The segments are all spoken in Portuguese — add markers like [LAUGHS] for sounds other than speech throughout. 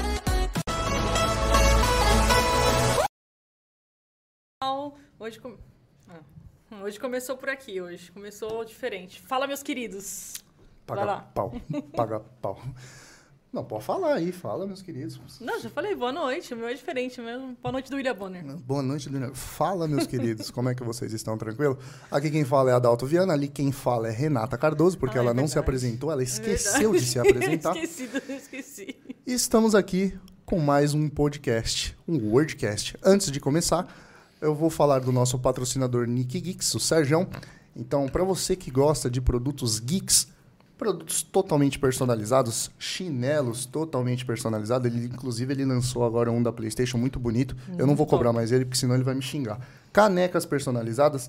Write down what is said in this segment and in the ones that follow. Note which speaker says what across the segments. Speaker 1: pessoal. Então, Hoje, com- ah, hoje começou por aqui, hoje começou diferente. Fala, meus queridos. Vai
Speaker 2: Paga
Speaker 1: lá.
Speaker 2: pau, paga pau. Não, pode falar aí, fala, meus queridos.
Speaker 1: Não, já falei boa noite, o meu é diferente mesmo. Boa noite do William Bonner.
Speaker 2: Boa noite, Daniel. Fala, meus queridos, como é que vocês estão, tranquilo? Aqui quem fala é Adalto Viana, ali quem fala é Renata Cardoso, porque
Speaker 1: Ah, é
Speaker 2: ela não se
Speaker 1: verdade.
Speaker 2: apresentou, ela esqueceu de se
Speaker 1: Eu
Speaker 2: apresentar.
Speaker 1: É [LAUGHS] esqueci, eu esqueci.
Speaker 2: E Estamos aqui com mais um podcast, um Wordcast. Antes de começar, eu vou falar do nosso patrocinador Nick Geeks, o Serjão. Então, para você que gosta de produtos geeks, produtos totalmente personalizados, chinelos totalmente personalizados, ele inclusive ele lançou agora um da PlayStation muito bonito. eu não vou cobrar mais ele, porque senão ele vai me xingar. Canecas personalizadas,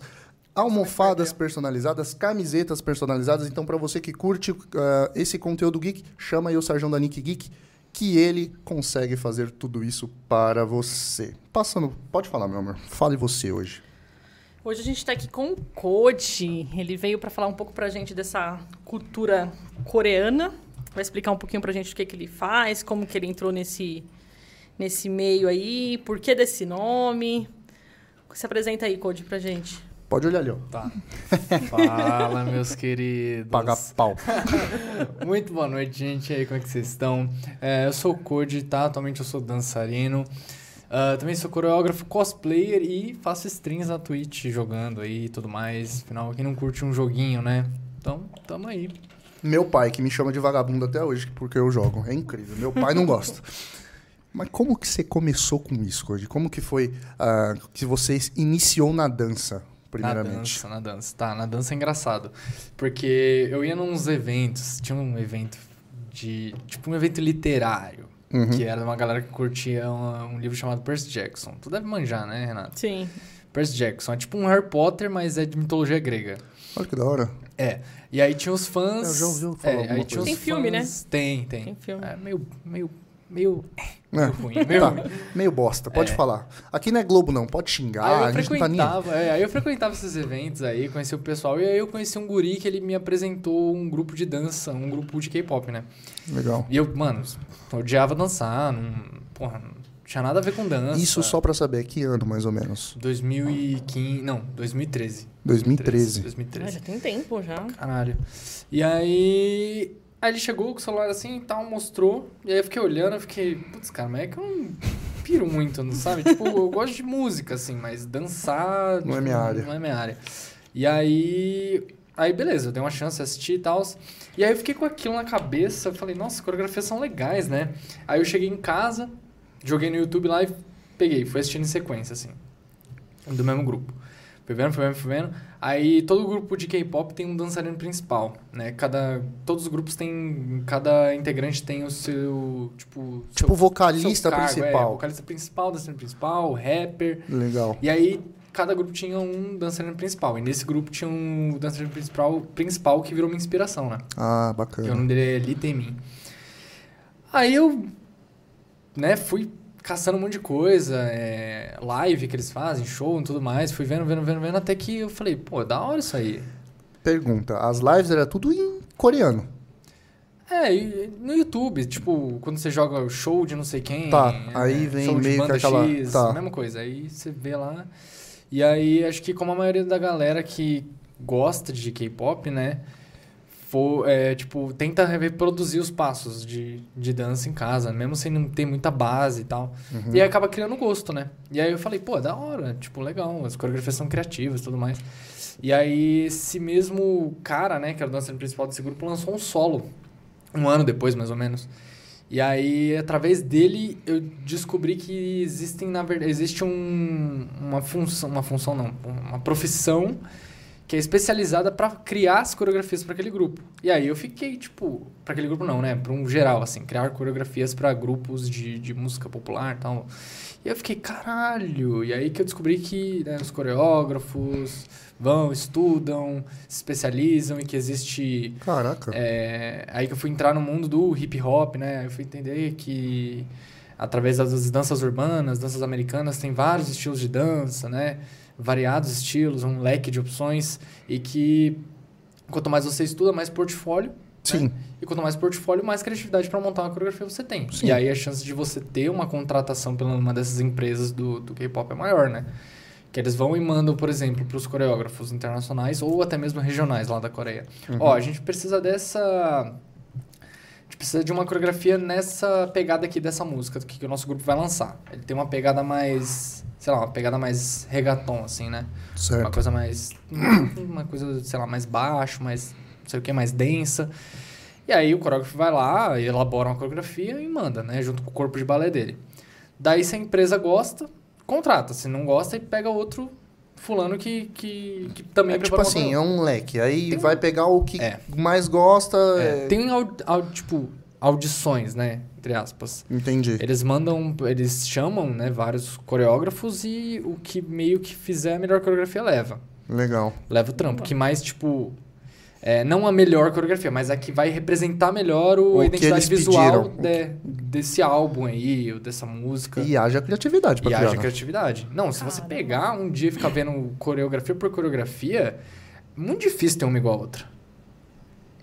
Speaker 2: almofadas personalizadas, camisetas personalizadas. Então, para você que curte ah, esse conteúdo geek, chama aí o Sarjão da Nick Geek, que ele consegue fazer tudo isso para você. Passando, pode falar, meu amor. Fale você hoje.
Speaker 1: Hoje a gente tá aqui com o Koji. Ele veio pra falar um pouco pra gente dessa cultura coreana. Vai explicar um pouquinho pra gente o que, que ele faz, como que ele entrou nesse, nesse meio aí, por que desse nome. Se apresenta aí, Koji, pra gente.
Speaker 2: Pode olhar ali, ó.
Speaker 3: Tá. Fala, meus queridos.
Speaker 2: Paga pau.
Speaker 3: [LAUGHS] Muito boa noite, gente. E aí, como é que vocês estão? É, eu sou o Cody, tá? Atualmente eu sou dançarino. Ah, também sou coreógrafo, cosplayer e faço strings na Twitch jogando aí e tudo mais. Afinal, quem não curte um joguinho, né? Então, tamo aí.
Speaker 2: Meu pai, que me chama de vagabundo até hoje, porque eu jogo. É incrível. Meu pai não [LAUGHS] gosta. Mas como que você começou com isso, Cody? Como que foi ah, que você iniciou na dança, primeiramente?
Speaker 3: Na dança, na dança. Tá, na dança é engraçado. Porque eu ia nos eventos, tinha um evento de. Tipo um evento literário.
Speaker 2: Uhum.
Speaker 3: Que era uma galera que curtia um, um livro chamado Percy Jackson. Tu deve manjar, né, Renato?
Speaker 1: Sim.
Speaker 3: Percy Jackson. É tipo um Harry Potter, mas é de mitologia grega.
Speaker 2: Olha que da hora.
Speaker 3: É. E aí tinha os fãs.
Speaker 2: É, Eu já
Speaker 3: é,
Speaker 2: ouvi falar alguma
Speaker 3: aí tinha
Speaker 2: coisa.
Speaker 3: os
Speaker 1: Tem filme, né?
Speaker 3: fãs- Tem, tem.
Speaker 1: Tem filme.
Speaker 3: É meio. meio. meio.
Speaker 2: É.
Speaker 3: meio ruim. Meio
Speaker 2: Tá,
Speaker 3: ruim.
Speaker 2: meio bosta, pode falar. Aqui não é Globo, não, pode xingar,
Speaker 3: aí
Speaker 2: a
Speaker 3: Ah, eu
Speaker 2: gente não tá nem. aí.
Speaker 3: frequentava, é, aí eu frequentava esses eventos aí, conheci o pessoal, e aí eu conheci um guri que ele me apresentou um grupo de dança, um grupo de K-pop, né?
Speaker 2: Legal.
Speaker 3: E eu, mano, odiava dançar, não, porra, não tinha nada a ver com dança.
Speaker 2: Isso só pra saber que ano, mais ou menos.
Speaker 3: 2015, não, 2013.
Speaker 2: 2013.
Speaker 3: 2013.
Speaker 1: Ah, já tem tempo já.
Speaker 3: Caralho. E aí. Aí ele chegou com o celular assim e tal, mostrou. E aí eu fiquei olhando, eu fiquei, putz, cara, mas é que eu não piro muito, não sabe? tipo, eu gosto de música, assim, mas dançar.
Speaker 2: Não é
Speaker 3: tipo,
Speaker 2: minha área.
Speaker 3: Não é minha área. E aí. Aí, beleza, eu dei uma chance, assisti e tal. E aí eu fiquei com aquilo na cabeça, eu falei, nossa, coreografias são legais, né? Aí eu cheguei em casa, joguei no YouTube lá e peguei, fui assistindo em sequência, assim. Do mesmo grupo. Fui vendo, fui vendo, fui vendo. Aí todo grupo de K-pop tem um dançarino principal, né? Cada. Todos os grupos têm. Cada integrante tem o seu. Tipo.
Speaker 2: Tipo,
Speaker 3: seu,
Speaker 2: vocalista
Speaker 3: seu cargo, É,
Speaker 2: principal.
Speaker 3: vocalista principal, dançarino principal, rapper.
Speaker 2: Legal.
Speaker 3: E aí cada grupo tinha um dançarino principal. E nesse grupo tinha um dançarino principal, principal que virou minha inspiração, né?
Speaker 2: Ah,
Speaker 3: Que o
Speaker 2: bacana.
Speaker 3: nome dele é Lee Temin. Aí eu, né, fui caçando um monte de coisa, é, live que eles fazem, show e tudo mais. Fui vendo, vendo, vendo, vendo, até que eu falei, pô, é da hora isso aí.
Speaker 2: Pergunta: as lives era tudo em coreano.
Speaker 3: É, e no YouTube, tipo, quando você joga o show de não sei quem.
Speaker 2: Tá,
Speaker 3: é,
Speaker 2: aí vem
Speaker 3: show
Speaker 2: meio
Speaker 3: de
Speaker 2: que
Speaker 3: banda
Speaker 2: aquela-
Speaker 3: X,
Speaker 2: tá.
Speaker 3: mesma coisa. Aí você vê lá. E aí acho que como a maioria da galera que gosta de K-pop, né? For, é, tipo, tenta reproduzir os passos de, de dança em casa, mesmo sem não ter muita base e tal.
Speaker 2: Uhum.
Speaker 3: E aí acaba criando gosto, né? E aí eu falei, pô, da hora, tipo, legal, as coreografias são criativas e tudo mais. E aí esse mesmo cara, né, que era o dançarino principal desse grupo, lançou um solo um ano depois, mais ou menos. E aí, através dele, eu descobri que existem, na verdade, existe um, uma função, uma função não, uma profissão que é especializada pra criar as coreografias pra aquele grupo. E aí eu fiquei, tipo, pra aquele grupo não, né? Pra um geral, assim, criar coreografias pra grupos de, de música popular e tal. E eu fiquei, caralho! E aí que eu descobri que né, os coreógrafos vão, estudam, se especializam e que existe
Speaker 2: Caraca.
Speaker 3: é, aí que eu fui entrar no mundo do hip hop, né? Aí Eu fui entender que através das danças urbanas, danças americanas, tem vários estilos de dança, né? Variados estilos, um leque de opções e que quanto mais você estuda, mais portfólio.
Speaker 2: Sim.
Speaker 3: E quanto mais portfólio, mais criatividade para montar uma coreografia você tem.
Speaker 2: Sim.
Speaker 3: E aí a chance de você ter uma contratação pela uma dessas empresas do, do K-pop é maior, né? Que eles vão e mandam, por exemplo, para os coreógrafos internacionais ou até mesmo regionais lá da Coreia. Ó, a gente precisa dessa. A gente precisa de uma coreografia nessa pegada aqui dessa música que, que o nosso grupo vai lançar. Ele tem uma pegada mais. Sei lá, uma pegada mais reggaeton, assim, né? Uma
Speaker 2: Certo.
Speaker 3: coisa mais. [CLEARS THROAT] Uma coisa, sei lá, mais baixo, mais. não sei o que, mais densa. E aí o coreógrafo vai lá, elabora uma coreografia e manda, né? Junto com o corpo de balé dele. Daí se a empresa gosta, contrata. Se não gosta, aí pega outro fulano que, que, que também
Speaker 2: É tipo
Speaker 3: preparou uma
Speaker 2: assim, é
Speaker 3: coreografia.
Speaker 2: um leque. Aí
Speaker 3: Tem um-
Speaker 2: vai pegar o que
Speaker 3: É.
Speaker 2: mais gosta.
Speaker 3: É,
Speaker 2: é,
Speaker 3: Tem, au- au- tipo, audições, né? Entre aspas.
Speaker 2: Entendi.
Speaker 3: Eles mandam, eles chamam, né, vários coreógrafos e o que meio que fizer a melhor coreografia leva.
Speaker 2: Legal.
Speaker 3: Leva o trampo. Que mais, tipo. é, não a melhor coreografia, mas a que vai representar melhor o,
Speaker 2: O
Speaker 3: a
Speaker 2: que
Speaker 3: identidade
Speaker 2: eles
Speaker 3: visual
Speaker 2: pediram.
Speaker 3: de- desse álbum aí, ou dessa música.
Speaker 2: E haja criatividade pra
Speaker 3: E
Speaker 2: criar.
Speaker 3: haja
Speaker 2: né?
Speaker 3: criatividade. Não, se você
Speaker 1: Caramba.
Speaker 3: pegar um dia e ficar vendo coreografia por coreografia, muito difícil ter uma igual a outra.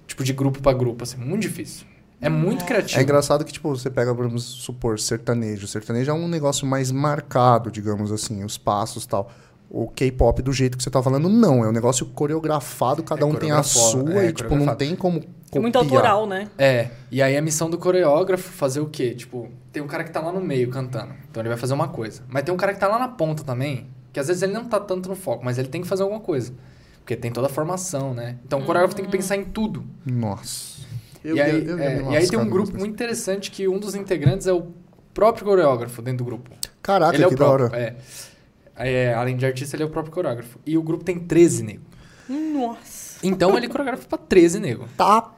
Speaker 3: Tipo, de grupo pra grupo, assim, muito difícil. É muito criativo.
Speaker 2: É engraçado que, tipo, você pega, vamos supor, sertanejo. Sertanejo é um negócio mais marcado, digamos assim, os passos e tal. O K-pop, do jeito que você tá falando, não. É um negócio coreografado, cada
Speaker 3: É
Speaker 2: um tem a
Speaker 3: coreografado,
Speaker 2: sua
Speaker 3: é
Speaker 2: e, tipo, não
Speaker 3: coreografado.
Speaker 2: tem como
Speaker 1: É
Speaker 3: um
Speaker 2: copiar.
Speaker 1: muito autoral, né?
Speaker 3: É, e aí a missão do coreógrafo fazer o quê? Tipo, tem um cara que tá lá no meio cantando, então ele vai fazer uma coisa. Mas tem um cara que tá lá na ponta também, que às vezes ele não tá tanto no foco, mas ele tem que fazer alguma coisa. Porque tem toda a formação, né? Então o coreógrafo tem que pensar em tudo.
Speaker 2: Nossa.
Speaker 3: e, aí, é, e aí tem um grupo muito interessante que um dos integrantes é o próprio coreógrafo dentro do grupo.
Speaker 2: Caraca,
Speaker 3: ele é o
Speaker 2: Ah, que da hora.
Speaker 3: próprio, é. É, Além de artista, ele é o próprio coreógrafo. E o grupo tem 13 negros.
Speaker 1: Nossa.
Speaker 3: Então ele coreografa pra 13 negros.
Speaker 2: Tá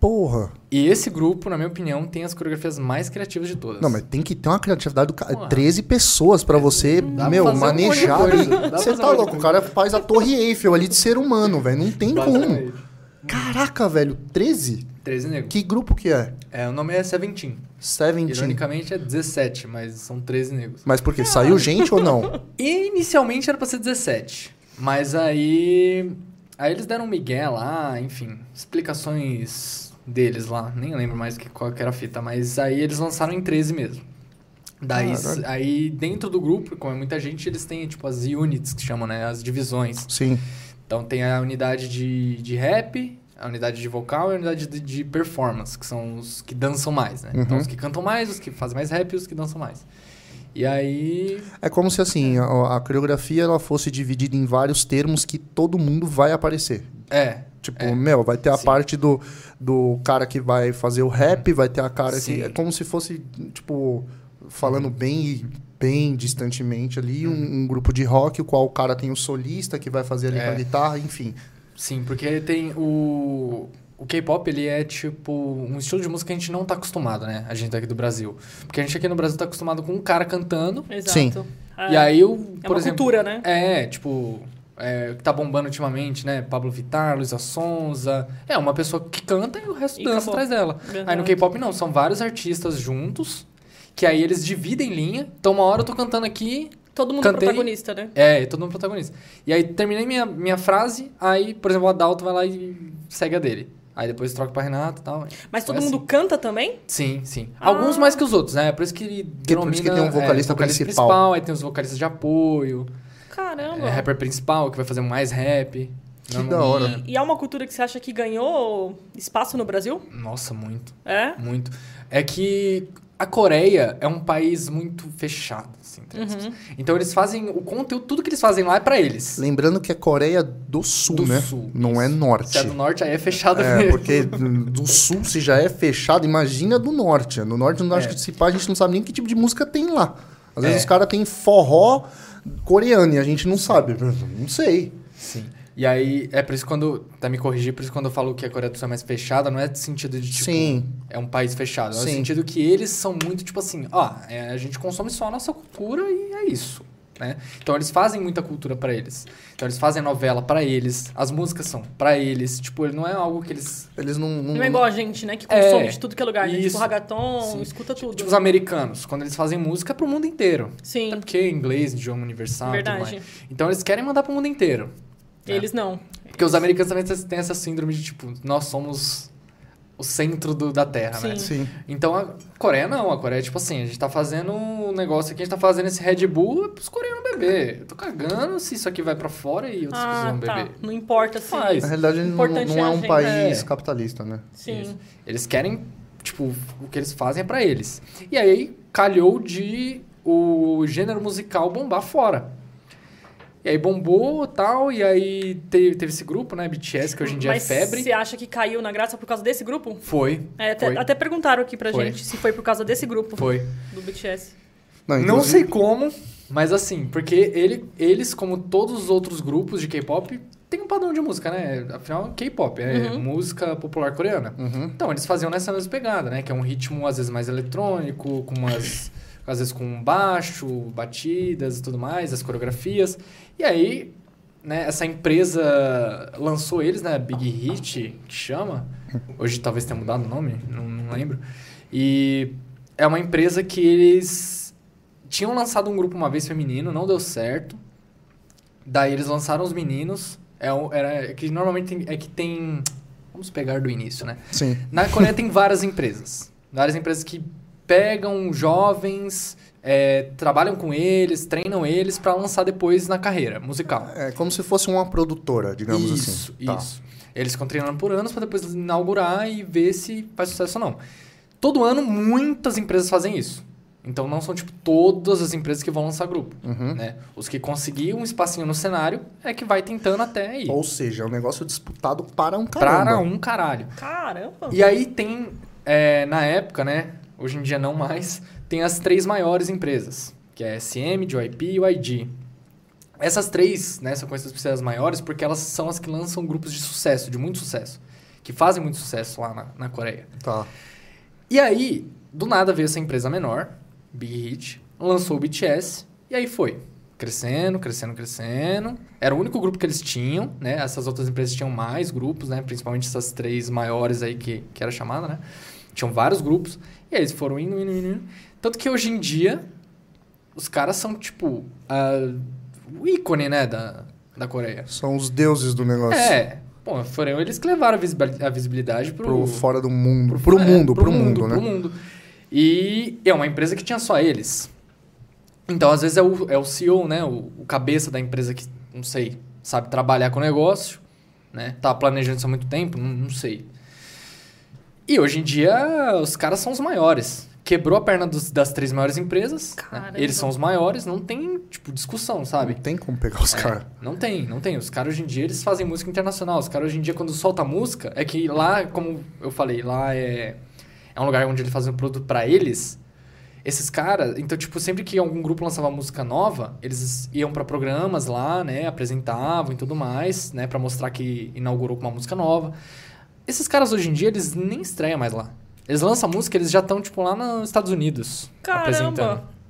Speaker 2: porra.
Speaker 3: E esse grupo, na minha opinião, tem as coreografias mais criativas de todas.
Speaker 2: Não, mas tem que ter uma criatividade do cara.
Speaker 3: Porra.
Speaker 2: 13 pessoas pra você,
Speaker 3: Dá pra
Speaker 2: meu,
Speaker 3: fazer um monte de
Speaker 2: manejar
Speaker 3: coisa.
Speaker 2: ali.
Speaker 3: Dá pra
Speaker 2: Você tá
Speaker 3: fazer um monte de
Speaker 2: louco, o cara faz a Torre Eiffel ali de ser humano, velho. Não tem como.
Speaker 3: Basicamente.
Speaker 2: Caraca, velho, 13?
Speaker 3: 13 negros.
Speaker 2: Que grupo que é?
Speaker 3: É, o nome é Seventeen.
Speaker 2: Seventeen.
Speaker 3: Ironicamente é 17, mas são 13 negros.
Speaker 2: Mas por quê? Saiu gente ou não?
Speaker 3: E inicialmente era pra ser 17. Mas aí. Aí eles deram um migué lá, enfim, explicações deles lá. Nem lembro mais que, qual que era a fita, mas aí eles lançaram em 13 mesmo. Daí,
Speaker 2: Caralho.
Speaker 3: aí dentro do grupo, como é muita gente, eles têm tipo as units que chamam, né? As divisões.
Speaker 2: Sim.
Speaker 3: Então tem a unidade de, de rap, a unidade de vocal e a unidade de, de performance, que são os que dançam mais, né? Então
Speaker 2: Uhum.
Speaker 3: os que cantam mais, os que fazem mais rap e os que dançam mais. E aí.
Speaker 2: É como se assim, a, a coreografia ela fosse dividida em vários termos que todo mundo vai aparecer.
Speaker 3: É.
Speaker 2: Tipo,
Speaker 3: É.
Speaker 2: meu, vai ter a
Speaker 3: Sim. Uhum.
Speaker 2: parte do, do cara que vai fazer o rap, vai ter a cara
Speaker 3: Sim. Uhum.
Speaker 2: que. É como se fosse, tipo, falando bem e bem distantemente ali, um, um grupo de rock, o qual o cara tem o solista que vai fazer ali
Speaker 3: É.
Speaker 2: com a guitarra, enfim.
Speaker 3: Sim, porque tem o. O K-pop, ele é tipo um estilo de música que a gente não tá acostumado, né? A gente aqui do Brasil. Porque a gente aqui no Brasil tá acostumado com um cara cantando.
Speaker 1: Exato.
Speaker 2: Sim.
Speaker 1: É,
Speaker 3: E aí, o,
Speaker 1: é
Speaker 3: por
Speaker 1: uma
Speaker 3: exemplo.
Speaker 1: cultura, né?
Speaker 3: É, tipo, é, o que tá bombando ultimamente, né? Pablo Vittar, Luísa Sonza. É, uma pessoa que canta e o resto
Speaker 1: E
Speaker 3: dança
Speaker 1: acabou.
Speaker 3: atrás dela. Aí no
Speaker 1: Exato.
Speaker 3: K-pop não, são vários artistas juntos, que aí eles dividem linha. Então uma hora eu tô cantando aqui,
Speaker 1: Todo mundo
Speaker 3: Cantei.
Speaker 1: é protagonista, né?
Speaker 3: é, todo mundo protagonista. E aí terminei minha, minha frase, aí, por exemplo, o Adalto vai lá e segue a dele. Aí depois troca pra Renato e tal.
Speaker 1: Mas todo
Speaker 3: Foi assim.
Speaker 1: mundo canta também?
Speaker 3: Sim, sim.
Speaker 1: Ah.
Speaker 3: Alguns mais que os outros, né? Por isso que ele
Speaker 2: Que- por isso que tem um
Speaker 3: denomina,
Speaker 2: vocalista
Speaker 3: é, vocalista
Speaker 2: principal.
Speaker 3: principal. Aí tem os vocalistas de apoio.
Speaker 1: Caramba.
Speaker 3: É, rapper principal, que vai fazer mais rap.
Speaker 2: Que
Speaker 3: Não,
Speaker 2: da
Speaker 3: não-
Speaker 2: hora.
Speaker 1: E é uma cultura que você acha que ganhou espaço no Brasil?
Speaker 3: Nossa, muito,
Speaker 1: É?
Speaker 3: muito. É que a Coreia é um país muito fechado, assim, entre aspas. Então eles fazem o conteúdo, tudo que eles fazem lá é pra eles.
Speaker 2: Lembrando que é Coreia do Sul,
Speaker 3: Do
Speaker 2: né?
Speaker 3: Sul,
Speaker 2: Não
Speaker 3: isso.
Speaker 2: é norte.
Speaker 3: Se é do norte, aí é fechado
Speaker 2: É,
Speaker 3: mesmo.
Speaker 2: porque do sul se já é fechado, imagina do norte. No norte, no norte
Speaker 3: É.
Speaker 2: que se pá, a gente não sabe nem que tipo de música tem lá. Às vezes
Speaker 3: É.
Speaker 2: os caras têm forró coreano e a gente não sabe. Não sei.
Speaker 3: Sim. E aí, é por isso que quando. Tá me corrigir, por isso que quando eu falo que a Coreia do Sul é mais fechada, não é sentido de tipo.
Speaker 2: Sim.
Speaker 3: É um país fechado. É no
Speaker 2: Sim.
Speaker 3: sentido que eles são muito, tipo assim, ó, é, a gente consome só a nossa cultura e é isso. Né? Então eles fazem muita cultura pra eles. Então eles fazem novela pra eles, as músicas são pra eles. Tipo, não é algo que eles.
Speaker 2: Eles não. não-
Speaker 1: Não é igual a gente, né? Que consome
Speaker 3: Hum. É.
Speaker 1: de tudo que é lugar, né?
Speaker 3: Isso.
Speaker 1: Tipo ragaton,
Speaker 3: Sim.
Speaker 1: escuta tudo.
Speaker 3: Tipo, os americanos, quando eles fazem música é pro mundo inteiro.
Speaker 1: Sim, é
Speaker 3: Até porque é inglês, idioma universal, e tudo
Speaker 1: verdade.
Speaker 3: mais. Então eles querem mandar pro mundo inteiro. É.
Speaker 1: Eles não.
Speaker 3: Porque os americanos também têm essa síndrome de, tipo, nós somos o centro do- da Terra, né?
Speaker 1: Sim.
Speaker 2: Sim.
Speaker 3: Então a Coreia não, a Coreia é tipo assim, a gente tá fazendo um negócio aqui, a gente tá fazendo esse Red Bull é pros coreanos beber. beber. Eu tô cagando se isso aqui vai pra fora e outras pessoas
Speaker 1: Ah,
Speaker 3: vão
Speaker 1: tá.
Speaker 3: beber.
Speaker 1: Não importa se.
Speaker 3: Faz.
Speaker 2: Na realidade, ele não,
Speaker 1: Importante
Speaker 2: não é
Speaker 1: a
Speaker 2: um
Speaker 1: gente-
Speaker 2: país
Speaker 3: é.
Speaker 2: capitalista, né?
Speaker 1: Sim.
Speaker 3: Isso. Eles querem, tipo, o que eles fazem é pra eles. E aí calhou de o gênero musical bombar fora. E aí bombou tal, e aí teve, teve esse grupo, né? BTS, que hoje em dia
Speaker 1: Mas
Speaker 3: é febre.
Speaker 1: Você acha que caiu na graça por causa desse grupo?
Speaker 3: Foi.
Speaker 1: É, até,
Speaker 3: foi,
Speaker 1: até perguntaram aqui pra
Speaker 3: Foi.
Speaker 1: gente se foi por causa desse grupo
Speaker 3: foi.
Speaker 1: do BTS.
Speaker 3: Não
Speaker 2: inclusive-
Speaker 3: sei como, mas assim, porque ele, eles, como todos os outros grupos de K-pop, tem um padrão de música, né? Afinal, K-pop é música popular coreana.
Speaker 2: Uhum.
Speaker 3: Então, eles faziam nessa mesma pegada, né? Que é um ritmo, às vezes, mais eletrônico, com
Speaker 2: [LAUGHS]
Speaker 3: umas... Às vezes com um baixo, batidas e tudo mais, as coreografias. E aí, né, essa empresa lançou eles, né? Big Hit, que chama. Hoje talvez tenha mudado o nome, não, não lembro. E é uma empresa que eles tinham lançado um grupo uma vez feminino, não deu certo. Daí eles lançaram os meninos. É, um- era, é que normalmente tem- é que tem. Vamos pegar do início, né?
Speaker 2: Sim.
Speaker 3: Na Coreia tem várias empresas. Várias empresas que pegam jovens, é, trabalham com eles, treinam eles pra lançar depois na carreira musical.
Speaker 2: É como se fosse uma produtora, digamos
Speaker 3: isso,
Speaker 2: assim. Tá.
Speaker 3: isso. Eles ficam treinando por anos pra depois inaugurar e ver se faz sucesso ou não. Todo ano, muitas empresas fazem isso. Então não são, tipo, todas as empresas que vão lançar grupo.
Speaker 2: Uhum.
Speaker 3: Né? Os que conseguiram um espacinho no cenário é que vai tentando até aí.
Speaker 2: Ou seja, é um negócio disputado para um caramba.
Speaker 3: Para um caralho.
Speaker 1: Caramba!
Speaker 3: E aí tem, é, na época, né? Hoje em dia não mais, tem as três maiores empresas, que é a SM, JYP e o ID. Essas três, né, são conhecidas por serem as maiores porque elas são as que lançam grupos de sucesso, de muito sucesso, que fazem muito sucesso lá na, na Coreia.
Speaker 2: Tá.
Speaker 3: E aí, do nada veio essa empresa menor, Big Hit, lançou o BTS, e aí foi. Crescendo, crescendo, crescendo. Era o único grupo que eles tinham, né? Essas outras empresas tinham mais grupos, né? Principalmente essas três maiores aí que, que era chamada, né? Tinham vários grupos. E aí eles foram indo, indo, indo, indo. Tanto que hoje em dia, os caras são, tipo, a- o ícone, né? Da, da Coreia.
Speaker 2: São os deuses do negócio.
Speaker 3: É. Bom, foram eles que levaram a visibil- a visibilidade pro,
Speaker 2: Pro fora do mundo. Pro,
Speaker 3: é,
Speaker 2: mundo, pro, mundo, né?
Speaker 3: Pro mundo. E é uma empresa que tinha só eles. Então, às vezes, é o, é o CEO, né? O, o cabeça da empresa que, não sei, sabe trabalhar com o negócio, né? Tá planejando isso há muito tempo, não, não sei. E hoje em dia, os caras são os maiores. Quebrou a perna dos- das três maiores empresas. né?
Speaker 1: Caramba.
Speaker 3: Eles são os maiores, não tem, tipo, discussão, sabe? É.
Speaker 2: Não tem como pegar os caras.
Speaker 3: Não tem, não tem. Os caras hoje em dia eles fazem música internacional. Os caras hoje em dia, quando solta música, é que lá, como eu falei, lá é, é um lugar onde eles fazem um produto pra eles. Esses caras, então, tipo, sempre que algum grupo lançava música nova, eles iam pra programas lá, né? Apresentavam e tudo mais, né? Pra mostrar que inaugurou com uma música nova. Esses caras hoje em dia, eles nem estreiam mais lá. Eles lançam música, eles já estão, tipo, lá nos Estados Unidos. Apresentando.
Speaker 1: Caramba!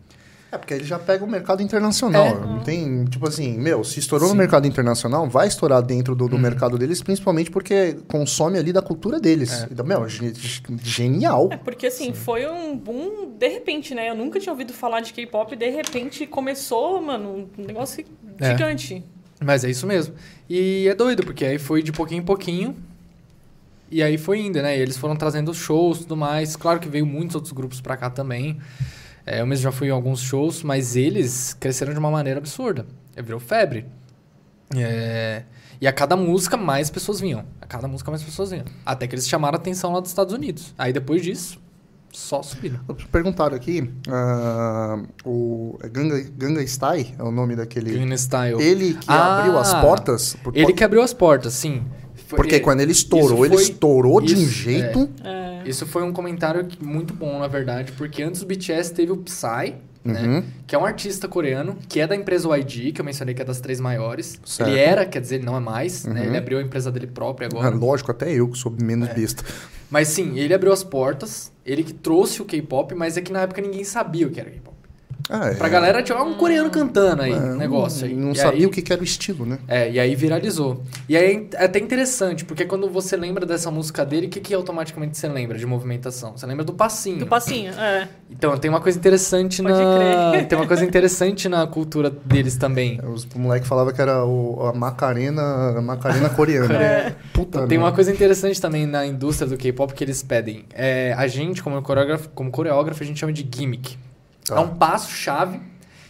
Speaker 2: É, porque ele já pega o mercado internacional.
Speaker 3: É.
Speaker 2: Não tem, tipo assim, meu, se estourou
Speaker 3: Sim. Uhum.
Speaker 2: no mercado internacional, vai estourar dentro do, do mercado deles, principalmente porque consome ali da cultura deles.
Speaker 3: É.
Speaker 2: Então, meu, ge- ge- genial.
Speaker 1: É porque assim, foi um boom de repente, né? Eu nunca tinha ouvido falar de K-pop e de repente começou, mano, um negócio
Speaker 3: É.
Speaker 1: gigante.
Speaker 3: Mas é isso mesmo. E é doido, porque aí foi de pouquinho em pouquinho. E aí foi indo, né? E eles foram trazendo shows e tudo mais. Claro que veio muitos outros grupos pra cá também. É, eu mesmo já fui em alguns shows, mas eles cresceram de uma maneira absurda. É, Virou febre. É, E a cada música mais pessoas vinham. A cada música mais pessoas vinham. Até que eles chamaram a atenção lá dos Estados Unidos. Aí depois disso, só subiram.
Speaker 2: Perguntaram aqui, ah, o é Ganga, Ganga Stai é o nome daquele...
Speaker 3: Gangnam Style.
Speaker 2: Ele que
Speaker 3: Ah,
Speaker 2: abriu as portas? por-
Speaker 3: Ele que abriu as portas, sim. Foi-
Speaker 2: Porque quando ele estourou,
Speaker 3: isso
Speaker 2: ele
Speaker 3: foi-
Speaker 2: estourou de um
Speaker 3: isso,
Speaker 2: jeito...
Speaker 1: É.
Speaker 3: Isso foi um comentário que- muito bom, na verdade, porque antes do BTS teve o Psy, né?
Speaker 2: Uhum.
Speaker 3: Que é um artista coreano, que é da empresa YG, que eu mencionei que é das três maiores.
Speaker 2: Certo.
Speaker 3: Ele era, quer dizer, ele não é mais, né?
Speaker 2: Uhum.
Speaker 3: Ele abriu a empresa dele própria
Speaker 2: Ah,
Speaker 3: agora.
Speaker 2: lógico, até eu que sou menos
Speaker 3: É.
Speaker 2: besta.
Speaker 3: Mas sim, ele abriu as portas, ele que trouxe o K-pop, mas é que na época ninguém sabia o que era K-pop.
Speaker 2: Ah, é.
Speaker 3: Pra galera, tinha um coreano cantando aí,
Speaker 2: É,
Speaker 3: um negócio aí.
Speaker 2: Não
Speaker 3: E
Speaker 2: sabia
Speaker 3: aí-
Speaker 2: o que que era o estilo, né?
Speaker 3: É, e aí viralizou. E aí é até interessante, porque quando você lembra dessa música dele, o que, que automaticamente você lembra de movimentação? Você lembra do passinho.
Speaker 1: Do passinho, é.
Speaker 3: Então, tem uma coisa interessante
Speaker 1: Pode
Speaker 3: na.
Speaker 1: crer.
Speaker 3: [LAUGHS] Tem uma coisa interessante na cultura deles também.
Speaker 2: Os moleques falavam que era o- a Macarena, a Macarena coreana. Puta,
Speaker 3: É. Tem
Speaker 2: né?
Speaker 3: uma coisa interessante também na indústria do K-pop que eles pedem. É, a gente, como coreógrafo, como coreógrafo, a gente chama de gimmick.
Speaker 2: Tá.
Speaker 3: É um passo-chave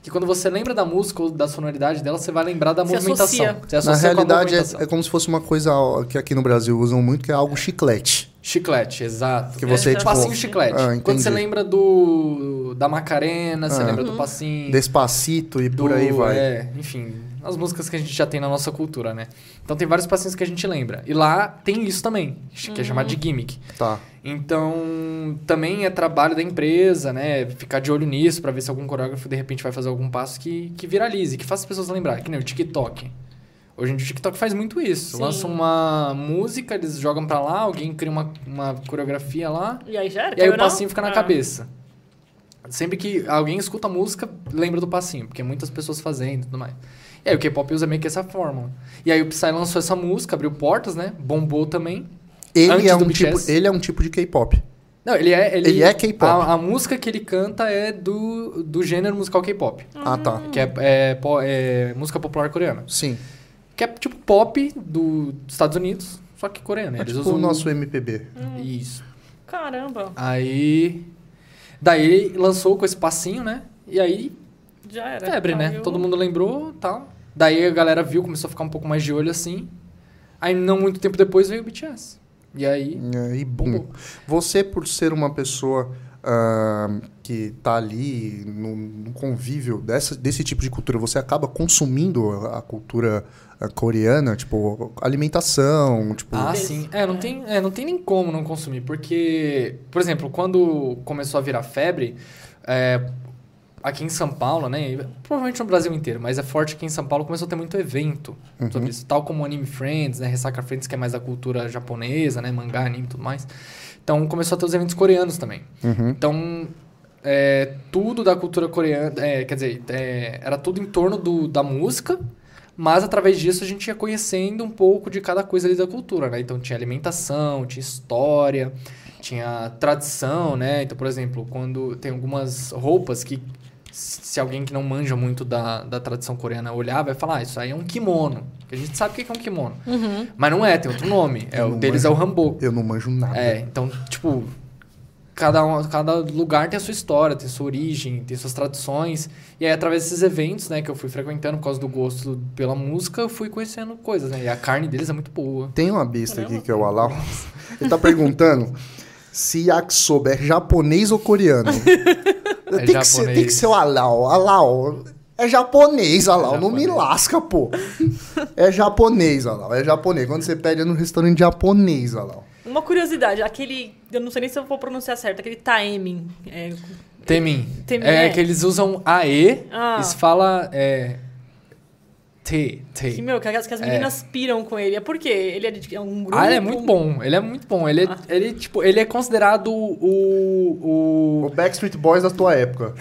Speaker 3: que quando você lembra da música ou da sonoridade dela, você vai lembrar da
Speaker 1: Se
Speaker 3: movimentação.
Speaker 1: associa.
Speaker 3: Você associa
Speaker 2: Na
Speaker 3: com a
Speaker 2: realidade,
Speaker 3: movimentação.
Speaker 2: é, é como se fosse uma coisa ó, que aqui no Brasil usam muito, que é algo chiclete.
Speaker 3: Chiclete, exato.
Speaker 2: Que você,
Speaker 1: É,
Speaker 2: tipo,
Speaker 3: Passinho chiclete.
Speaker 2: Ah,
Speaker 3: Quando
Speaker 2: entendi.
Speaker 3: você lembra do da Macarena, você
Speaker 2: Ah.
Speaker 3: lembra do passinho.
Speaker 2: despacito e
Speaker 3: do-
Speaker 2: por aí vai.
Speaker 3: É, enfim, as músicas que a gente já tem na nossa cultura, né? Então tem vários passinhos que a gente lembra. E lá tem isso também, que é chamado de gimmick.
Speaker 2: Tá.
Speaker 3: Então, também é trabalho da empresa, né? Ficar de olho nisso pra ver se algum coreógrafo de repente vai fazer algum passo que, que viralize, que faça as pessoas lembrar, que nem o TikTok. Hoje em dia o TikTok faz muito isso.
Speaker 1: Sim.
Speaker 3: Lança uma música, eles jogam pra lá, alguém cria uma, uma coreografia lá,
Speaker 1: E aí já era?
Speaker 3: e aí
Speaker 1: caiu
Speaker 3: o passinho fica na
Speaker 1: Ah.
Speaker 3: cabeça. Sempre que alguém escuta a música, lembra do passinho, porque muitas pessoas fazendo e tudo mais. E aí o K-pop usa meio que essa fórmula. E aí o Psy lançou essa música, abriu portas, né? Bombou também.
Speaker 2: Ele
Speaker 3: Antes
Speaker 2: é,
Speaker 3: do
Speaker 2: um tipo,
Speaker 3: BTS.
Speaker 2: ele é um tipo de K-pop.
Speaker 3: Não, ele é. Ele,
Speaker 2: Ele é K-pop.
Speaker 3: A, a música que ele canta é do, do gênero musical K-pop.
Speaker 2: Ah, tá.
Speaker 3: Que é, é po- é música popular coreana.
Speaker 2: Sim.
Speaker 3: Que é tipo pop do, dos Estados Unidos, só que coreana.
Speaker 2: É
Speaker 3: Eles
Speaker 2: tipo
Speaker 3: usam
Speaker 2: o nosso MPB.
Speaker 3: Isso.
Speaker 1: Caramba,
Speaker 3: Aí. Daí ele lançou com esse passinho, né? E aí,
Speaker 1: já era.
Speaker 3: febre, né?
Speaker 1: Caiu.
Speaker 3: Todo mundo lembrou tal. Daí a galera viu, começou a ficar um pouco mais de olho assim. Aí, não muito tempo depois, veio o BTS. E aí.
Speaker 2: É, E bom.
Speaker 3: Bombou.
Speaker 2: Você, por ser uma pessoa ah, que tá ali no, no convívio dessa, desse tipo de cultura, você acaba consumindo a, a cultura ah, coreana, tipo, alimentação, tipo...
Speaker 3: Ah,
Speaker 1: Desse.
Speaker 3: sim. É não,
Speaker 1: É.
Speaker 3: Tem, é, não tem nem como não consumir, porque, por exemplo, quando começou a virar febre, é, aqui em São Paulo, né? e Provavelmente no Brasil inteiro, mas é forte aqui em São Paulo, começou a ter muito evento sobre isso. Tal como Anime Friends, né? Ressaca Friends, que é mais da cultura japonesa, né? Mangá, anime e tudo mais. Então começou a ter os eventos coreanos também.
Speaker 2: Uhum.
Speaker 3: Então, é, tudo da cultura coreana, é, quer dizer, é, era tudo em torno do, da música, mas através disso a gente ia conhecendo um pouco de cada coisa ali da cultura, né? Então tinha alimentação, tinha história, tinha tradição, né? Então, por exemplo, quando tem algumas roupas que se alguém que não manja muito da, da tradição coreana olhar, vai falar, ah, isso aí é um kimono. A gente sabe o que que é um kimono.
Speaker 1: Uhum.
Speaker 3: Mas não é, tem outro nome. É, o
Speaker 2: Não
Speaker 3: deles é o hanbok.
Speaker 2: Eu não manjo nada.
Speaker 3: É, então, tipo, cada, um, cada lugar tem a sua história, tem sua origem, tem suas tradições. E aí, através desses eventos, né, que eu fui frequentando por causa do gosto pela música, eu fui conhecendo coisas, né? E a carne deles é muito boa.
Speaker 2: Tem uma besta
Speaker 1: Caramba.
Speaker 2: aqui
Speaker 3: né?
Speaker 2: que é o Alau. Ele tá perguntando se yakisoba é japonês ou
Speaker 3: [LAUGHS]
Speaker 2: coreano. tem, que ser, tem
Speaker 3: japonês.
Speaker 2: que ser o Alau. Alau, é japonês, Alau.
Speaker 3: É
Speaker 2: não me
Speaker 3: japonês.
Speaker 2: lasca, pô. É japonês, Alau. É japonês. Quando você pede é no restaurante japonês, Alau.
Speaker 1: Uma curiosidade, aquele. Eu não sei nem se eu vou pronunciar certo, aquele Taemin. É,
Speaker 3: Temin.
Speaker 1: Temin,
Speaker 3: é,
Speaker 1: é.
Speaker 3: que eles usam AE
Speaker 1: Ah.
Speaker 3: e se fala é, T, T.
Speaker 1: que, meu, que as, que as
Speaker 3: É.
Speaker 1: meninas piram com ele. É por quê? Ele é, de- é um grupo.
Speaker 3: Ah, ele é muito bom, ele é muito bom. Ele é,
Speaker 1: Ah.
Speaker 3: ele, tipo, ele é considerado o,
Speaker 2: O Backstreet Boys da tua época.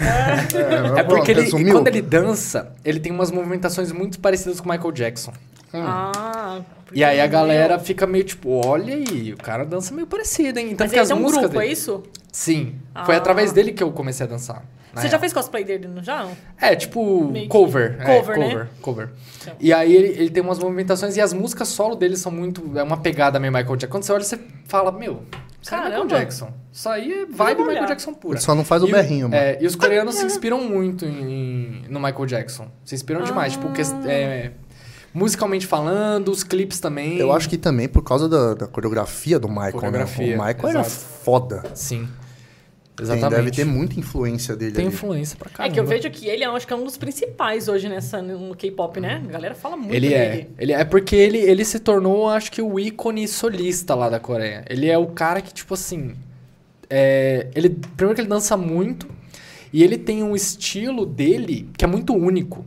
Speaker 2: É,
Speaker 3: É porque ele,
Speaker 2: resumiu.
Speaker 3: quando ele dança, ele tem umas movimentações muito parecidas com o Michael Jackson.
Speaker 2: Hum.
Speaker 1: Ah, porque
Speaker 3: E aí a
Speaker 1: ele-
Speaker 3: galera fica meio tipo, olha aí, o cara dança meio parecido, hein? Então
Speaker 1: Mas
Speaker 3: que
Speaker 1: ele
Speaker 3: as
Speaker 1: tem um
Speaker 3: músicas
Speaker 1: grupo, é
Speaker 3: dele...
Speaker 1: isso?
Speaker 3: Sim. Foi
Speaker 1: Ah.
Speaker 3: através dele que eu comecei a dançar. na
Speaker 1: Você já
Speaker 3: real.
Speaker 1: fez cosplay dele, não já?
Speaker 3: É, tipo,
Speaker 1: Meio que-
Speaker 3: cover. é,
Speaker 1: cover, né?
Speaker 3: cover, cover.
Speaker 1: Então.
Speaker 3: E aí ele, ele tem umas movimentações e as músicas solo dele são muito. É uma pegada meio Michael Jackson. Quando você olha, você fala, meu, isso aí é Michael
Speaker 1: Caramba.
Speaker 3: Jackson. Isso aí é
Speaker 1: vou
Speaker 3: vibe Michael
Speaker 1: olhar.
Speaker 3: Jackson pura.
Speaker 2: Ele só não faz o
Speaker 3: E
Speaker 2: berrinho, mano.
Speaker 3: É, e os coreanos
Speaker 1: [LAUGHS]
Speaker 3: se inspiram muito em- no Michael Jackson. Se inspiram demais.
Speaker 1: Ah.
Speaker 3: Tipo, que- é, musicalmente falando, os clipes também.
Speaker 2: Eu acho que também por causa da, da coreografia do Michael,
Speaker 3: Coreografia,
Speaker 2: né? O Michael era
Speaker 3: exato.
Speaker 2: foda.
Speaker 3: Sim.
Speaker 2: Tem,
Speaker 3: Exatamente.
Speaker 2: deve ter muita influência dele
Speaker 3: Tem
Speaker 2: ali.
Speaker 3: influência pra
Speaker 1: É
Speaker 3: caramba.
Speaker 1: que eu vejo que ele é, acho que é um dos principais hoje nessa, no K-pop, né? A galera fala muito
Speaker 3: Ele é.
Speaker 1: dele.
Speaker 3: Ele é porque ele, ele se tornou, acho que, o ícone solista lá da Coreia. Ele é o cara que, tipo assim. é, ele, primeiro que ele dança muito. E ele tem um estilo dele que é muito único.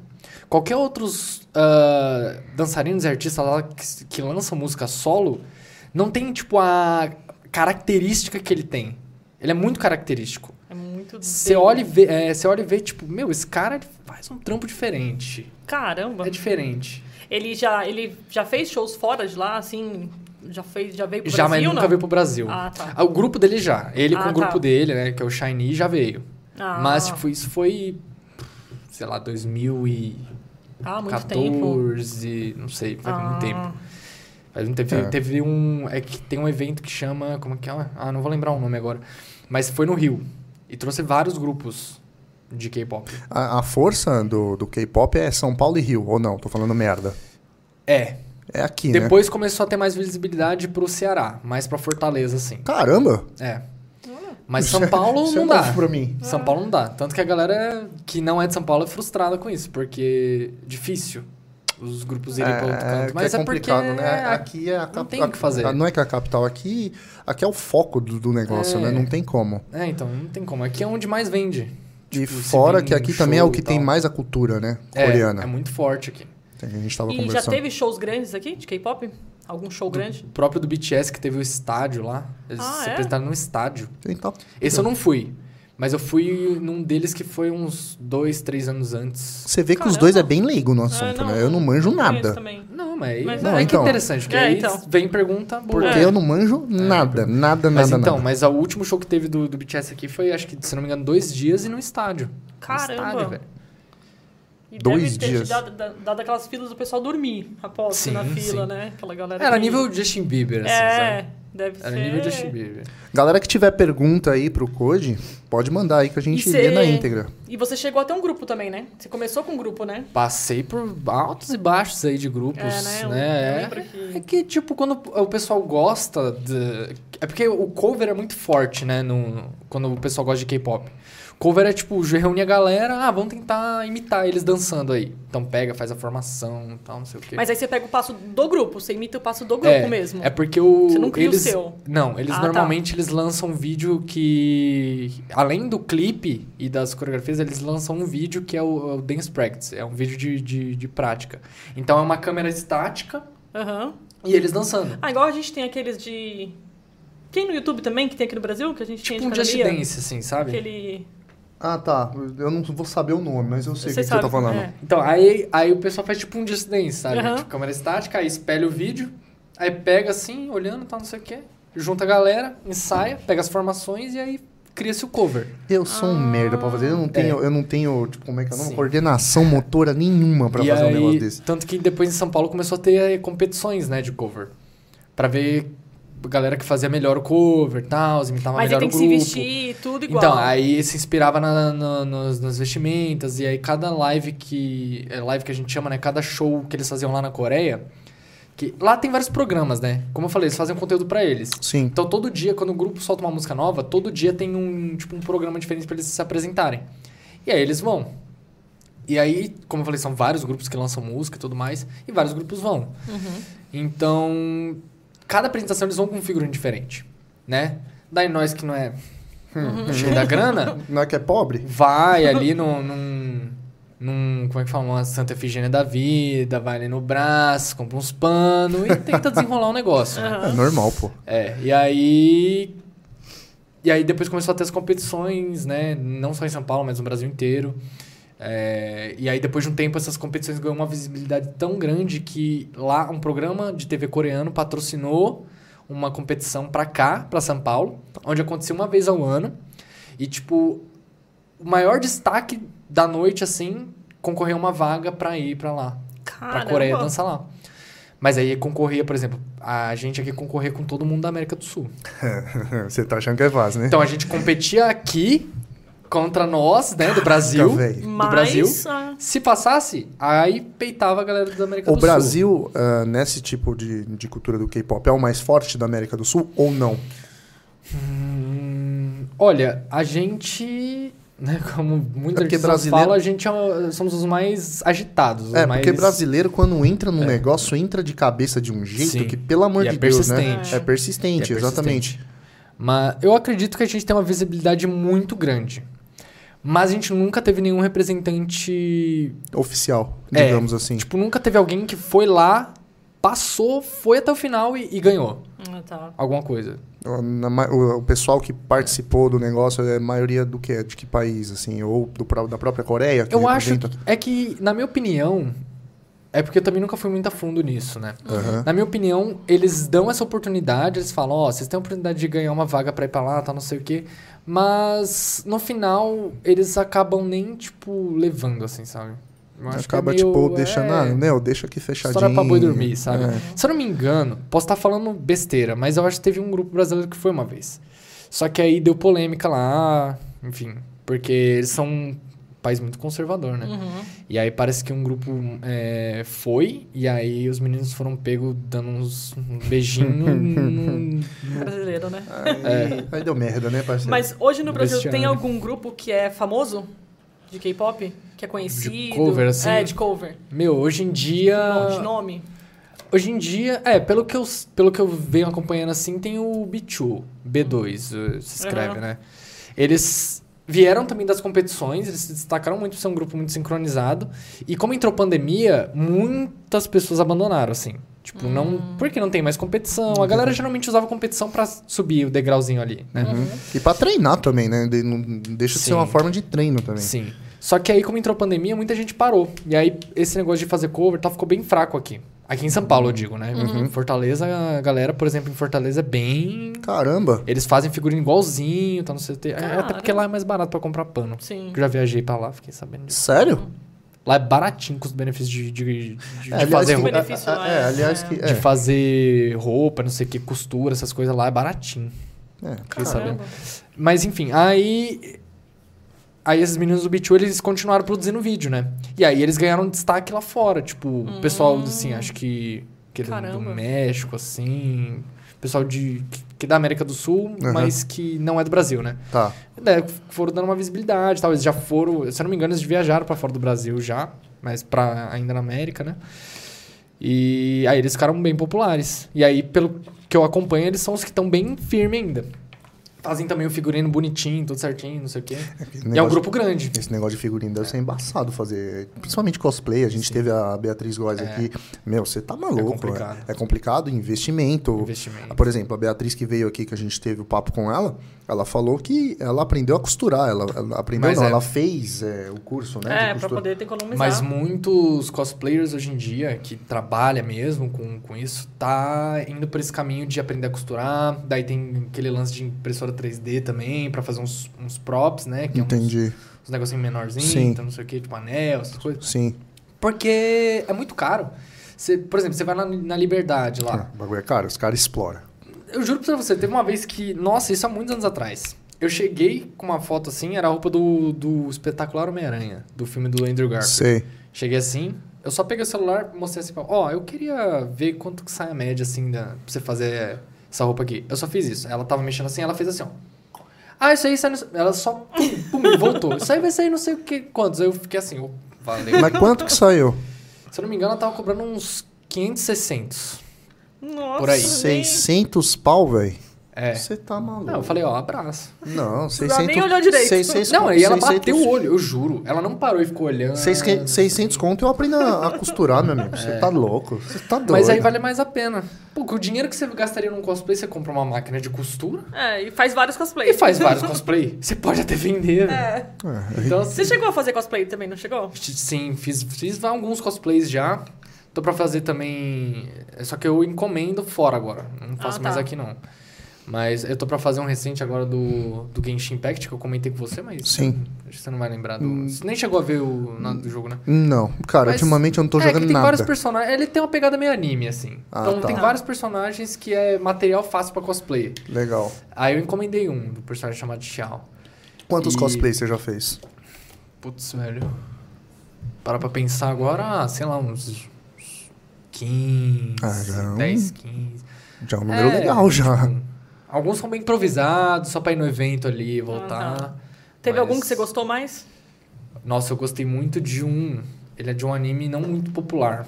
Speaker 3: Qualquer outros ah, dançarinos e artistas lá que, s- que lançam música solo não tem, tipo, a característica que ele tem. Ele é muito característico.
Speaker 1: É muito
Speaker 3: Você
Speaker 1: dele.
Speaker 3: olha, e vê- é, você olha e vê, tipo, meu, esse cara ele faz um trampo diferente.
Speaker 1: Caramba.
Speaker 3: É diferente.
Speaker 1: Ele já, ele já fez shows fora de lá, assim? Já, fez, já veio pro
Speaker 3: já, mas
Speaker 1: Brasil,
Speaker 3: nunca
Speaker 1: não?
Speaker 3: veio pro Brasil.
Speaker 1: Ah, tá.
Speaker 3: Ah, O grupo dele já. Ele
Speaker 1: Ah,
Speaker 3: com o grupo
Speaker 1: tá.
Speaker 3: dele, né? Que é o Shiny, já veio.
Speaker 1: Ah,
Speaker 3: Mas, tipo, isso foi. Sei lá, 2014,
Speaker 1: Ah, muito tempo.
Speaker 3: não sei, faz
Speaker 1: Ah.
Speaker 3: muito tempo. Faz muito tempo.
Speaker 2: É.
Speaker 3: Teve um. É que tem um evento que chama. Como é que é? Ah, não vou lembrar o nome agora. Mas foi no Rio. E trouxe vários grupos de K-pop.
Speaker 2: A, a força do, do K-pop é São Paulo e Rio, ou não? Tô falando merda.
Speaker 3: É.
Speaker 2: É aqui, né?
Speaker 3: Depois começou a ter mais visibilidade pro Ceará, mais pra Fortaleza, assim.
Speaker 2: Caramba! é um
Speaker 3: É. Mas São
Speaker 2: [LAUGHS]
Speaker 3: Paulo não dá.
Speaker 2: Pra mim.
Speaker 3: São Paulo não dá. Tanto que a galera que não é de São Paulo é frustrada com isso, porque difícil os grupos irem para outro canto.
Speaker 2: que
Speaker 3: Mas
Speaker 2: é
Speaker 3: é,
Speaker 2: complicado,
Speaker 3: porque
Speaker 2: né?
Speaker 3: a-
Speaker 2: Aqui é a
Speaker 3: não
Speaker 2: capital.
Speaker 3: tem o que fazer.
Speaker 2: Não é que é a capital, aqui, aqui é o foco do, do negócio,
Speaker 3: É.
Speaker 2: né? Não tem como.
Speaker 3: É, então, não tem como. Aqui é onde mais vende.
Speaker 2: E
Speaker 3: Tipo, se
Speaker 2: fora
Speaker 3: vir
Speaker 2: que
Speaker 3: um
Speaker 2: aqui também é
Speaker 3: show
Speaker 2: o que
Speaker 3: e
Speaker 2: tem
Speaker 3: tal.
Speaker 2: mais a cultura, né?
Speaker 3: É,
Speaker 2: Coreana.
Speaker 3: É, muito forte aqui.
Speaker 2: A gente tava
Speaker 1: E já
Speaker 2: conversando.
Speaker 1: teve shows grandes aqui de K-pop? Algum show grande?
Speaker 3: O próprio do BTS, que teve o estádio lá. Eles
Speaker 1: Ah,
Speaker 3: se
Speaker 1: é?
Speaker 3: apresentaram num estádio.
Speaker 2: Então,
Speaker 3: Esse eu não fui. Mas eu fui num deles que foi uns dois, três anos antes.
Speaker 2: você vê que os
Speaker 1: Caramba.
Speaker 2: dois é bem leigo no assunto,
Speaker 1: Ah,
Speaker 2: né? Eu não manjo
Speaker 1: conheço
Speaker 2: nada.
Speaker 1: também.
Speaker 3: Não, mas,
Speaker 1: Mas
Speaker 3: não,
Speaker 2: é,
Speaker 3: é
Speaker 2: então.
Speaker 3: que é interessante, que
Speaker 1: É,
Speaker 3: aí
Speaker 1: então.
Speaker 3: vem pergunta boa.
Speaker 2: Porque
Speaker 1: É.
Speaker 2: eu não manjo nada, nada, nada,
Speaker 3: Mas
Speaker 2: nada.
Speaker 3: então, mas o último show que teve do, do BTS aqui foi, acho que, se não me engano, dois dias e no estádio. No
Speaker 1: Caramba.
Speaker 3: estádio, velho.
Speaker 1: E deve
Speaker 2: Dois
Speaker 1: ter
Speaker 2: dias.
Speaker 1: te dado, da- dado aquelas filas do pessoal dormir, aposto,
Speaker 3: Sim,
Speaker 1: na fila,
Speaker 3: sim.
Speaker 1: né? Aquela galera.
Speaker 3: Era
Speaker 1: que-
Speaker 3: nível Justin Bieber, assim,
Speaker 1: É,
Speaker 3: sabe?
Speaker 1: deve
Speaker 3: Era
Speaker 1: ser.
Speaker 3: nível Justin Bieber.
Speaker 2: Galera que tiver pergunta aí pro Code, pode mandar aí que a gente
Speaker 1: E
Speaker 2: lê
Speaker 1: cê-
Speaker 2: na íntegra.
Speaker 1: E você chegou até um grupo também, né? Você começou com um grupo, né?
Speaker 3: Passei por altos e baixos aí de grupos,
Speaker 1: É, né? Eu- eu
Speaker 3: né?
Speaker 1: lembro que-
Speaker 3: É, é que, tipo, quando o pessoal gosta de... É porque o cover é muito forte, né? No... Quando o pessoal gosta de K-pop. Cover é, tipo, reúne a galera, ah, vamos tentar imitar eles dançando aí. Então pega, faz a formação e tal, não sei o quê.
Speaker 1: Mas aí você pega o passo do grupo, você imita o passo do grupo
Speaker 3: é,
Speaker 1: mesmo.
Speaker 3: É porque o.
Speaker 1: Você não cria o
Speaker 3: eles,
Speaker 1: seu.
Speaker 3: Não, eles
Speaker 1: Ah, tá.
Speaker 3: normalmente eles lançam um vídeo que. Além do clipe e das coreografias, eles lançam um vídeo que é o, é o Dance Practice. É um vídeo de, de, de prática. Então é uma câmera estática
Speaker 1: Aham.
Speaker 3: e eles dançando.
Speaker 1: Ah, igual a gente tem aqueles de. Tem no YouTube também, que tem aqui no Brasil, que a gente tinha
Speaker 3: Tipo
Speaker 1: de
Speaker 3: um Just
Speaker 1: academia?
Speaker 3: Dance, assim, sabe?
Speaker 1: Aquele.
Speaker 2: Ah, tá. Eu não vou saber o nome, mas eu sei o que
Speaker 1: Vocês
Speaker 2: que você tá
Speaker 1: sabem,
Speaker 2: falando.
Speaker 1: é.
Speaker 3: Então, aí, aí o pessoal faz tipo um Just Dance, sabe?
Speaker 1: Aham.
Speaker 3: Tipo, câmera estática, aí espelha o vídeo, aí pega assim, olhando, tal, não sei o quê. Junta a galera, ensaia, pega as formações e aí cria-se o cover.
Speaker 2: Eu sou um merda pra fazer. Eu não tenho, eu não tenho, tipo, como é que é o nome?
Speaker 3: Sim.
Speaker 2: Coordenação motora nenhuma pra
Speaker 3: E
Speaker 2: fazer
Speaker 3: aí,
Speaker 2: um negócio desse.
Speaker 3: Tanto que depois em São Paulo começou a ter eh, competições, né, de cover. Pra ver a galera que fazia melhor o cover e tal, se imitava
Speaker 1: Mas aí
Speaker 3: melhor
Speaker 1: tem
Speaker 3: o
Speaker 1: que
Speaker 3: grupo.
Speaker 1: se vestir, tudo igual.
Speaker 3: Então, aí se inspirava na, na- nas, nas vestimentas, e aí cada live que. É live que a gente chama, né? Cada show que eles faziam lá na Coreia. Que, lá tem vários programas, né? Como eu falei, eles fazem conteúdo pra eles.
Speaker 2: Sim.
Speaker 3: Então todo dia, quando o grupo solta uma música nova, todo dia tem um tipo um programa diferente pra eles se apresentarem. E aí eles vão. E aí, como eu falei, são vários grupos que lançam música e tudo mais, e vários grupos vão. Então, cada apresentação eles vão com um figurino diferente, né? Daí nós que não é hum, [LAUGHS] cheio
Speaker 2: [LAUGHS]
Speaker 3: da grana,
Speaker 2: Não é que é pobre?
Speaker 3: vai ali no, num, num. Como é que fala? Uma Santa Efigênia da vida, vai ali no braço, compra uns panos e tenta desenrolar um negócio. né?
Speaker 2: É normal, pô. [LAUGHS]
Speaker 3: É, e aí. E aí depois começou a ter as competições, né? Não só em São Paulo, mas no Brasil inteiro. É, e aí depois de um tempo essas competições ganhou uma visibilidade tão grande que lá um programa de TV coreano patrocinou uma competição pra cá, pra São Paulo, onde acontecia uma vez ao ano. E tipo, o maior destaque da noite assim, concorreu uma vaga pra ir pra lá pra
Speaker 1: Caramba.
Speaker 3: Coreia dançar lá. Mas aí concorria, por exemplo, a gente aqui concorria com todo mundo da América do Sul.
Speaker 2: você tá achando que é fácil, né?
Speaker 3: Então a gente competia aqui contra nós, né, do Brasil.
Speaker 2: Fica, véi.
Speaker 1: Mas,
Speaker 3: do Brasil.
Speaker 1: ah,
Speaker 3: Se passasse, aí peitava a galera da América
Speaker 2: O
Speaker 3: do Sul.
Speaker 2: Brasil, ah, nesse tipo de, de cultura do K-pop, é o mais forte da América do Sul ou não?
Speaker 3: Hum, olha, a gente, né, como muita
Speaker 2: É porque
Speaker 3: gente
Speaker 2: brasileiro-
Speaker 3: fala, a gente é o- somos os mais agitados, os
Speaker 2: É,
Speaker 3: mais
Speaker 2: porque brasileiro, quando entra num
Speaker 3: É.
Speaker 2: negócio, entra de cabeça de um jeito
Speaker 3: Sim.
Speaker 2: que, pelo amor
Speaker 3: E é
Speaker 2: de Deus, né?
Speaker 3: persistente.
Speaker 2: É persistente,
Speaker 3: E é
Speaker 2: exatamente.
Speaker 3: Mas eu acredito que a gente tem uma visibilidade muito grande. Mas a gente nunca teve nenhum representante
Speaker 2: Oficial,
Speaker 3: É.
Speaker 2: digamos assim.
Speaker 3: Tipo, nunca teve alguém que foi lá, passou, foi até o final e, e ganhou
Speaker 1: ah, tá.
Speaker 3: alguma coisa.
Speaker 2: Na ma- o, o pessoal que participou do negócio é a maioria do que? De que país, assim? Ou do, pró- da própria Coreia? que
Speaker 3: eu acho que,
Speaker 2: representa?
Speaker 3: é que, na minha opinião, é porque eu também nunca fui muito a fundo nisso, né?
Speaker 2: Aham.
Speaker 3: Na minha opinião, eles dão essa oportunidade, eles falam, ó, vocês têm a oportunidade de ganhar uma vaga pra ir pra lá, tá, não sei o quê. Mas, no final, eles acabam nem, tipo, levando, assim, sabe? Eu acho que é
Speaker 2: Acaba,
Speaker 3: meio,
Speaker 2: tipo,
Speaker 3: é,
Speaker 2: deixando... Ah, meu, deixa aqui fechadinho.
Speaker 3: História pra boi dormir, sabe?
Speaker 2: É.
Speaker 3: Se eu não me engano, posso estar falando besteira, mas eu acho que teve um grupo brasileiro que foi uma vez. Só que aí deu polêmica lá, enfim, porque eles são um país muito conservador, né?
Speaker 1: Uhum.
Speaker 3: [LAUGHS] E aí parece que um grupo é, foi, e aí os meninos foram pegos dando uns um
Speaker 2: [LAUGHS]
Speaker 3: beijinho no-
Speaker 1: Brasileiro, né?
Speaker 3: É.
Speaker 2: Aí, aí deu merda, né, parceiro?
Speaker 1: Mas hoje no Brasil
Speaker 3: Cristiano.
Speaker 1: tem algum grupo que é famoso de K-pop? Que é conhecido?
Speaker 3: cover, assim?
Speaker 1: É, de cover.
Speaker 3: Meu, hoje em dia.
Speaker 1: Não, de nome.
Speaker 3: Hoje em dia, é, pelo que eu, pelo que eu venho acompanhando assim, tem o B2, B2, eh, se escreve,
Speaker 1: Aham.
Speaker 3: né? Eles vieram também das competições, eles se destacaram muito por ser um grupo muito sincronizado. E como entrou pandemia, muitas pessoas abandonaram, assim. Tipo, não. Porque não tem mais competição. A galera geralmente usava competição pra subir o degrauzinho ali, né?
Speaker 2: Uhum. E pra treinar também, né? De- não- deixa de ser
Speaker 3: Sim.
Speaker 2: uma forma de treino também.
Speaker 3: Sim. né? Só que aí, como entrou a pandemia, muita gente parou. E aí, esse negócio de fazer cover tá, ficou bem fraco aqui. Aqui em São Paulo, eu digo, né?
Speaker 2: Uhum.
Speaker 3: Em Fortaleza, a galera, por exemplo, em Fortaleza é bem.
Speaker 2: Caramba.
Speaker 3: Eles fazem figurino igualzinho, tá? Não sei o que. É,
Speaker 1: Cara.
Speaker 3: até porque lá é mais barato pra comprar pano.
Speaker 1: Sim.
Speaker 3: Eu já viajei pra lá, fiquei sabendo disso.
Speaker 2: Sério?
Speaker 3: Lá é baratinho com os benefícios de, de, de- de
Speaker 2: É, aliás,
Speaker 3: fazer
Speaker 2: que-
Speaker 1: O
Speaker 3: roupa.
Speaker 1: benefício
Speaker 2: é,
Speaker 1: lá
Speaker 2: é,
Speaker 1: é-
Speaker 2: aliás
Speaker 1: é.
Speaker 2: que...
Speaker 3: De
Speaker 2: É.
Speaker 3: fazer roupa, não sei o que, costura, essas coisas lá é baratinho.
Speaker 2: É,
Speaker 3: Fiquei sabendo.
Speaker 1: Caramba.
Speaker 3: Mas enfim, aí. Aí esses meninos do B2, eles continuaram produzindo vídeo, né? E aí eles ganharam destaque lá fora. Tipo, o pessoal, assim, acho que. que era do
Speaker 1: Caramba.
Speaker 3: México, assim. Pessoal de. que- que é da América do Sul,
Speaker 2: Aham.
Speaker 3: mas que não é do Brasil, né?
Speaker 2: Tá.
Speaker 3: E daí f- foram dando uma visibilidade e tal. Eles já foram, se eu não me engano, eles viajaram pra fora do Brasil já, mas pra, ainda na América, né? E aí eles ficaram bem populares. E aí, pelo que eu acompanho, eles são os que estão bem firme ainda. Fazem também o figurino bonitinho, tudo certinho, não sei o quê.
Speaker 2: Esse
Speaker 3: E é um
Speaker 2: negócio-
Speaker 3: grupo grande.
Speaker 2: Esse negócio de figurino deve ser embaçado fazer. Principalmente cosplay. A gente teve a Beatriz Góes aqui. Meu, você tá maluco.
Speaker 3: É. complicado.
Speaker 2: É, é complicado. Investimento.
Speaker 3: Investimento.
Speaker 2: Por exemplo, a Beatriz que veio aqui, que a gente teve o papo com ela, ela falou que ela aprendeu a costurar. Ela, ela aprendeu,
Speaker 3: Mas
Speaker 2: não,
Speaker 3: é.
Speaker 2: ela fez é, o curso, né?
Speaker 1: É,
Speaker 2: de
Speaker 1: pra
Speaker 2: costura.
Speaker 1: poder ter economizar.
Speaker 3: Mas muitos cosplayers hoje em dia, que trabalha mesmo com, com isso, tá indo por esse caminho de aprender a costurar. Daí tem aquele lance de impressora 3D também, pra fazer uns, uns props, né? Que é uns-
Speaker 2: Entendi.
Speaker 3: uns negocinhos menorzinhos,
Speaker 2: Sim.
Speaker 3: então não sei o que, tipo anel, essas coisas.
Speaker 2: Sim.
Speaker 3: Porque é muito caro. Você, por exemplo, você vai na, na Liberdade
Speaker 2: Ah,
Speaker 3: lá.
Speaker 2: o bagulho é caro, os caras exploram.
Speaker 3: Eu juro pra você, teve uma vez que... Nossa, isso há muitos anos atrás. Eu cheguei com uma foto assim, era a roupa do, do espetacular Homem-Aranha, do filme do Andrew Garfield.
Speaker 2: Sei.
Speaker 3: Cheguei assim, eu só peguei o celular, mostrei assim, pra- ó, eu queria ver quanto que sai a média, assim, da, pra você fazer essa roupa aqui. Eu só fiz isso. Ela tava mexendo assim, ela fez assim, ó. Ah, isso aí sai no... Ela só, pum, pum, voltou. Isso aí vai sair não sei o que, quantos. Aí Eu fiquei assim, ó, valeu.
Speaker 2: Mas quanto que saiu?
Speaker 3: Se eu não me engano, ela tava cobrando uns 500, 600.
Speaker 1: Nossa,
Speaker 3: por aí.
Speaker 1: gente.
Speaker 2: 600 pau, velho?
Speaker 3: É.
Speaker 2: Você tá maluco.
Speaker 3: Não, eu falei, ó, abraço.
Speaker 2: Não,
Speaker 1: precisava
Speaker 2: 600...
Speaker 1: nem olhar direito.
Speaker 2: 600
Speaker 3: Não, é aí ela
Speaker 2: 600
Speaker 3: bateu o olho, eu juro. Ela não parou e ficou olhando.
Speaker 2: 600, 600 conto eu aprendo a, a costurar, meu amigo. Você
Speaker 3: É.
Speaker 2: tá louco. Você tá doido.
Speaker 3: Mas aí vale mais a pena. Pô, com o dinheiro que você gastaria num cosplay, você compra uma máquina de costura
Speaker 1: É, e faz vários
Speaker 3: e
Speaker 1: cosplays. [LAUGHS]
Speaker 3: faz vários cosplay. Você pode até vender. velho.
Speaker 1: É.
Speaker 2: É,
Speaker 3: Então, assim,
Speaker 1: Você chegou a fazer cosplay também, não chegou?
Speaker 3: sim, fiz, fiz alguns cosplays já. Tô pra fazer também. é, Só que eu encomendo fora agora. Não faço
Speaker 1: tá.
Speaker 3: mais aqui não. Mas eu tô pra fazer um recente agora do, do Genshin Impact, que eu comentei com você, mas.
Speaker 2: Sim. Hum.
Speaker 3: Acho que você não vai lembrar do. Você nem chegou a ver o nada do jogo, né?
Speaker 2: Não, cara,
Speaker 3: Mas-
Speaker 2: ultimamente eu não tô
Speaker 3: é, que
Speaker 2: jogando
Speaker 3: tem
Speaker 2: nada.
Speaker 3: vários personagens. Ele tem uma pegada meio anime, assim.
Speaker 2: Ah,
Speaker 3: então
Speaker 2: tá.
Speaker 3: tem vários personagens que é material fácil pra cosplay.
Speaker 2: Legal.
Speaker 3: Aí eu encomendei um do personagem chamado Xiao.
Speaker 2: Quantos
Speaker 3: E-
Speaker 2: cosplays você já fez?
Speaker 3: Putz, velho. Para pra pensar agora, ah, sei lá, uns 15,
Speaker 2: Ah, já é um-
Speaker 3: 10, 15.
Speaker 2: Já é um número
Speaker 3: É,
Speaker 2: legal, já.
Speaker 3: tipo, alguns são bem improvisados, só pra ir no evento ali, voltar.
Speaker 1: tá. Teve
Speaker 3: Mas-
Speaker 1: algum que você gostou mais?
Speaker 3: Nossa, eu gostei muito de um. Ele é de um anime não muito popular.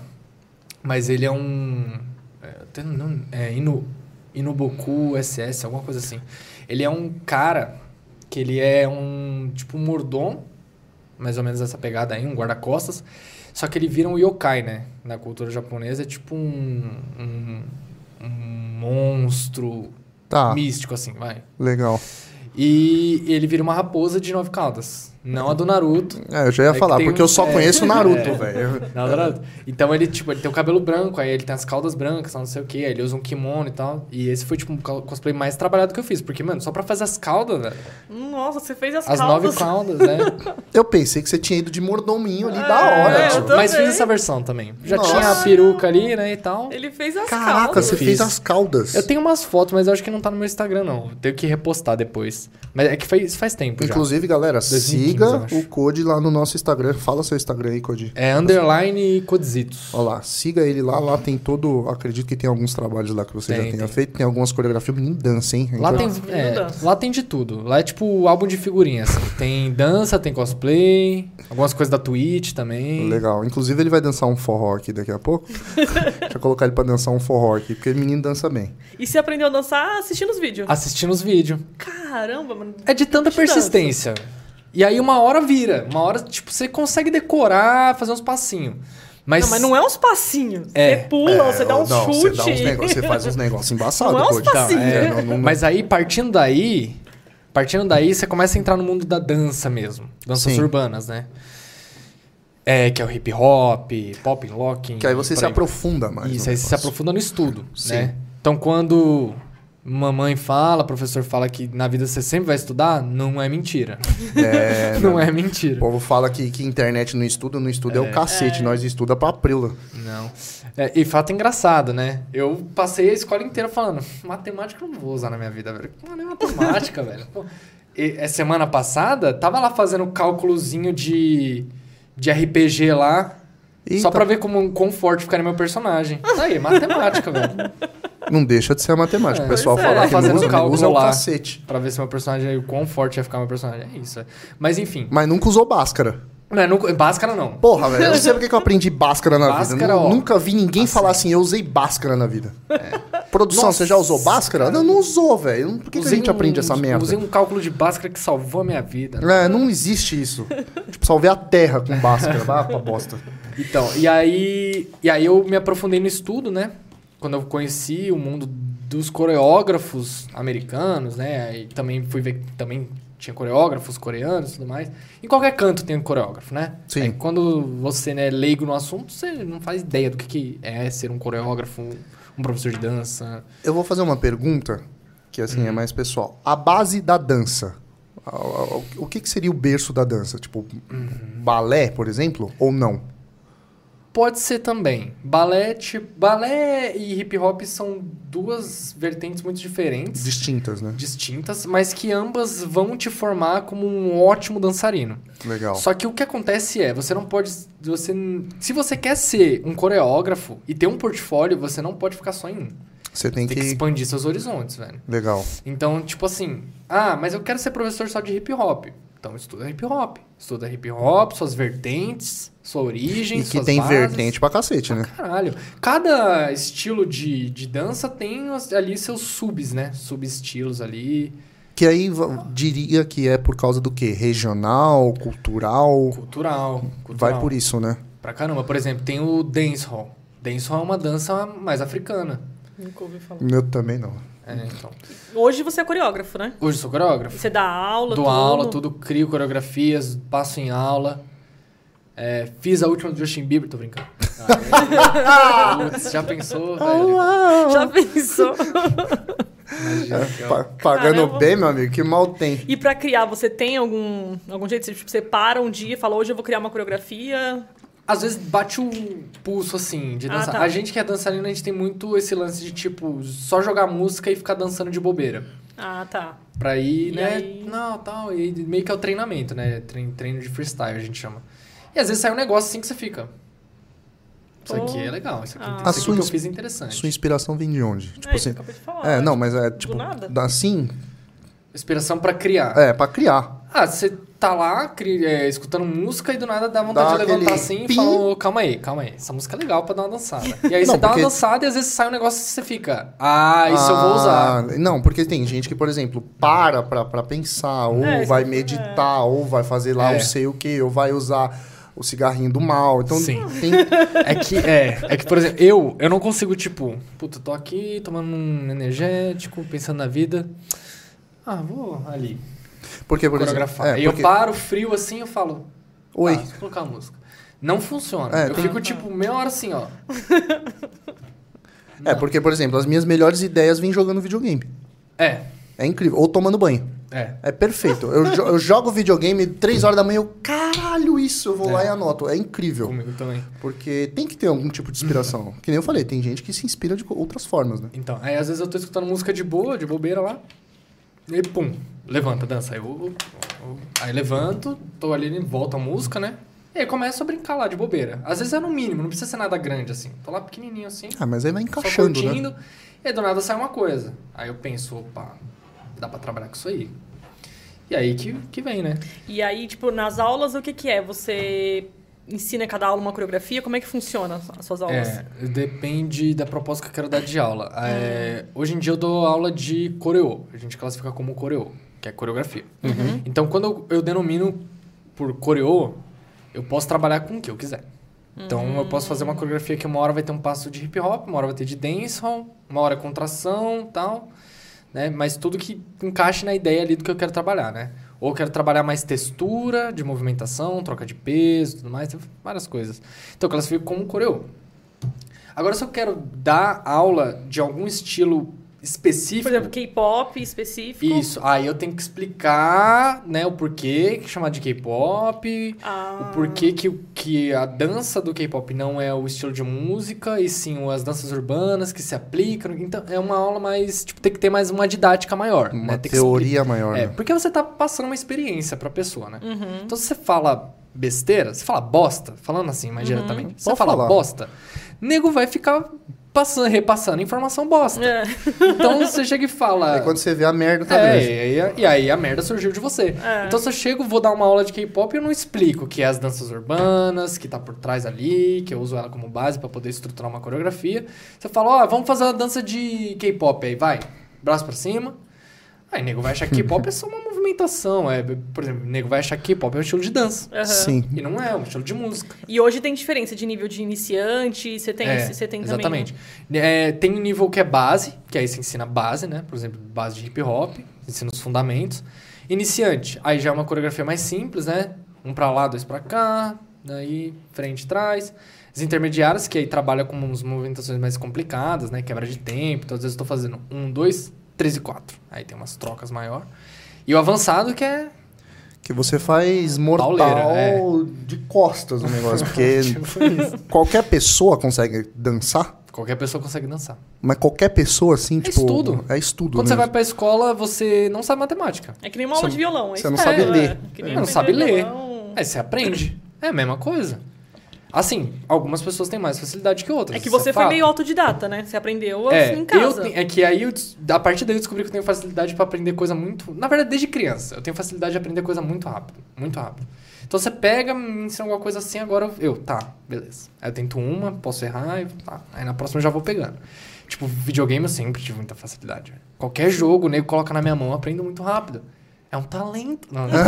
Speaker 3: Mas ele é um. É, eu tenho nome- é Inu, Inuboku SS, alguma coisa assim. Ele é um cara que ele é um. Tipo um mordom, mais ou menos essa pegada aí, um guarda-costas. Só que ele vira um yokai, né? Na cultura japonesa é tipo um. um, um monstro
Speaker 2: Tá,
Speaker 3: místico, assim, vai.
Speaker 2: legal.
Speaker 3: E ele vira uma raposa de nove caudas. Não a do Naruto,
Speaker 2: É, eu já ia
Speaker 3: É que
Speaker 2: falar,
Speaker 3: tem
Speaker 2: porque
Speaker 3: um-
Speaker 2: eu só
Speaker 3: é.
Speaker 2: conheço o Naruto,
Speaker 3: É.
Speaker 2: velho.
Speaker 3: Não, dourado. Então ele, tipo, ele tem o cabelo branco, aí ele tem as caudas brancas, não sei o que, aí ele usa um kimono e tal. E esse foi, tipo, um cal- cosplay mais trabalhado que eu fiz. Porque, mano, só pra fazer as caudas, velho.
Speaker 1: Nossa, você fez as,
Speaker 3: As nove
Speaker 1: calças.
Speaker 3: caudas, né?
Speaker 2: Eu pensei que você tinha ido de mordominho ali da hora, tipo.
Speaker 1: É, eu
Speaker 2: tio.
Speaker 1: tô-
Speaker 3: tipo, Mas fiz
Speaker 1: também.
Speaker 3: essa versão também. Já
Speaker 2: Nossa.
Speaker 3: tinha a peruca ali, né, e tal.
Speaker 1: Ele fez as
Speaker 2: Caraca,
Speaker 1: calças.
Speaker 2: você
Speaker 3: Fiz.
Speaker 2: fez as caudas.
Speaker 3: Eu tenho umas fotos, mas eu acho que não tá no meu Instagram, não. Eu Tenho que repostar depois. Mas é que faz, faz tempo já.
Speaker 2: Inclusive, galera,
Speaker 3: Games, eu
Speaker 2: Siga
Speaker 3: acho.
Speaker 2: o Code lá no nosso Instagram. Fala seu Instagram aí, Code.
Speaker 3: É underline e codizitos.
Speaker 2: Olha lá, siga ele lá. Lá tem todo. Acredito que tem alguns trabalhos lá que você já
Speaker 3: Tem,
Speaker 2: tenha
Speaker 3: tem.
Speaker 2: feito. Tem algumas coreografias. Menino dança, hein?
Speaker 3: Lá
Speaker 2: Então,
Speaker 3: tem,
Speaker 1: Nossa, menino
Speaker 3: é,
Speaker 1: assim, dança.
Speaker 3: lá tem de tudo. Lá é tipo o álbum de figurinhas. Tem dança, tem cosplay, algumas coisas da Twitch também.
Speaker 2: Legal. Inclusive, ele vai dançar um forró aqui daqui a pouco. Deixa eu colocar ele pra dançar um forró aqui, porque o menino dança bem.
Speaker 1: E você aprendeu a dançar assistindo os vídeos.
Speaker 3: Assistindo os vídeos.
Speaker 1: Caramba, mano.
Speaker 3: É de tanta
Speaker 1: Que dança?
Speaker 3: persistência. E aí uma hora vira. Uma hora, tipo, você consegue decorar, fazer uns passinhos. Mas,
Speaker 1: Não, mas não é uns passinhos.
Speaker 3: É.
Speaker 1: Você pula, você dá
Speaker 2: um
Speaker 1: um chute.
Speaker 2: Você, dá uns negó- você faz uns negócios embaçados,
Speaker 1: Não é uns
Speaker 2: Code.
Speaker 1: passinhos.
Speaker 2: É, não- não-
Speaker 3: Mas aí, partindo daí, partindo daí, você começa a entrar no mundo da dança mesmo. Danças
Speaker 2: Sim.
Speaker 3: urbanas, né? É, que é o hip hop, pop locking.
Speaker 2: é. Que aí você
Speaker 3: por
Speaker 2: se
Speaker 3: vai.
Speaker 2: aprofunda mais.
Speaker 3: Isso,
Speaker 2: no
Speaker 3: aí você
Speaker 2: um
Speaker 3: se
Speaker 2: negócio.
Speaker 3: aprofunda no estudo,
Speaker 2: Sim.
Speaker 3: né? Então, quando mamãe fala, professor fala que na vida você sempre vai estudar, não é mentira.
Speaker 2: É,
Speaker 3: [LAUGHS] não
Speaker 2: né?
Speaker 3: é
Speaker 2: O
Speaker 3: mentira.
Speaker 2: povo fala que, que internet não estuda, não estuda é, o cacete. Nós estuda pra prila.
Speaker 3: Não. É, e fato engraçado, né? Eu passei a escola inteira falando, matemática eu não vou usar na minha vida, velho. Mano, é matemática, [LAUGHS] velho. Pô, e- é, semana passada, tava lá fazendo um cálculozinho de, de RPG lá, só
Speaker 2: Eita.
Speaker 3: pra ver como, quão forte ficaria meu personagem. Tá Aí, matemática, velho.
Speaker 2: Não deixa de ser a matemática.
Speaker 3: É.
Speaker 2: o pessoal
Speaker 1: Pois é.
Speaker 2: fala que
Speaker 3: Fazendo
Speaker 2: não usa,
Speaker 3: cálculo
Speaker 2: usa o
Speaker 3: lá.
Speaker 2: cacete.
Speaker 3: Pra ver se meu personagem, é o quão forte ia ficar meu personagem. É isso. é. Mas enfim.
Speaker 2: Mas nunca usou Bhaskara.
Speaker 3: Não, é nunca- Bhaskara não.
Speaker 2: Porra, velho, eu não sei
Speaker 3: [LAUGHS]
Speaker 2: porque que eu aprendi Bhaskara na vida.
Speaker 3: Bhaskara,
Speaker 2: Nu-
Speaker 3: ó.
Speaker 2: Nunca vi ninguém falar assim, eu usei Bhaskara na vida. Produção,
Speaker 3: É. Nossa,
Speaker 2: você já usou Bhaskara?
Speaker 3: cara.
Speaker 2: Não, não usou, velho. Por que, que a
Speaker 3: Usei
Speaker 2: gente
Speaker 3: um-
Speaker 2: aprende essa merda?
Speaker 3: Usei um cálculo de Bhaskara que salvou a minha vida.
Speaker 2: É, não existe isso. tipo, salvei a terra com Bhaskara. Vai pra bosta.
Speaker 3: Então, e aí, e aí eu me aprofundei no estudo, né? Quando eu conheci o mundo dos coreógrafos americanos, né? E também fui ver que também tinha coreógrafos coreanos e tudo mais. Em qualquer canto tem um coreógrafo, né?
Speaker 2: Sim.
Speaker 3: Aí quando você né, é leigo no assunto, você não faz ideia do que, que é ser um coreógrafo, um, um professor de dança.
Speaker 2: Eu vou fazer uma pergunta, que assim
Speaker 3: Hum.
Speaker 2: é mais pessoal. A base da dança. a- a- o- O que, que seria o berço da dança? Tipo,
Speaker 3: Uhum.
Speaker 2: balé, por exemplo? Ou não?
Speaker 3: Pode ser também. Balé, tipo, balé e hip hop são duas vertentes muito diferentes.
Speaker 2: Distintas, né?
Speaker 3: distintas, mas que ambas vão te formar como um ótimo dançarino.
Speaker 2: Legal.
Speaker 3: Só que o que acontece é, você não pode, você, se você quer ser um coreógrafo e ter um portfólio, você não pode ficar só em um.
Speaker 2: Você tem
Speaker 3: Tem que
Speaker 2: que...
Speaker 3: expandir seus horizontes, velho.
Speaker 2: Legal.
Speaker 3: Então, tipo assim, ah, mas eu quero ser professor só de hip hop. Então estuda hip hop, estuda hip hop, suas vertentes, sua origem,
Speaker 2: E que
Speaker 3: suas
Speaker 2: tem
Speaker 3: bases.
Speaker 2: vertente pra cacete, né?
Speaker 3: Caralho. Cada estilo de, de dança tem as- ali seus subs, né? Subestilos ali.
Speaker 2: Que aí va- diria que é por causa do quê? Regional, cultural.
Speaker 3: Cultural, cultural.
Speaker 2: Vai por isso, né?
Speaker 3: Pra caramba. Por exemplo, tem o dancehall. Dancehall é uma dança mais africana.
Speaker 1: [LAUGHS] Nunca ouvi falar.
Speaker 2: Eu também não.
Speaker 3: É, então.
Speaker 1: Hoje você é coreógrafo, né?
Speaker 3: Hoje eu sou coreógrafo.
Speaker 1: Você dá aula,
Speaker 3: Dou
Speaker 1: tudo.
Speaker 3: aula, tudo, crio coreografias, passo em aula. É, fiz a última do Justin Bieber, tô brincando. Ah, é. Putz, já pensou,
Speaker 1: Ah,
Speaker 3: velho?
Speaker 1: Já pensou?
Speaker 3: Imagina que
Speaker 2: É, Pa-
Speaker 3: eu-
Speaker 2: pagando
Speaker 1: Caramba.
Speaker 2: bem, meu amigo, que mal tem.
Speaker 1: E pra criar, você tem algum, algum jeito? Você, tipo, você para um dia e fala, hoje eu vou criar uma coreografia.
Speaker 3: Às vezes bate um pulso assim de
Speaker 1: Ah,
Speaker 3: dançar.
Speaker 1: tá.
Speaker 3: A gente que é dançarina, a gente tem muito esse lance de tipo só jogar música e ficar dançando de bobeira.
Speaker 1: Ah, tá.
Speaker 3: Pra ir,
Speaker 1: E
Speaker 3: né?
Speaker 1: aí?
Speaker 3: Não, tal. E meio que é o treinamento, né? Trein- treino de freestyle, a gente chama. E às vezes sai um negócio assim que você fica. Isso
Speaker 1: Pô.
Speaker 3: aqui é legal, isso aqui,
Speaker 1: Ah.
Speaker 3: isso
Speaker 1: A
Speaker 3: aqui
Speaker 2: sua
Speaker 3: que eu
Speaker 2: ins-
Speaker 3: fiz é interessante.
Speaker 2: Sua inspiração vem de onde? Tipo
Speaker 1: é, isso
Speaker 2: assim.
Speaker 1: que eu acabei de falar.
Speaker 2: É, não, mas é tipo.
Speaker 1: nada?
Speaker 2: Assim,
Speaker 3: Inspiração pra criar.
Speaker 2: é, pra criar.
Speaker 3: Ah, você tá lá cri- é, escutando música e do nada dá
Speaker 2: Dá
Speaker 3: vontade de levantar
Speaker 2: aquele
Speaker 3: assim
Speaker 2: pim.
Speaker 3: e falar, "Ô, calma aí, calma aí. Essa música é legal pra dar uma dançada. E aí
Speaker 2: [LAUGHS] Não,
Speaker 3: você dá
Speaker 2: porque-
Speaker 3: uma dançada e às vezes sai um negócio que você fica, ah, isso eu vou usar.
Speaker 2: Ah, Não, porque tem gente que, por exemplo, para pra, pra pensar, ou
Speaker 1: É, isso
Speaker 2: vai
Speaker 1: que-
Speaker 2: meditar, ou vai fazer lá
Speaker 3: É.
Speaker 2: o sei o que, ou vai usar o cigarrinho do mal. Então
Speaker 3: Sim.
Speaker 2: tem.
Speaker 3: É que, é, é que, por exemplo, eu, eu não consigo, tipo, puta, tô aqui tomando um energético, pensando na vida. Ah, vou ali
Speaker 2: Porque, por
Speaker 3: coreografar.
Speaker 2: exemplo.
Speaker 3: e
Speaker 2: é,
Speaker 3: eu
Speaker 2: porque-
Speaker 3: paro frio assim eu falo,
Speaker 2: Oi.
Speaker 3: ah, deixa eu colocar a música. Não funciona.
Speaker 2: É,
Speaker 3: eu
Speaker 2: tem-
Speaker 3: fico, tipo, meia hora assim, ó.
Speaker 2: É, porque, por exemplo, as minhas melhores ideias vêm jogando videogame.
Speaker 3: É,
Speaker 2: É incrível. Ou tomando banho.
Speaker 3: é.
Speaker 2: É perfeito. Eu, jo- eu jogo videogame, três horas da manhã, eu, caralho, isso, eu vou lá e anoto. É incrível.
Speaker 3: Comigo também.
Speaker 2: Porque tem que ter algum tipo de inspiração. Que nem eu falei, tem gente que se inspira de co- outras formas, né?
Speaker 3: Então, aí às vezes eu tô escutando música de boa, de bobeira lá. E pum, levanta, dança. Aí, eu, eu- eu- aí levanto, tô ali, volta a música, né? E aí começa a brincar lá de bobeira. Às vezes é no mínimo, não precisa ser nada grande assim. Tô lá pequenininho assim,
Speaker 2: Ah, mas aí vai
Speaker 3: só
Speaker 2: encaixando, né?
Speaker 3: curtindo. E aí do nada sai uma coisa. Aí eu penso, opa, dá pra trabalhar com isso aí. E aí que, que vem, né?
Speaker 1: E aí, tipo, nas aulas, o que que é? Você ensina cada aula uma coreografia? Como é que funciona as- as suas aulas?
Speaker 3: É, depende da proposta que eu quero dar de aula. É,
Speaker 1: Uhum.
Speaker 3: hoje em dia eu dou aula de coreo. A gente classifica como coreo, que é coreografia.
Speaker 1: Uhum.
Speaker 3: Então, quando eu, eu denomino por coreo, eu posso trabalhar com o que eu quiser. Então,
Speaker 1: Uhum.
Speaker 3: eu posso fazer uma coreografia que uma hora vai ter um passo de hip hop, uma hora vai ter de dancehall, uma hora é contração tal. Né? Mas tudo que encaixe na ideia ali do que eu quero trabalhar, né? Ou eu quero trabalhar mais textura de movimentação, troca de peso, tudo mais, tem várias coisas. Então, eu classifico como coreo. Agora, se eu quero dar aula de algum estilo específico...
Speaker 1: Por exemplo, K-pop específico?
Speaker 3: Isso, aí eu tenho que explicar, né, o porquê que chama de K-pop,
Speaker 1: Ah.
Speaker 3: o porquê que, o- que a dança do K-pop não é o estilo de música, e sim as danças urbanas que se aplicam. Então, é uma aula mais, tipo, tem que ter mais uma didática maior,
Speaker 2: Uma
Speaker 3: né? Tem que
Speaker 2: teoria maior.
Speaker 3: expli- É,
Speaker 2: né?
Speaker 3: porque você tá passando uma experiência pra pessoa, né? Então, se você fala besteira, se fala bosta, falando assim mais diretamente, se você
Speaker 2: Pode
Speaker 3: fala
Speaker 2: falar.
Speaker 3: bosta, nego vai ficar passando, repassando
Speaker 1: [LAUGHS]
Speaker 3: informação bosta.
Speaker 1: É.
Speaker 3: Então, você chega e fala...
Speaker 2: Aí quando você vê a merda, tá
Speaker 3: É,
Speaker 2: grande.
Speaker 3: e aí, e aí a merda surgiu de você.
Speaker 1: É.
Speaker 3: Então se eu chego, vou dar uma aula de K-pop e eu não explico que é as danças urbanas, que tá por trás ali, que eu uso ela como base pra poder estruturar uma coreografia. Você fala, ó, vamos fazer uma dança de K-pop aí, vai. Braço pra cima. Aí nego vai achar que K-pop é só uma movimentação. É, por exemplo, nego vai achar que K-pop é um estilo de dança.
Speaker 1: Aham.
Speaker 2: Sim.
Speaker 3: E não é, é um estilo de música.
Speaker 1: E hoje tem diferença de nível de iniciante, você tem,
Speaker 3: É,
Speaker 1: você tem também... né?
Speaker 3: Exatamente. É, tem um nível que é base, que aí você ensina base, né? Por exemplo, base de hip hop, ensina os fundamentos. Iniciante, aí já é uma coreografia mais simples, né? Um pra lá, dois pra cá, daí frente e trás. As intermediárias, que aí trabalha com umas movimentações mais complicadas, né? Quebra de tempo. Então, às vezes, eu tô fazendo um, dois, três e quatro. Aí tem umas trocas maior. E o avançado, que é
Speaker 2: Que você faz mortal
Speaker 3: Pauleira, é. Tipo
Speaker 2: de costas no
Speaker 3: [LAUGHS]
Speaker 2: negócio. Porque qualquer pessoa consegue dançar,
Speaker 3: qualquer pessoa consegue dançar.
Speaker 2: mas qualquer pessoa, assim, tipo.
Speaker 3: estudo.
Speaker 2: É estudo.
Speaker 3: Quando
Speaker 2: né?
Speaker 3: você vai pra escola, você não sabe matemática.
Speaker 1: É que nem uma aula
Speaker 2: Você-
Speaker 1: de violão. é
Speaker 2: você
Speaker 1: isso
Speaker 2: não
Speaker 1: mesmo,
Speaker 2: sabe
Speaker 1: é.
Speaker 2: ler.
Speaker 1: Que
Speaker 3: É,
Speaker 1: nem
Speaker 3: não
Speaker 1: aprender
Speaker 3: sabe ler.
Speaker 1: violão.
Speaker 3: Aí você aprende. É a mesma coisa. Assim, algumas pessoas têm mais facilidade que outras.
Speaker 1: É que
Speaker 3: isso
Speaker 1: você foi
Speaker 3: fato.
Speaker 1: meio autodidata, né? Você aprendeu
Speaker 3: é,
Speaker 1: assim, em
Speaker 3: eu
Speaker 1: casa.
Speaker 3: te- é que aí, eu, des- a partir daí eu descobri que eu tenho facilidade pra aprender coisa muito... Na verdade, desde criança, eu tenho facilidade de aprender coisa muito rápido. Muito rápido. Então você pega, me ensina alguma coisa assim, agora eu- eu... Tá, beleza. Aí eu tento uma, posso errar, e tá. Aí na próxima eu já vou pegando. Tipo, videogame eu sempre tive muita facilidade. velho. Qualquer jogo, o nego coloca na minha mão, eu aprendo muito rápido. É um talento. Não, não.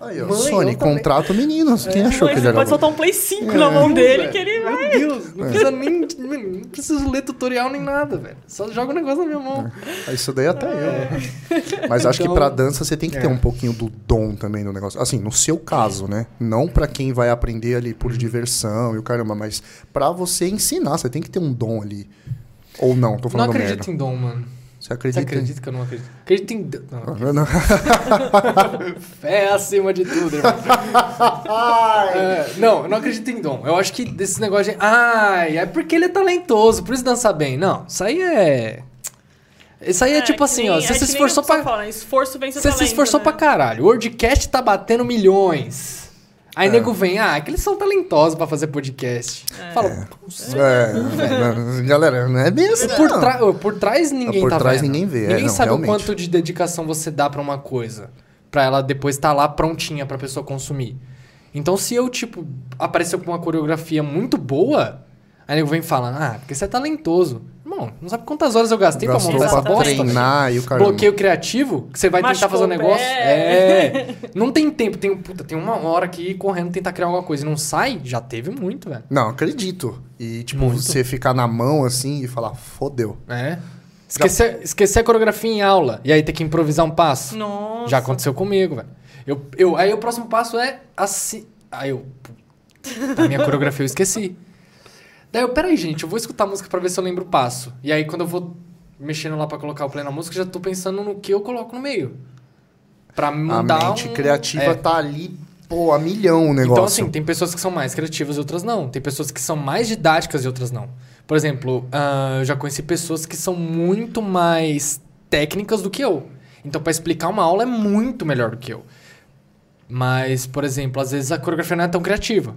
Speaker 2: Aí, ó,
Speaker 3: Mãe,
Speaker 2: Sony,
Speaker 3: eu também. É.
Speaker 2: contrata o menino. Quem
Speaker 1: [LAUGHS]
Speaker 2: achou
Speaker 1: Mas
Speaker 2: que é ele
Speaker 1: você
Speaker 2: era
Speaker 1: pode
Speaker 2: bom?
Speaker 1: soltar um Play 5 na mão dele
Speaker 3: velho.
Speaker 1: que ele vai.
Speaker 3: Meu Deus, não precisa nem. mano, Não preciso ler tutorial nem nada, velho. Só joga o negócio na minha
Speaker 2: É,
Speaker 3: mão.
Speaker 2: tá Ah, Isso daí até eu. Mas acho
Speaker 3: Então-
Speaker 2: que pra dança você tem que ter
Speaker 3: É.
Speaker 2: um pouquinho do dom também do negócio. Assim, no seu caso, né? Não pra quem vai aprender ali por
Speaker 3: Uhum.
Speaker 2: diversão e o caramba, mas pra você ensinar, você tem que ter um dom ali. Ou não, tô
Speaker 3: não
Speaker 2: falando
Speaker 3: acredito
Speaker 2: merda.
Speaker 3: em dom, mano.
Speaker 2: Você
Speaker 3: Você
Speaker 2: acredita? em-
Speaker 3: acredita que eu não acredito? Acredito em dom. Não,
Speaker 2: Ah, não.
Speaker 3: fé é acima de tudo, irmão.
Speaker 2: [LAUGHS]
Speaker 3: É, não, eu não acredito em dom. Eu acho que esse negócio de. Ai, é porque ele é talentoso, por isso dança bem. Não, isso aí é. Isso aí é, tipo
Speaker 1: que
Speaker 3: assim,
Speaker 1: nem-
Speaker 3: ó.
Speaker 1: é
Speaker 3: Você
Speaker 1: que
Speaker 3: se
Speaker 1: nem
Speaker 3: esforçou
Speaker 1: o pessoal
Speaker 3: pra.
Speaker 1: Fala, esforço vence o
Speaker 3: Você se
Speaker 1: talento,
Speaker 3: esforçou
Speaker 1: né?
Speaker 3: pra caralho. O WordCast tá batendo milhões.
Speaker 2: É.
Speaker 3: Aí nego vem, ah, aqueles são talentosos pra fazer podcast. Fala,
Speaker 2: É, [LAUGHS] não, galera, não é bem assim.
Speaker 3: por,
Speaker 2: não.
Speaker 3: tra- por trás ninguém
Speaker 2: Por
Speaker 3: tá
Speaker 2: trás
Speaker 3: vendo.
Speaker 2: ninguém vê, é,
Speaker 3: Ninguém
Speaker 2: não,
Speaker 3: sabe
Speaker 2: realmente.
Speaker 3: o quanto de dedicação você dá pra uma coisa. Pra ela depois estar tá lá prontinha pra pessoa consumir. Então se eu, tipo, apareceu com uma coreografia muito boa, aí nego vem e fala, ah, porque você é talentoso. Irmão, não sabe quantas horas eu gastei
Speaker 2: Gastou
Speaker 3: pra montar essa
Speaker 2: pra
Speaker 1: Exatamente.
Speaker 3: bosta.
Speaker 2: treinar e o caramba.
Speaker 3: Bloqueio criativo, que você vai tentar
Speaker 1: Machucou
Speaker 3: fazer um
Speaker 1: o pé.
Speaker 3: negócio. É. Não tem tempo, tem, puta, tem uma hora aqui correndo tentar criar alguma coisa e não sai, já teve muito, velho.
Speaker 2: Não, acredito. E, tipo,
Speaker 3: Muito.
Speaker 2: você ficar na mão assim e falar, fodeu.
Speaker 3: É. Esquecer, esquecer a coreografia em aula e aí ter que improvisar um passo.
Speaker 1: Nossa.
Speaker 3: Já aconteceu comigo, velho. Eu, eu, aí o próximo passo é assim. Aí eu. puta, A minha coreografia eu esqueci. Daí eu, peraí, gente, eu vou escutar a música pra ver se eu lembro o passo. E aí quando eu vou mexendo lá pra colocar o play na música, eu já tô pensando no que eu coloco no meio. Pra
Speaker 2: A
Speaker 3: mudar
Speaker 2: mente
Speaker 3: um-
Speaker 2: criativa
Speaker 3: é.
Speaker 2: tá ali, pô, a milhão o
Speaker 3: Então,
Speaker 2: negócio.
Speaker 3: assim, tem pessoas que são mais criativas e outras não. Tem pessoas que são mais didáticas e outras não. Por exemplo, ah, eu já conheci pessoas que são muito mais técnicas do que eu. Então, para explicar uma aula é muito melhor do que eu. Mas, por exemplo, às vezes a coreografia não é tão criativa.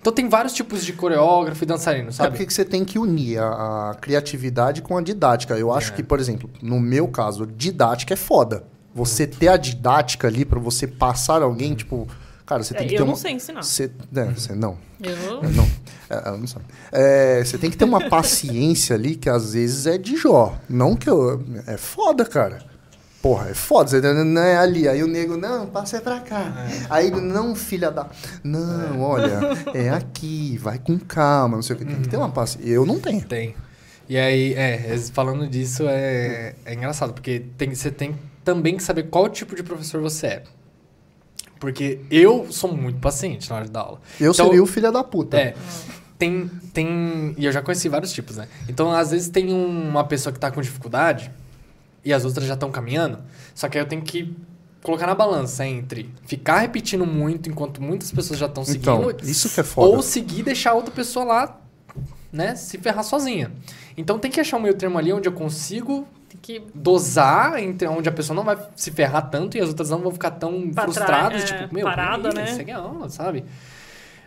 Speaker 3: Então, tem vários tipos de coreógrafo e dançarino,
Speaker 2: É
Speaker 3: sabe?
Speaker 2: porque que você tem que unir a, a criatividade com a didática. Eu
Speaker 3: É.
Speaker 2: acho que, por exemplo, no meu caso, didática é foda. Você ter a didática ali pra você passar
Speaker 3: Uhum.
Speaker 2: alguém, tipo, cara, você
Speaker 1: É,
Speaker 2: tem que
Speaker 1: eu
Speaker 2: ter
Speaker 1: não
Speaker 2: uma
Speaker 1: sei ensinar.
Speaker 2: Você, né, você não,
Speaker 1: Eu...
Speaker 2: não, É, ela não sabe. É, você tem que ter uma paciência ali que às vezes é de jó. Não que eu. É foda, cara. Porra, é foda. Você não é ali. Aí o nego, não, passa é pra cá.
Speaker 3: É.
Speaker 2: Aí, não, filha da. Não, olha, é aqui, vai com calma, não sei o que. Tem que ter uma paciência. Eu não tenho.
Speaker 3: Tem. E aí, é, es- falando disso é, é engraçado, porque tem, você tem também que saber qual tipo de professor você é. Porque eu sou muito paciente na hora da aula.
Speaker 2: Eu
Speaker 3: Então,
Speaker 2: seria o filho da puta.
Speaker 3: É. Tem, tem. E eu já conheci vários tipos, né? Então, às vezes, tem um- uma pessoa que tá com dificuldade e as outras já estão caminhando. Só que aí eu tenho que colocar na balança entre ficar repetindo muito enquanto muitas pessoas já estão seguindo.
Speaker 2: Então, isso que é foda.
Speaker 3: Ou seguir e deixar a outra pessoa lá, né, se ferrar sozinha. Então tem que achar um meio termo ali onde eu consigo
Speaker 1: Tem que
Speaker 3: dosar, entre onde a pessoa não vai se ferrar tanto e as outras não vão ficar tão
Speaker 1: Pra trás,
Speaker 3: frustradas,
Speaker 1: é,
Speaker 3: tipo, meu,
Speaker 1: parada,
Speaker 3: peraí,
Speaker 1: né?
Speaker 3: segue a aula, sabe?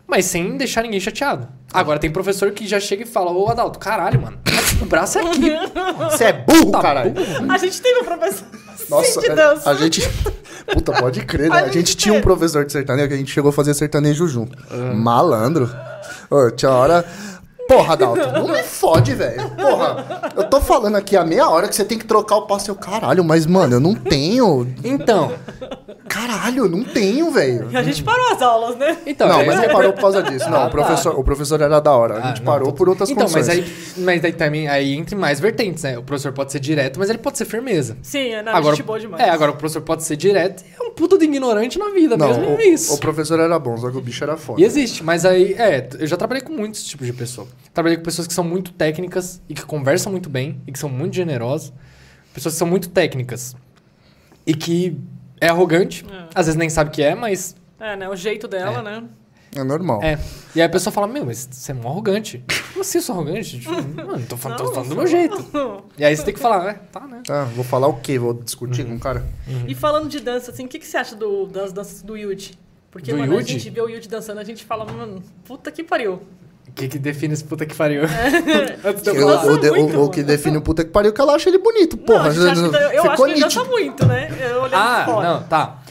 Speaker 3: Mas sem deixar ninguém chateado. Agora tem professor que já chega e fala, ô Adalto, caralho, mano, o braço é aqui.
Speaker 1: [LAUGHS]
Speaker 2: Você é burro,
Speaker 3: Tá
Speaker 2: caralho.
Speaker 1: A gente teve um professor assim
Speaker 2: Nossa, é,
Speaker 3: é,
Speaker 1: de
Speaker 2: a,
Speaker 1: dança.
Speaker 2: a [LAUGHS] gente. Puta, pode crer, né?
Speaker 1: A
Speaker 2: A gente
Speaker 1: gente
Speaker 2: tinha um
Speaker 1: teve.
Speaker 2: professor de sertanejo que a gente chegou a fazer sertanejo junto. Malandro. Ô, tinha hora. Porra, Dalton, não me fode, velho. Porra, eu tô falando aqui há meia hora que você tem que trocar o passo. Eu, caralho, mas, mano, eu não tenho.
Speaker 3: Então,
Speaker 2: Caralho, eu não tenho, velho.
Speaker 1: E a gente parou as aulas, né?
Speaker 3: então...
Speaker 2: não,
Speaker 3: é-
Speaker 2: mas não parou por causa disso. Não,
Speaker 3: Ah,
Speaker 2: o professor, o professor era da hora. A
Speaker 3: Ah,
Speaker 2: gente
Speaker 3: não,
Speaker 2: parou
Speaker 3: tô-
Speaker 2: por outras
Speaker 3: então,
Speaker 2: condições.
Speaker 3: mas aí, mas aí também, aí entre mais vertentes, né? O professor pode ser direto, mas ele pode ser firmeza.
Speaker 1: Sim, é na
Speaker 3: Agora,
Speaker 1: gente boa demais.
Speaker 3: é, agora o professor pode ser direto. É um puta de ignorante na vida mesmo,
Speaker 2: não,
Speaker 3: é
Speaker 2: o,
Speaker 3: isso.
Speaker 2: o professor era bom, só que o bicho era foda.
Speaker 3: E existe, mas aí, é, eu já trabalhei com muitos tipos de pessoa. Trabalhei com pessoas que são muito técnicas e que conversam muito bem e que são muito generosas. Pessoas que são muito técnicas e que é arrogante,
Speaker 1: É.
Speaker 3: às vezes nem sabe o que é, mas
Speaker 1: É, né? O jeito dela,
Speaker 3: É.
Speaker 1: né?
Speaker 2: É normal.
Speaker 3: é. E aí a pessoa fala: Meu, mas você é mó arrogante. Como assim eu sou
Speaker 1: [LAUGHS]
Speaker 3: arrogante? Tipo, mano, tô falando, tô
Speaker 1: Não,
Speaker 3: falando do
Speaker 1: sou-
Speaker 3: meu jeito.
Speaker 1: Hum.
Speaker 3: E aí você tem que falar: É, tá, né?
Speaker 2: Ah, vou falar o quê? Vou
Speaker 3: Uhum.
Speaker 2: discutir com o cara?
Speaker 1: E falando de dança, assim, o que, que você acha do- das danças do Yuji? Porque,
Speaker 3: Do
Speaker 1: mano,
Speaker 3: Yuji?
Speaker 1: a gente vê o Yuji dançando, a gente fala, mano, puta que pariu.
Speaker 3: O que, que define esse puta que pariu? [LAUGHS] Antes de
Speaker 2: Eu-
Speaker 3: eu
Speaker 1: É. Eu
Speaker 3: falar.
Speaker 1: gosto
Speaker 2: o, de- o-
Speaker 1: muito,
Speaker 2: o que
Speaker 1: mano.
Speaker 2: define o puta que pariu é que ela acha ele bonito,
Speaker 1: não,
Speaker 2: porra.
Speaker 1: a gente acha que, eu acho
Speaker 2: Ficou
Speaker 1: que ele
Speaker 2: nítido.
Speaker 1: dança muito, né? Eu olhei
Speaker 3: Ah,
Speaker 1: fora.
Speaker 3: não, tá.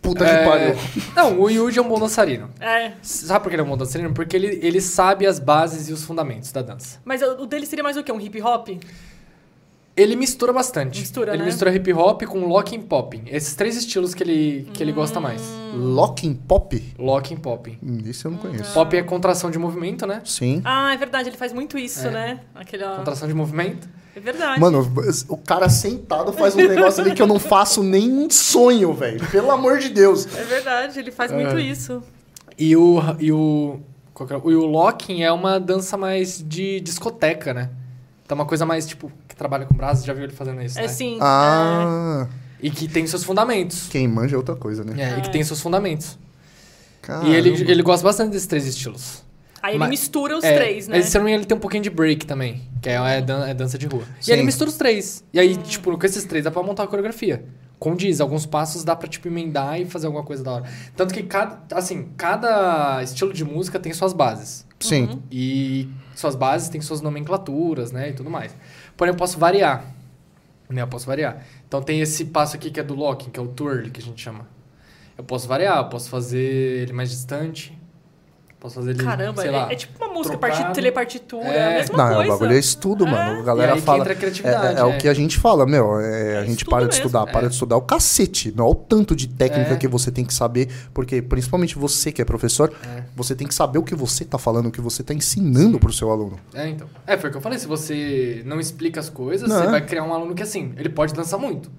Speaker 2: Puta
Speaker 3: É,
Speaker 2: que pariu.
Speaker 3: Não, o Yuji é um bom dançarino.
Speaker 1: É.
Speaker 3: Sabe por que ele é um bom dançarino? Porque ele, ele sabe as bases e os fundamentos da dança.
Speaker 1: Mas o dele seria mais o quê? Um hip hop?
Speaker 3: Ele mistura bastante.
Speaker 1: Mistura,
Speaker 3: ele
Speaker 1: né?
Speaker 3: mistura hip hop com locking popping. Esses três estilos que ele, que ele gosta mais.
Speaker 1: Hum.
Speaker 2: Locking Pop?
Speaker 3: Locking popping.
Speaker 2: Hum, Isso eu não conheço.
Speaker 3: Pop é contração de movimento, né?
Speaker 2: Sim.
Speaker 1: Ah, é verdade, ele faz muito isso,
Speaker 3: É.
Speaker 1: né? Aquele, ó,
Speaker 3: Contração de movimento.
Speaker 1: É verdade.
Speaker 2: Mano, o cara sentado faz um negócio ali que eu não faço nem em sonho, velho. Pelo amor de Deus.
Speaker 1: É verdade, ele faz
Speaker 3: É.
Speaker 1: muito isso.
Speaker 3: E o. E o, qual que é? e o locking é uma dança mais de discoteca, né? Então é uma coisa mais tipo. Que trabalha com braço, já viu ele fazendo isso?
Speaker 1: É
Speaker 3: né?
Speaker 1: sim.
Speaker 2: Ah,
Speaker 3: E que tem seus fundamentos.
Speaker 2: quem manja é outra coisa, né?
Speaker 3: É, e
Speaker 1: Ah.
Speaker 3: que tem seus fundamentos.
Speaker 2: Caramba.
Speaker 3: E ele, ele gosta bastante desses três estilos.
Speaker 1: É. Aí ele
Speaker 3: Mas-
Speaker 1: mistura os
Speaker 3: É,
Speaker 1: três, né?
Speaker 3: Mas se eu não me engano, ele tem um pouquinho de break também, que é, é dan- é dança de rua.
Speaker 2: Sim.
Speaker 3: E aí ele mistura os três. E aí, tipo, com esses três dá pra montar a coreografia. Condiz, alguns passos dá pra, tipo, emendar e fazer alguma coisa da hora. Tanto que cada, assim, cada estilo de música tem suas bases.
Speaker 2: Sim.
Speaker 1: Uhum.
Speaker 3: E suas bases têm suas nomenclaturas, né? E tudo mais. Porém, eu posso variar. Né? Eu posso variar. Então tem esse passo aqui que é do locking, que é o twirl, que a gente chama. Eu posso variar, eu posso fazer ele mais distante. Posso fazer ele,
Speaker 1: Caramba,
Speaker 3: um, sei
Speaker 1: é,
Speaker 3: lá.
Speaker 1: é tipo uma música,
Speaker 3: trocado.
Speaker 1: parti- telepartitura, é
Speaker 3: É.
Speaker 1: a mesma
Speaker 2: Não,
Speaker 1: coisa.
Speaker 2: o bagulho é estudo, mano. A galera
Speaker 3: E aí que
Speaker 2: fala.
Speaker 3: entra a
Speaker 2: é,
Speaker 3: criatividade,
Speaker 2: é- é o
Speaker 3: é.
Speaker 2: que a gente fala, meu. é,
Speaker 1: É
Speaker 2: a gente
Speaker 1: estudo
Speaker 2: para de
Speaker 1: mesmo,
Speaker 2: estudar, para
Speaker 3: é.
Speaker 2: de estudar o cacete. Não é o tanto de técnica
Speaker 3: É.
Speaker 2: que você tem que saber, porque principalmente você que é professor,
Speaker 3: É.
Speaker 2: você tem que saber o que você tá falando, o que você tá ensinando pro seu aluno.
Speaker 3: É, então. É, foi o que eu falei. Se você não explica as coisas,
Speaker 2: Não,
Speaker 3: você
Speaker 2: é.
Speaker 3: vai criar um aluno que, assim, ele pode dançar muito.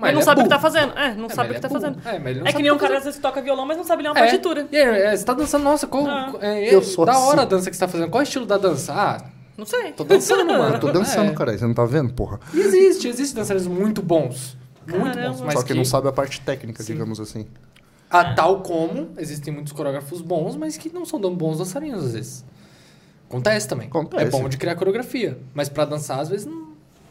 Speaker 1: Mas
Speaker 3: ele
Speaker 1: não
Speaker 3: é
Speaker 1: sabe o que tá
Speaker 3: burro.
Speaker 1: fazendo. É, não sabe o
Speaker 3: É, mas
Speaker 1: que
Speaker 3: ele
Speaker 1: tá
Speaker 3: é burro.
Speaker 1: fazendo.
Speaker 3: É, mas ele não
Speaker 1: É
Speaker 3: sabe
Speaker 1: que nem
Speaker 3: o
Speaker 1: um
Speaker 3: que tá
Speaker 1: cara às vezes toca violão, mas não sabe ler uma
Speaker 3: É.
Speaker 1: partitura.
Speaker 3: E aí, é, você tá dançando, nossa, qual.
Speaker 1: Ah.
Speaker 3: é,
Speaker 2: Eu
Speaker 3: é,
Speaker 2: sou
Speaker 3: da
Speaker 2: assim.
Speaker 3: hora a dança que você tá fazendo. Qual é o estilo da dança? Ah,
Speaker 1: Não sei.
Speaker 3: tô dançando, mano.
Speaker 2: Eu [LAUGHS] tô dançando,
Speaker 3: [LAUGHS] É.
Speaker 2: caralho. Você não tá vendo, porra?
Speaker 3: E existe, existe dançarinos muito bons. Muito
Speaker 1: Caramba.
Speaker 3: bons, mas
Speaker 2: Só que, não sabe a parte técnica, digamos assim.
Speaker 3: Ah, tal como existem muitos coreógrafos bons, mas que não são tão bons dançarinos, às vezes. Acontece também.
Speaker 2: Acontece.
Speaker 3: É bom de criar coreografia, mas pra dançar, às vezes, não,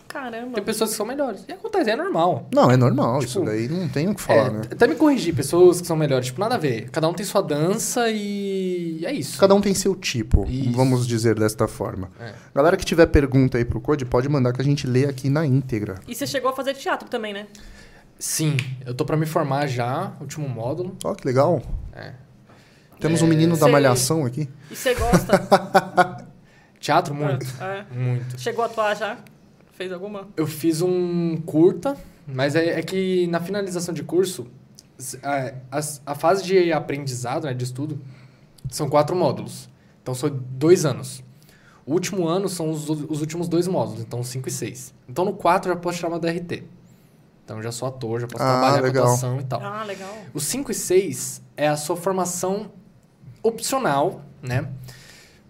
Speaker 1: Caramba.
Speaker 3: Tem pessoas que são melhores. E acontece, é normal.
Speaker 2: Não, é normal.
Speaker 3: Tipo,
Speaker 2: isso daí não tem o que falar,
Speaker 3: É,
Speaker 2: né?
Speaker 3: Até me corrigir, pessoas que são melhores. Tipo, nada a ver. Cada um tem sua dança e é isso.
Speaker 2: Cada um tem seu tipo,
Speaker 3: Isso.
Speaker 2: vamos dizer desta forma.
Speaker 3: É.
Speaker 2: Galera que tiver pergunta aí pro Code, pode mandar que a gente lê aqui na íntegra.
Speaker 1: E você chegou a fazer teatro também, né?
Speaker 3: Sim, eu tô pra me formar já, último módulo.
Speaker 2: Ó, que legal.
Speaker 3: É.
Speaker 2: Temos um menino da
Speaker 1: Sei.
Speaker 2: malhação aqui.
Speaker 1: E você gosta?
Speaker 3: [LAUGHS] Teatro, muito.
Speaker 1: É.
Speaker 3: Muito.
Speaker 1: Chegou a atuar já? Fez alguma?
Speaker 3: Eu fiz um curta, mas é, é que na finalização de curso, s- a, as- a fase de aprendizado, né, de estudo, são quatro módulos. Então, são dois anos. O último ano são os, u- os últimos dois módulos, então cinco e seis. Então, no quatro eu já posso tirar uma DRT. Então, eu já sou ator, já posso
Speaker 2: Ah,
Speaker 3: trabalhar
Speaker 2: legal.
Speaker 3: com atuação e tal.
Speaker 1: Ah, legal.
Speaker 3: O 5 e 6 é a sua formação opcional, né?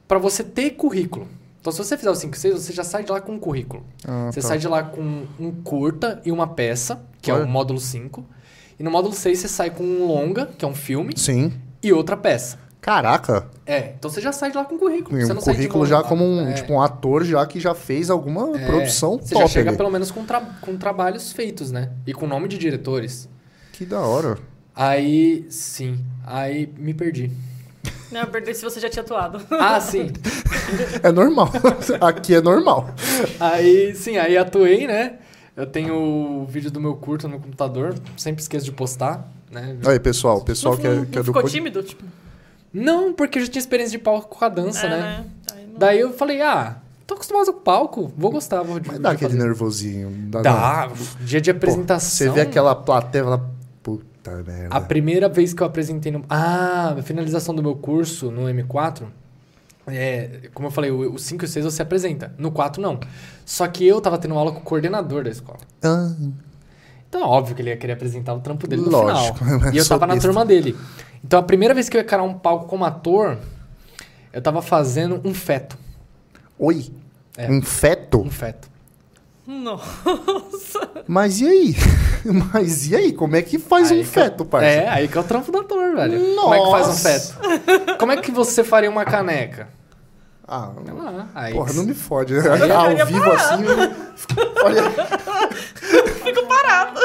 Speaker 3: Pra você ter currículo. Então, se você fizer o 5 e 6, você já sai de lá com um currículo.
Speaker 2: Ah,
Speaker 3: você
Speaker 2: tá.
Speaker 3: sai de lá com um curta e uma peça, que é
Speaker 2: Olha.
Speaker 3: o módulo 5. E no módulo 6 você sai com um longa, que é um filme,
Speaker 2: Sim.
Speaker 3: e outra peça.
Speaker 2: Caraca,
Speaker 3: É, então você já sai de lá com um currículo. você
Speaker 2: um
Speaker 3: não sai de
Speaker 2: currículo
Speaker 3: mão
Speaker 2: já
Speaker 3: dada.
Speaker 2: como um,
Speaker 3: É,
Speaker 2: tipo, um ator já que já fez alguma
Speaker 3: é.
Speaker 2: produção
Speaker 3: Você
Speaker 2: top
Speaker 3: já chega
Speaker 2: ali.
Speaker 3: pelo menos com, tra- com trabalhos feitos, né? E com nome de diretores.
Speaker 2: Que da hora.
Speaker 3: Aí, sim. Aí
Speaker 2: [LAUGHS]
Speaker 3: me perdi.
Speaker 1: Não, eu perguntei se você já tinha atuado.
Speaker 3: Ah, sim.
Speaker 2: É normal. [LAUGHS] aqui é normal.
Speaker 3: Aí, sim, aí atuei, né? Eu tenho o vídeo do meu curto no meu computador, sempre esqueço de postar, né?
Speaker 2: Aí, pessoal, o pessoal
Speaker 1: não,
Speaker 2: que é,
Speaker 1: [LAUGHS] não
Speaker 2: que é do
Speaker 1: ficou
Speaker 2: Code.
Speaker 1: tímido? Tipo,
Speaker 3: Não, porque eu já tinha experiência de palco com a dança,
Speaker 1: é,
Speaker 3: né?
Speaker 1: Aí não-
Speaker 3: Daí eu falei, ah, tô acostumado com palco, vou gostar, vou
Speaker 2: Mas
Speaker 3: vou
Speaker 2: dá aquele
Speaker 3: fazer.
Speaker 2: nervosinho. Dá, não.
Speaker 3: Dá, dia de
Speaker 2: Pô,
Speaker 3: apresentação.
Speaker 2: Você vê aquela plateia e fala, puta merda.
Speaker 3: A primeira vez que eu apresentei no. Ah, a finalização do meu curso no M4. É, como eu falei, o o 5 e o 6 você apresenta. No 4, não. Só que eu tava tendo aula com o coordenador da escola.
Speaker 2: Ah,
Speaker 3: Então, óbvio que ele ia querer apresentar o trampo dele
Speaker 2: Lógico, [LAUGHS]
Speaker 3: no final.
Speaker 2: mas
Speaker 3: E eu
Speaker 2: sou
Speaker 3: tava na
Speaker 2: besta.
Speaker 3: turma dele. Então, a primeira vez que eu ia encarar um palco como ator, eu tava fazendo um feto.
Speaker 2: oi.
Speaker 3: É.
Speaker 2: Um feto?
Speaker 3: Um feto.
Speaker 1: [LAUGHS] Nossa.
Speaker 2: Mas e aí? [LAUGHS] Mas e aí? Como é que faz
Speaker 3: Aí
Speaker 2: um
Speaker 3: que-
Speaker 2: feto, parça?
Speaker 3: É, aí que é o trampo do ator, velho. Como é que faz um
Speaker 2: Nossa.
Speaker 3: feto? Como é que você faria uma caneca?
Speaker 2: Ah,
Speaker 3: Sei lá. Aí
Speaker 2: porra, não me fode. né?
Speaker 3: Aí-
Speaker 2: Ao vivo assim. eu- Olha.
Speaker 3: [LAUGHS]
Speaker 2: Fico parado.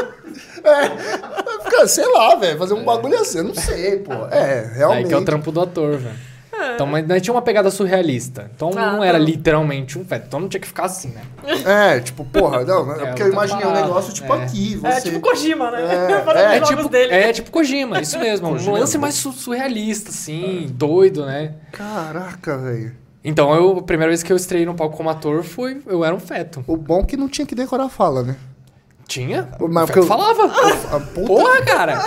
Speaker 2: É, fica, sei lá, velho. Fazer um bagulho assim, eu não sei, pô. É,
Speaker 3: É. Aí
Speaker 2: realmente.
Speaker 3: que é o trampo do ator, velho. Então, mas mas tinha uma pegada surrealista. Então
Speaker 1: É. Ah,
Speaker 3: não era
Speaker 1: tá.
Speaker 3: literalmente um feto. Então não tinha que ficar assim, né?
Speaker 2: É, tipo, porra, não. É
Speaker 3: É,
Speaker 2: porque eu
Speaker 3: tá
Speaker 2: imaginei um
Speaker 3: parado,
Speaker 2: negócio tipo
Speaker 3: é.
Speaker 2: aqui. Você...
Speaker 1: É tipo Kojima, né? [LAUGHS]
Speaker 2: É,
Speaker 1: Fazendo
Speaker 2: é,
Speaker 1: os jogos
Speaker 3: tipo,
Speaker 1: dele.
Speaker 3: é tipo
Speaker 1: [LAUGHS]
Speaker 3: Kojima, isso mesmo.
Speaker 2: Kojima.
Speaker 3: Um lance mais su- surrealista, assim, doido, né?
Speaker 2: Caraca, velho.
Speaker 3: Então, eu, a primeira vez que eu estreiei no palco como ator foi. Eu era um feto.
Speaker 2: O bom é que não tinha que decorar a fala, né?
Speaker 3: Tinha?
Speaker 2: Mas
Speaker 3: o
Speaker 2: porque
Speaker 3: feto
Speaker 2: eu-
Speaker 3: falava.
Speaker 2: [LAUGHS] A puta.
Speaker 3: Porra, cara!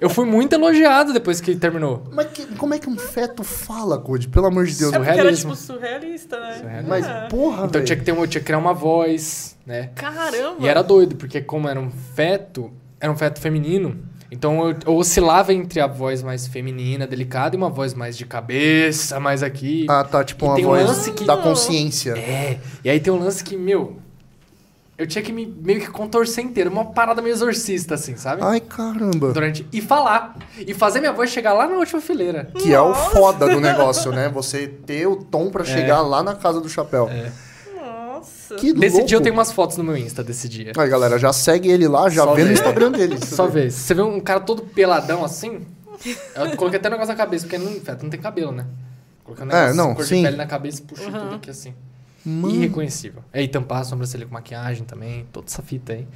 Speaker 3: Eu fui muito elogiado depois que terminou.
Speaker 2: Mas que- como é que um feto fala, Code? Pelo amor de Deus.
Speaker 3: um
Speaker 1: É porque era
Speaker 3: surrealismo.
Speaker 1: tipo surrealista, né?
Speaker 3: Surrealismo.
Speaker 2: Mas,
Speaker 1: É.
Speaker 2: porra,
Speaker 3: Então
Speaker 2: velho.
Speaker 3: tinha que, ter um, tinha que criar uma voz, né?
Speaker 1: Caramba.
Speaker 3: E era doido, porque como era um feto, era um feto feminino. Então eu, eu oscilava entre a voz mais feminina, delicada, e uma voz mais de cabeça, mais aqui.
Speaker 2: Ah, tá, tipo
Speaker 3: E
Speaker 2: uma
Speaker 3: tem um
Speaker 2: voz
Speaker 3: lance que-
Speaker 2: da consciência.
Speaker 3: É, e aí tem um lance que, meu, eu tinha que me meio que contorcer inteiro, uma parada meio exorcista, assim, sabe?
Speaker 2: Ai, caramba.
Speaker 3: Durante. E falar. E fazer minha voz chegar lá na última fileira.
Speaker 2: Que é o foda do negócio, né? Você ter o tom
Speaker 3: É.
Speaker 2: pra chegar lá na casa do chapéu.
Speaker 1: Nossa.
Speaker 2: Que
Speaker 3: Desse
Speaker 2: louco.
Speaker 3: É. dia eu tenho umas fotos no meu Insta desse dia.
Speaker 2: Aí, galera, já segue ele lá, já
Speaker 3: Só
Speaker 2: vê no
Speaker 3: vê.
Speaker 2: Instagram dele.
Speaker 3: [LAUGHS] Só ver. Você vê um cara todo peladão assim? Eu coloquei até um negócio na cabeça, porque não, feto não tem cabelo, né? Coloquei um
Speaker 2: É,
Speaker 3: negócio
Speaker 2: não,
Speaker 3: cor
Speaker 2: sim.
Speaker 3: de pele na cabeça e puxei tudo aqui assim.
Speaker 2: Mano,
Speaker 3: Irreconhecível. É, e tampar a sobrancelha com maquiagem também, toda essa fita aí.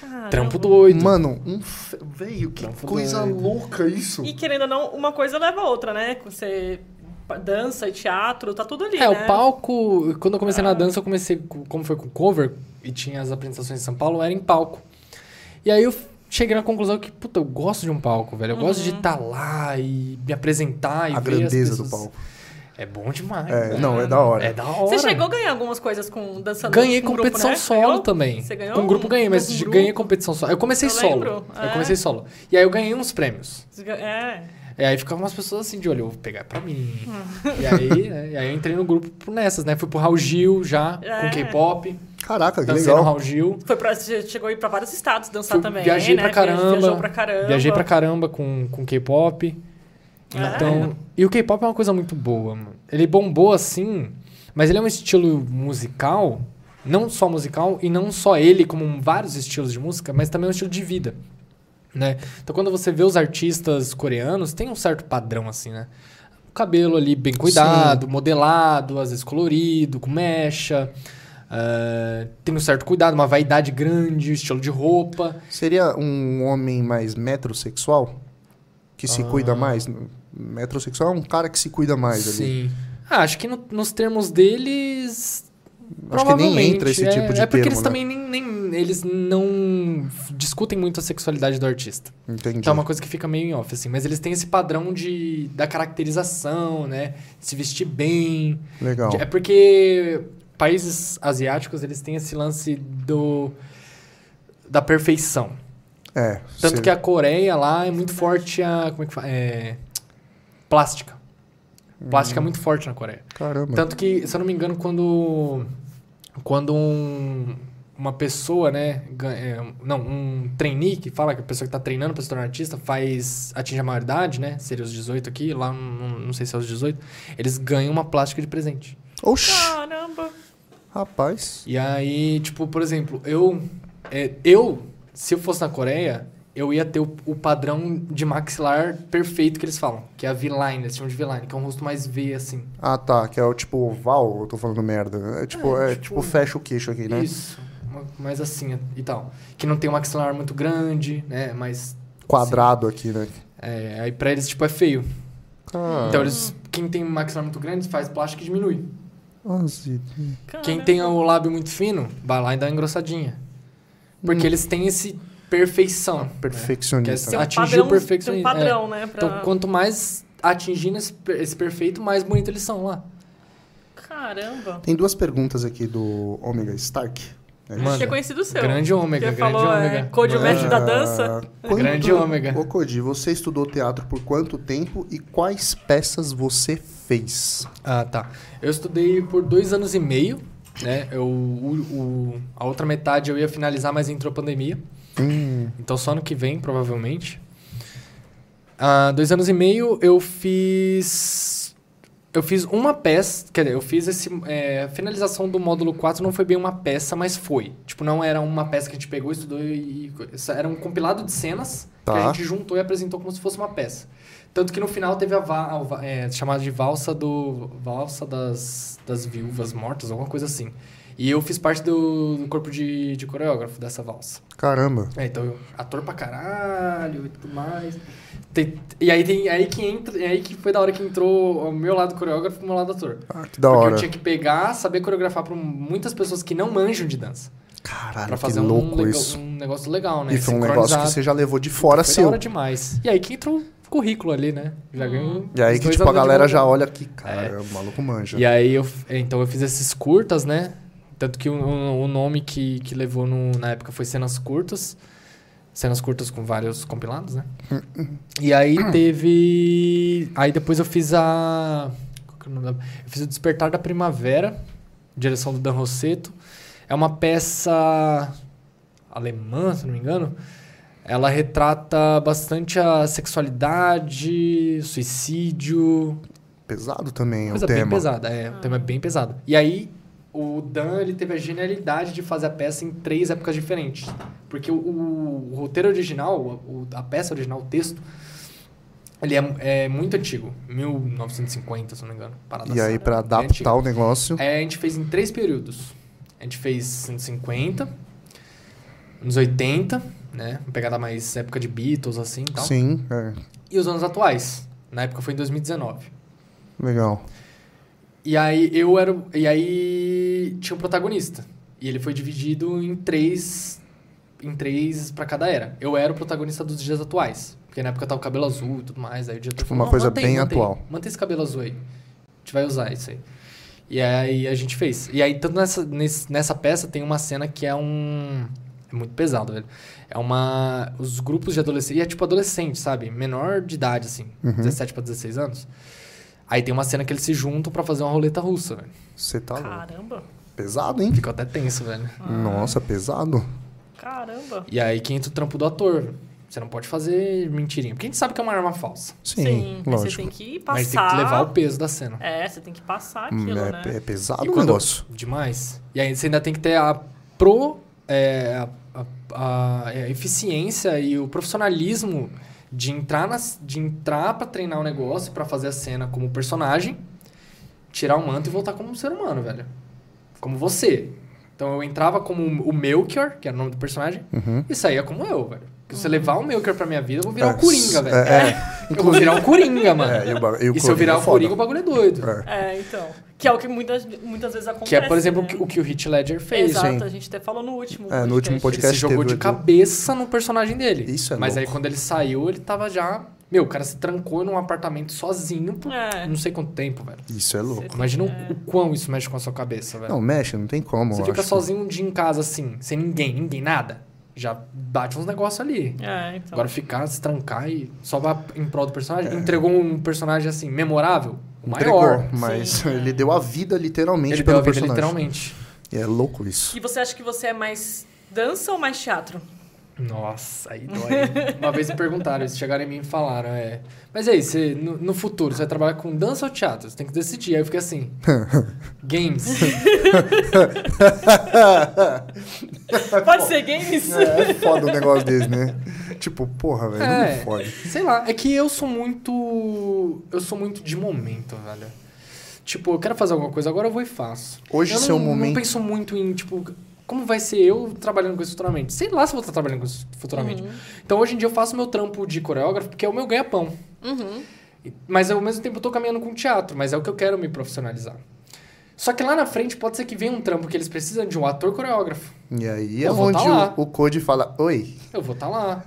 Speaker 1: Caramba.
Speaker 3: Trampo doido.
Speaker 2: mano um fe... Velho, que
Speaker 3: Não, fudeu.
Speaker 2: coisa louca isso.
Speaker 1: E querendo ou não, uma coisa leva a outra, né? Você pa- dança e teatro, tá tudo ali,
Speaker 3: É,
Speaker 1: né? Ah.
Speaker 3: o palco, quando eu comecei na dança, eu comecei, co- como foi com cover, e tinha as apresentações em São Paulo, era em palco. E aí eu f- cheguei na conclusão que, puta, eu gosto de um palco, velho. Eu gosto
Speaker 1: Uhum.
Speaker 3: de estar lá e me apresentar e
Speaker 2: A
Speaker 3: ver as
Speaker 2: grandeza do
Speaker 3: pessoas.
Speaker 2: palco.
Speaker 3: É bom demais.
Speaker 2: É,
Speaker 3: velho.
Speaker 2: não, é da hora.
Speaker 3: É da hora.
Speaker 1: Você chegou a ganhar algumas coisas com dançando
Speaker 3: Ganhei
Speaker 1: com grupo,
Speaker 3: competição
Speaker 1: né?
Speaker 3: solo
Speaker 1: Ganhou?
Speaker 3: também.
Speaker 1: Você ganhou?
Speaker 3: Com um grupo ganhei, mas
Speaker 1: Com
Speaker 3: de-
Speaker 1: grupo?
Speaker 3: ganhei competição solo. Eu comecei
Speaker 1: Eu
Speaker 3: solo.
Speaker 1: lembro,
Speaker 3: Eu
Speaker 1: é.
Speaker 3: comecei solo. E aí eu ganhei uns prêmios.
Speaker 1: Você ganhou- É.
Speaker 3: E aí ficavam umas pessoas assim de olho, eu vou pegar pra mim.
Speaker 1: Hum.
Speaker 3: e, aí, né, e aí eu entrei no grupo por nessas, né? Fui pro Raul Gil já,
Speaker 1: É.
Speaker 3: com K-pop.
Speaker 2: Caraca, que
Speaker 3: Dancei no
Speaker 2: legal.
Speaker 3: Tá Raul Gil.
Speaker 1: Foi pra, você chegou a ir pra vários estados dançar
Speaker 3: Fui-
Speaker 1: também.
Speaker 3: viajei
Speaker 1: né?
Speaker 3: pra caramba.
Speaker 1: Viajou pra caramba.
Speaker 3: Viajei pra caramba com, com K-pop.
Speaker 1: É.
Speaker 3: Então. E o K-pop é uma coisa muito boa, mano. Ele bombou assim, mas ele é um estilo musical Não só musical, e não só ele, como vários estilos de música, mas também um estilo de vida. Né? Então quando você vê os artistas coreanos, tem um certo padrão assim, né? O cabelo ali bem cuidado, modelado, às vezes colorido, com mecha. ah, tem um certo cuidado, uma vaidade grande, estilo de roupa.
Speaker 2: Seria um homem mais metrosexual? Que se cuida mais? Metrosexual é um cara que se cuida mais ali.
Speaker 3: Ah. Sim. Ah, acho que no- nos termos deles.
Speaker 2: Acho que nem
Speaker 3: provavelmente,
Speaker 2: entra esse
Speaker 3: é,
Speaker 2: tipo de
Speaker 3: É porque
Speaker 2: termo,
Speaker 3: eles
Speaker 2: né?
Speaker 3: também nem, nem- Eles não f- discutem muito a sexualidade do artista.
Speaker 2: Entendi.
Speaker 3: Então é uma coisa que fica meio em off, assim. Mas eles têm esse padrão de, da caracterização, né? De se vestir bem.
Speaker 2: Legal.
Speaker 3: É porque países asiáticos, eles têm esse lance do. da perfeição.
Speaker 2: É.
Speaker 3: Tanto
Speaker 2: ser-
Speaker 3: que a Coreia lá é muito forte a. Como é que fala? É, plástica.
Speaker 2: Hum.
Speaker 3: Plástica é muito forte na Coreia.
Speaker 2: Caramba.
Speaker 3: Tanto que, se eu não me engano, quando. Quando um, uma pessoa, né? gan- é, um- Não, um trainee que fala que a pessoa que tá treinando pra se tornar artista faz. atinge a maioridade, né? Seria os 18 aqui, lá não, não sei se é os 18. Eles ganham uma plástica de presente.
Speaker 2: Oxi!
Speaker 1: Caramba.
Speaker 2: Rapaz.
Speaker 3: E aí, tipo, por exemplo, eu. é, eu, se eu fosse na Coreia, eu ia ter o, o padrão de maxilar perfeito que eles falam, que é a V-line, eles chamam de V-line, que é um rosto mais V, assim.
Speaker 2: Ah, tá. Que é o tipo oval, eu tô falando merda. É tipo, é,
Speaker 3: É,
Speaker 2: tipo,
Speaker 3: tipo-
Speaker 2: fecha o queixo aqui, né?
Speaker 3: Isso. uma- Mais assim e tal. Que não tem um maxilar muito grande, né? Mas.
Speaker 2: Quadrado aqui, né?
Speaker 3: é, aí pra eles, tipo, é feio.
Speaker 2: Cara,
Speaker 3: Então eles. Quem tem um maxilar muito grande faz plástico e diminui.
Speaker 2: as ideias.
Speaker 1: Caramba.
Speaker 3: Quem tem o lábio muito fino, vai lá e dá uma engrossadinha. Porque
Speaker 2: Hum. Ah,
Speaker 3: eles têm esse perfeição. né?
Speaker 2: perfeccionista.
Speaker 3: Quer
Speaker 1: Tem
Speaker 2: né?
Speaker 1: um
Speaker 3: atingir o
Speaker 1: padrão- Tem um
Speaker 3: perfeccionismo,
Speaker 1: padrão, né? Pra...
Speaker 3: Então, quanto mais atingindo esse, per- esse perfeito, mais bonito eles são lá.
Speaker 1: Caramba.
Speaker 2: Tem duas perguntas aqui do Omega Stark. É
Speaker 3: Manda.
Speaker 1: Acho que é conhecido seu.
Speaker 3: Grande ômega,
Speaker 1: Porque
Speaker 3: grande
Speaker 1: falou,
Speaker 3: ômega.
Speaker 1: é, Code
Speaker 2: isso.
Speaker 1: o mestre da
Speaker 2: Ah,
Speaker 1: dança.
Speaker 2: quando-
Speaker 3: Grande ômega.
Speaker 2: Ô, Cody, você estudou teatro por quanto tempo e quais peças você fez?
Speaker 3: Ah, tá. Eu estudei por dois anos e meio, né? Eu, o- o- a outra metade eu ia finalizar, mas entrou a pandemia.
Speaker 2: Hum,
Speaker 3: Então só ano que vem, provavelmente. Ah, dois anos e meio eu fiz. Eu fiz uma peça, quer dizer, eu fiz esse. é, a finalização do módulo 4 não foi bem uma peça, mas foi. Tipo, não era uma peça que a gente pegou, estudou e. e- essa- Era um compilado de cenas que
Speaker 2: Tá.
Speaker 3: a gente juntou e apresentou como se fosse uma peça. Tanto que no final teve a, va- a va- é, chamada de valsa do. Valsa das, das viúvas mortas, alguma coisa assim. E eu fiz parte do, do corpo de- de coreógrafo dessa valsa.
Speaker 2: caramba.
Speaker 3: É, então, eu- ator pra caralho e tudo mais. Tem- e aí, tem, aí que entra, é aí que foi da hora que entrou o meu lado coreógrafo e o meu lado ator.
Speaker 2: Ah, que da
Speaker 3: Porque
Speaker 2: hora.
Speaker 3: eu tinha que pegar, saber coreografar pra muitas pessoas que não manjam de dança.
Speaker 2: Caralho,
Speaker 3: pra
Speaker 2: que
Speaker 3: fazer um,
Speaker 2: louco
Speaker 3: lega-
Speaker 2: isso.
Speaker 3: um negócio legal, né?
Speaker 2: e foi um negócio que
Speaker 3: Sincronizado.
Speaker 2: você já levou de fora
Speaker 3: Foi da
Speaker 2: seu.
Speaker 3: hora demais. E aí que entrou o currículo ali, né? Já ganhou.
Speaker 2: E aí
Speaker 3: os
Speaker 2: que
Speaker 3: dois
Speaker 2: tipo, a
Speaker 3: anos de
Speaker 2: galera
Speaker 3: volta.
Speaker 2: já olha aqui, cara, o maluco manja.
Speaker 3: E aí eu, f- então eu fiz esses curtas, né? Tanto que o, o- o nome que, que levou no- na época foi Cenas Curtas. Cenas curtas com vários compilados, né? E aí teve. Aí depois eu fiz a. qual que é o nome da- Eu fiz o Despertar da Primavera, direção do Dan Rosseto. É uma peça alemã, se não me engano. Ela retrata bastante a sexualidade, suicídio,
Speaker 2: Pesado também é o
Speaker 3: Coisa bem
Speaker 2: tema.
Speaker 3: pesada, é. O tema é bem pesado. E aí, o Dan, ele teve a genialidade de fazer a peça em três épocas diferentes. Porque o, o- o roteiro original, o- o- a peça original, o texto, ele é, é muito antigo. 1950, se não me engano. Parada
Speaker 2: E
Speaker 3: assim.
Speaker 2: aí, pra
Speaker 3: Bem antigo.
Speaker 2: adaptar o negócio,
Speaker 3: É, a gente fez em três períodos. A gente fez anos 50, anos 80, né? Uma pegada mais época de Beatles, assim e tal.
Speaker 2: sim, é,
Speaker 3: E os anos atuais. Na época foi em 2019.
Speaker 2: legal.
Speaker 3: E aí eu era. o- E aí tinha um protagonista. E ele foi dividido em três. Em três pra cada era. Eu era o protagonista dos dias atuais. Porque na época tava o cabelo azul e tudo mais. Aí o dia
Speaker 2: Tipo, uma coisa bem atual.
Speaker 3: Mantém esse cabelo azul aí. A gente vai usar isso aí. E aí a gente fez. E aí, tanto nessa, nesse- nessa peça tem uma cena que é um. É muito pesado, velho. É uma. Os grupos de adolescentes. E é tipo adolescente, sabe? Menor de idade, assim.
Speaker 2: Uhum.
Speaker 3: 17 pra 16 anos. Aí tem uma cena que eles se juntam pra fazer uma roleta russa, velho.
Speaker 2: Você tá louco.
Speaker 1: Caramba.
Speaker 2: pesado, hein?
Speaker 1: Ah.
Speaker 3: Ficou até tenso, velho.
Speaker 2: Nossa, pesado.
Speaker 1: Caramba.
Speaker 3: E aí que entra o trampo do ator. Você não pode fazer mentirinha. Porque a gente sabe que é uma arma falsa.
Speaker 2: Sim,
Speaker 1: mas você
Speaker 2: lógico.
Speaker 1: tem que passar.
Speaker 3: Mas tem que levar o peso da cena.
Speaker 1: É, você tem que passar
Speaker 2: Hum,
Speaker 1: aquilo,
Speaker 2: é,
Speaker 1: né?
Speaker 2: é pesado
Speaker 3: E
Speaker 2: o
Speaker 3: quando- [LAUGHS]
Speaker 2: negócio.
Speaker 3: Demais. E aí você ainda tem que ter a pro... é, a, a- a- é, a eficiência e o profissionalismo de entrar, nas, de entrar pra treinar o negócio, pra fazer a cena como personagem, tirar o manto e voltar como um ser humano, velho. Como você. Então eu entrava como o Melchior, que era o nome do personagem,
Speaker 2: Uhum.
Speaker 3: e saía como eu, velho. Porque se eu levar o Melchior pra minha vida, eu vou virar
Speaker 2: É,
Speaker 3: o Coringa, velho.
Speaker 2: é, é.
Speaker 3: Eu vou virar o Coringa,
Speaker 2: [LAUGHS]
Speaker 3: mano.
Speaker 2: É, e o ba- e o
Speaker 3: E se eu
Speaker 2: Coringa
Speaker 3: virar
Speaker 2: é
Speaker 3: o
Speaker 2: foda.
Speaker 3: Coringa, o bagulho é doido.
Speaker 2: É.
Speaker 1: É, então. Que é o que muitas, muitas vezes acontece.
Speaker 3: Que é, por exemplo, o
Speaker 1: né?
Speaker 3: que- o que o Heath Ledger fez.
Speaker 1: Exato,
Speaker 2: sim.
Speaker 1: a gente até falou no último
Speaker 2: É, no último
Speaker 3: Ele
Speaker 2: podcast.
Speaker 3: se jogou
Speaker 2: teve
Speaker 3: de
Speaker 2: o-
Speaker 3: cabeça no personagem dele.
Speaker 2: Isso é
Speaker 3: Mas aí
Speaker 2: louco.
Speaker 3: quando ele saiu, ele tava já... Meu, o cara se trancou num apartamento sozinho por
Speaker 1: É.
Speaker 3: não sei quanto tempo, velho.
Speaker 2: Isso é louco.
Speaker 3: Imagina o- o quão isso mexe com a sua cabeça, velho.
Speaker 2: Não, mexe, não tem como.
Speaker 3: Você
Speaker 2: eu
Speaker 3: fica
Speaker 2: acho.
Speaker 3: sozinho um dia em casa assim, sem ninguém, ninguém, nada. Já bate uns negócios ali.
Speaker 1: É, então.
Speaker 3: Agora ficar, se trancar e só vá em prol do personagem. Entregou um personagem assim, memorável,
Speaker 2: É.
Speaker 3: o
Speaker 2: Entregou,
Speaker 3: maior.
Speaker 2: mas
Speaker 1: Sim, é.
Speaker 2: ele deu a vida literalmente
Speaker 3: Ele deu
Speaker 2: pelo
Speaker 3: a vida
Speaker 2: personagem.
Speaker 3: literalmente.
Speaker 2: E é louco
Speaker 3: [LAUGHS]
Speaker 2: isso.
Speaker 1: E você acha que você é mais dança ou mais teatro?
Speaker 3: Nossa,
Speaker 2: [LAUGHS]
Speaker 3: aí dói. Uma vez me perguntaram, eles chegaram em mim e falaram, é. Mas e aí, você, no, no futuro, você vai trabalhar com dança ou teatro? Você tem que decidir. Aí eu
Speaker 2: [LAUGHS]
Speaker 3: fiquei assim. games. É,
Speaker 1: Pode ser games?
Speaker 2: É foda o negócio desse, né? Tipo, porra, velho, não me
Speaker 3: É.
Speaker 2: fode.
Speaker 3: Sei lá, é que eu sou muito. Eu sou muito de momento, velho. Tipo, eu quero fazer alguma coisa agora, eu vou e faço.
Speaker 2: Hoje
Speaker 3: eu
Speaker 2: seu
Speaker 3: não,
Speaker 2: momento-
Speaker 3: não penso muito em, tipo, como vai ser eu trabalhando com isso futuramente. Sei lá se eu vou estar trabalhando com isso futuramente.
Speaker 2: Uhum.
Speaker 3: Então hoje em dia eu faço meu trampo de coreógrafo, porque é o meu ganha-pão.
Speaker 1: Uhum.
Speaker 3: Mas ao mesmo tempo eu tô caminhando com o teatro, mas é o que eu quero me profissionalizar. Só que lá na frente pode ser que venha um trampo que eles precisam de um ator coreógrafo.
Speaker 2: E aí é
Speaker 3: Eu vou
Speaker 2: onde
Speaker 3: tá lá.
Speaker 2: o, o Code fala, oi,
Speaker 3: Eu vou estar lá.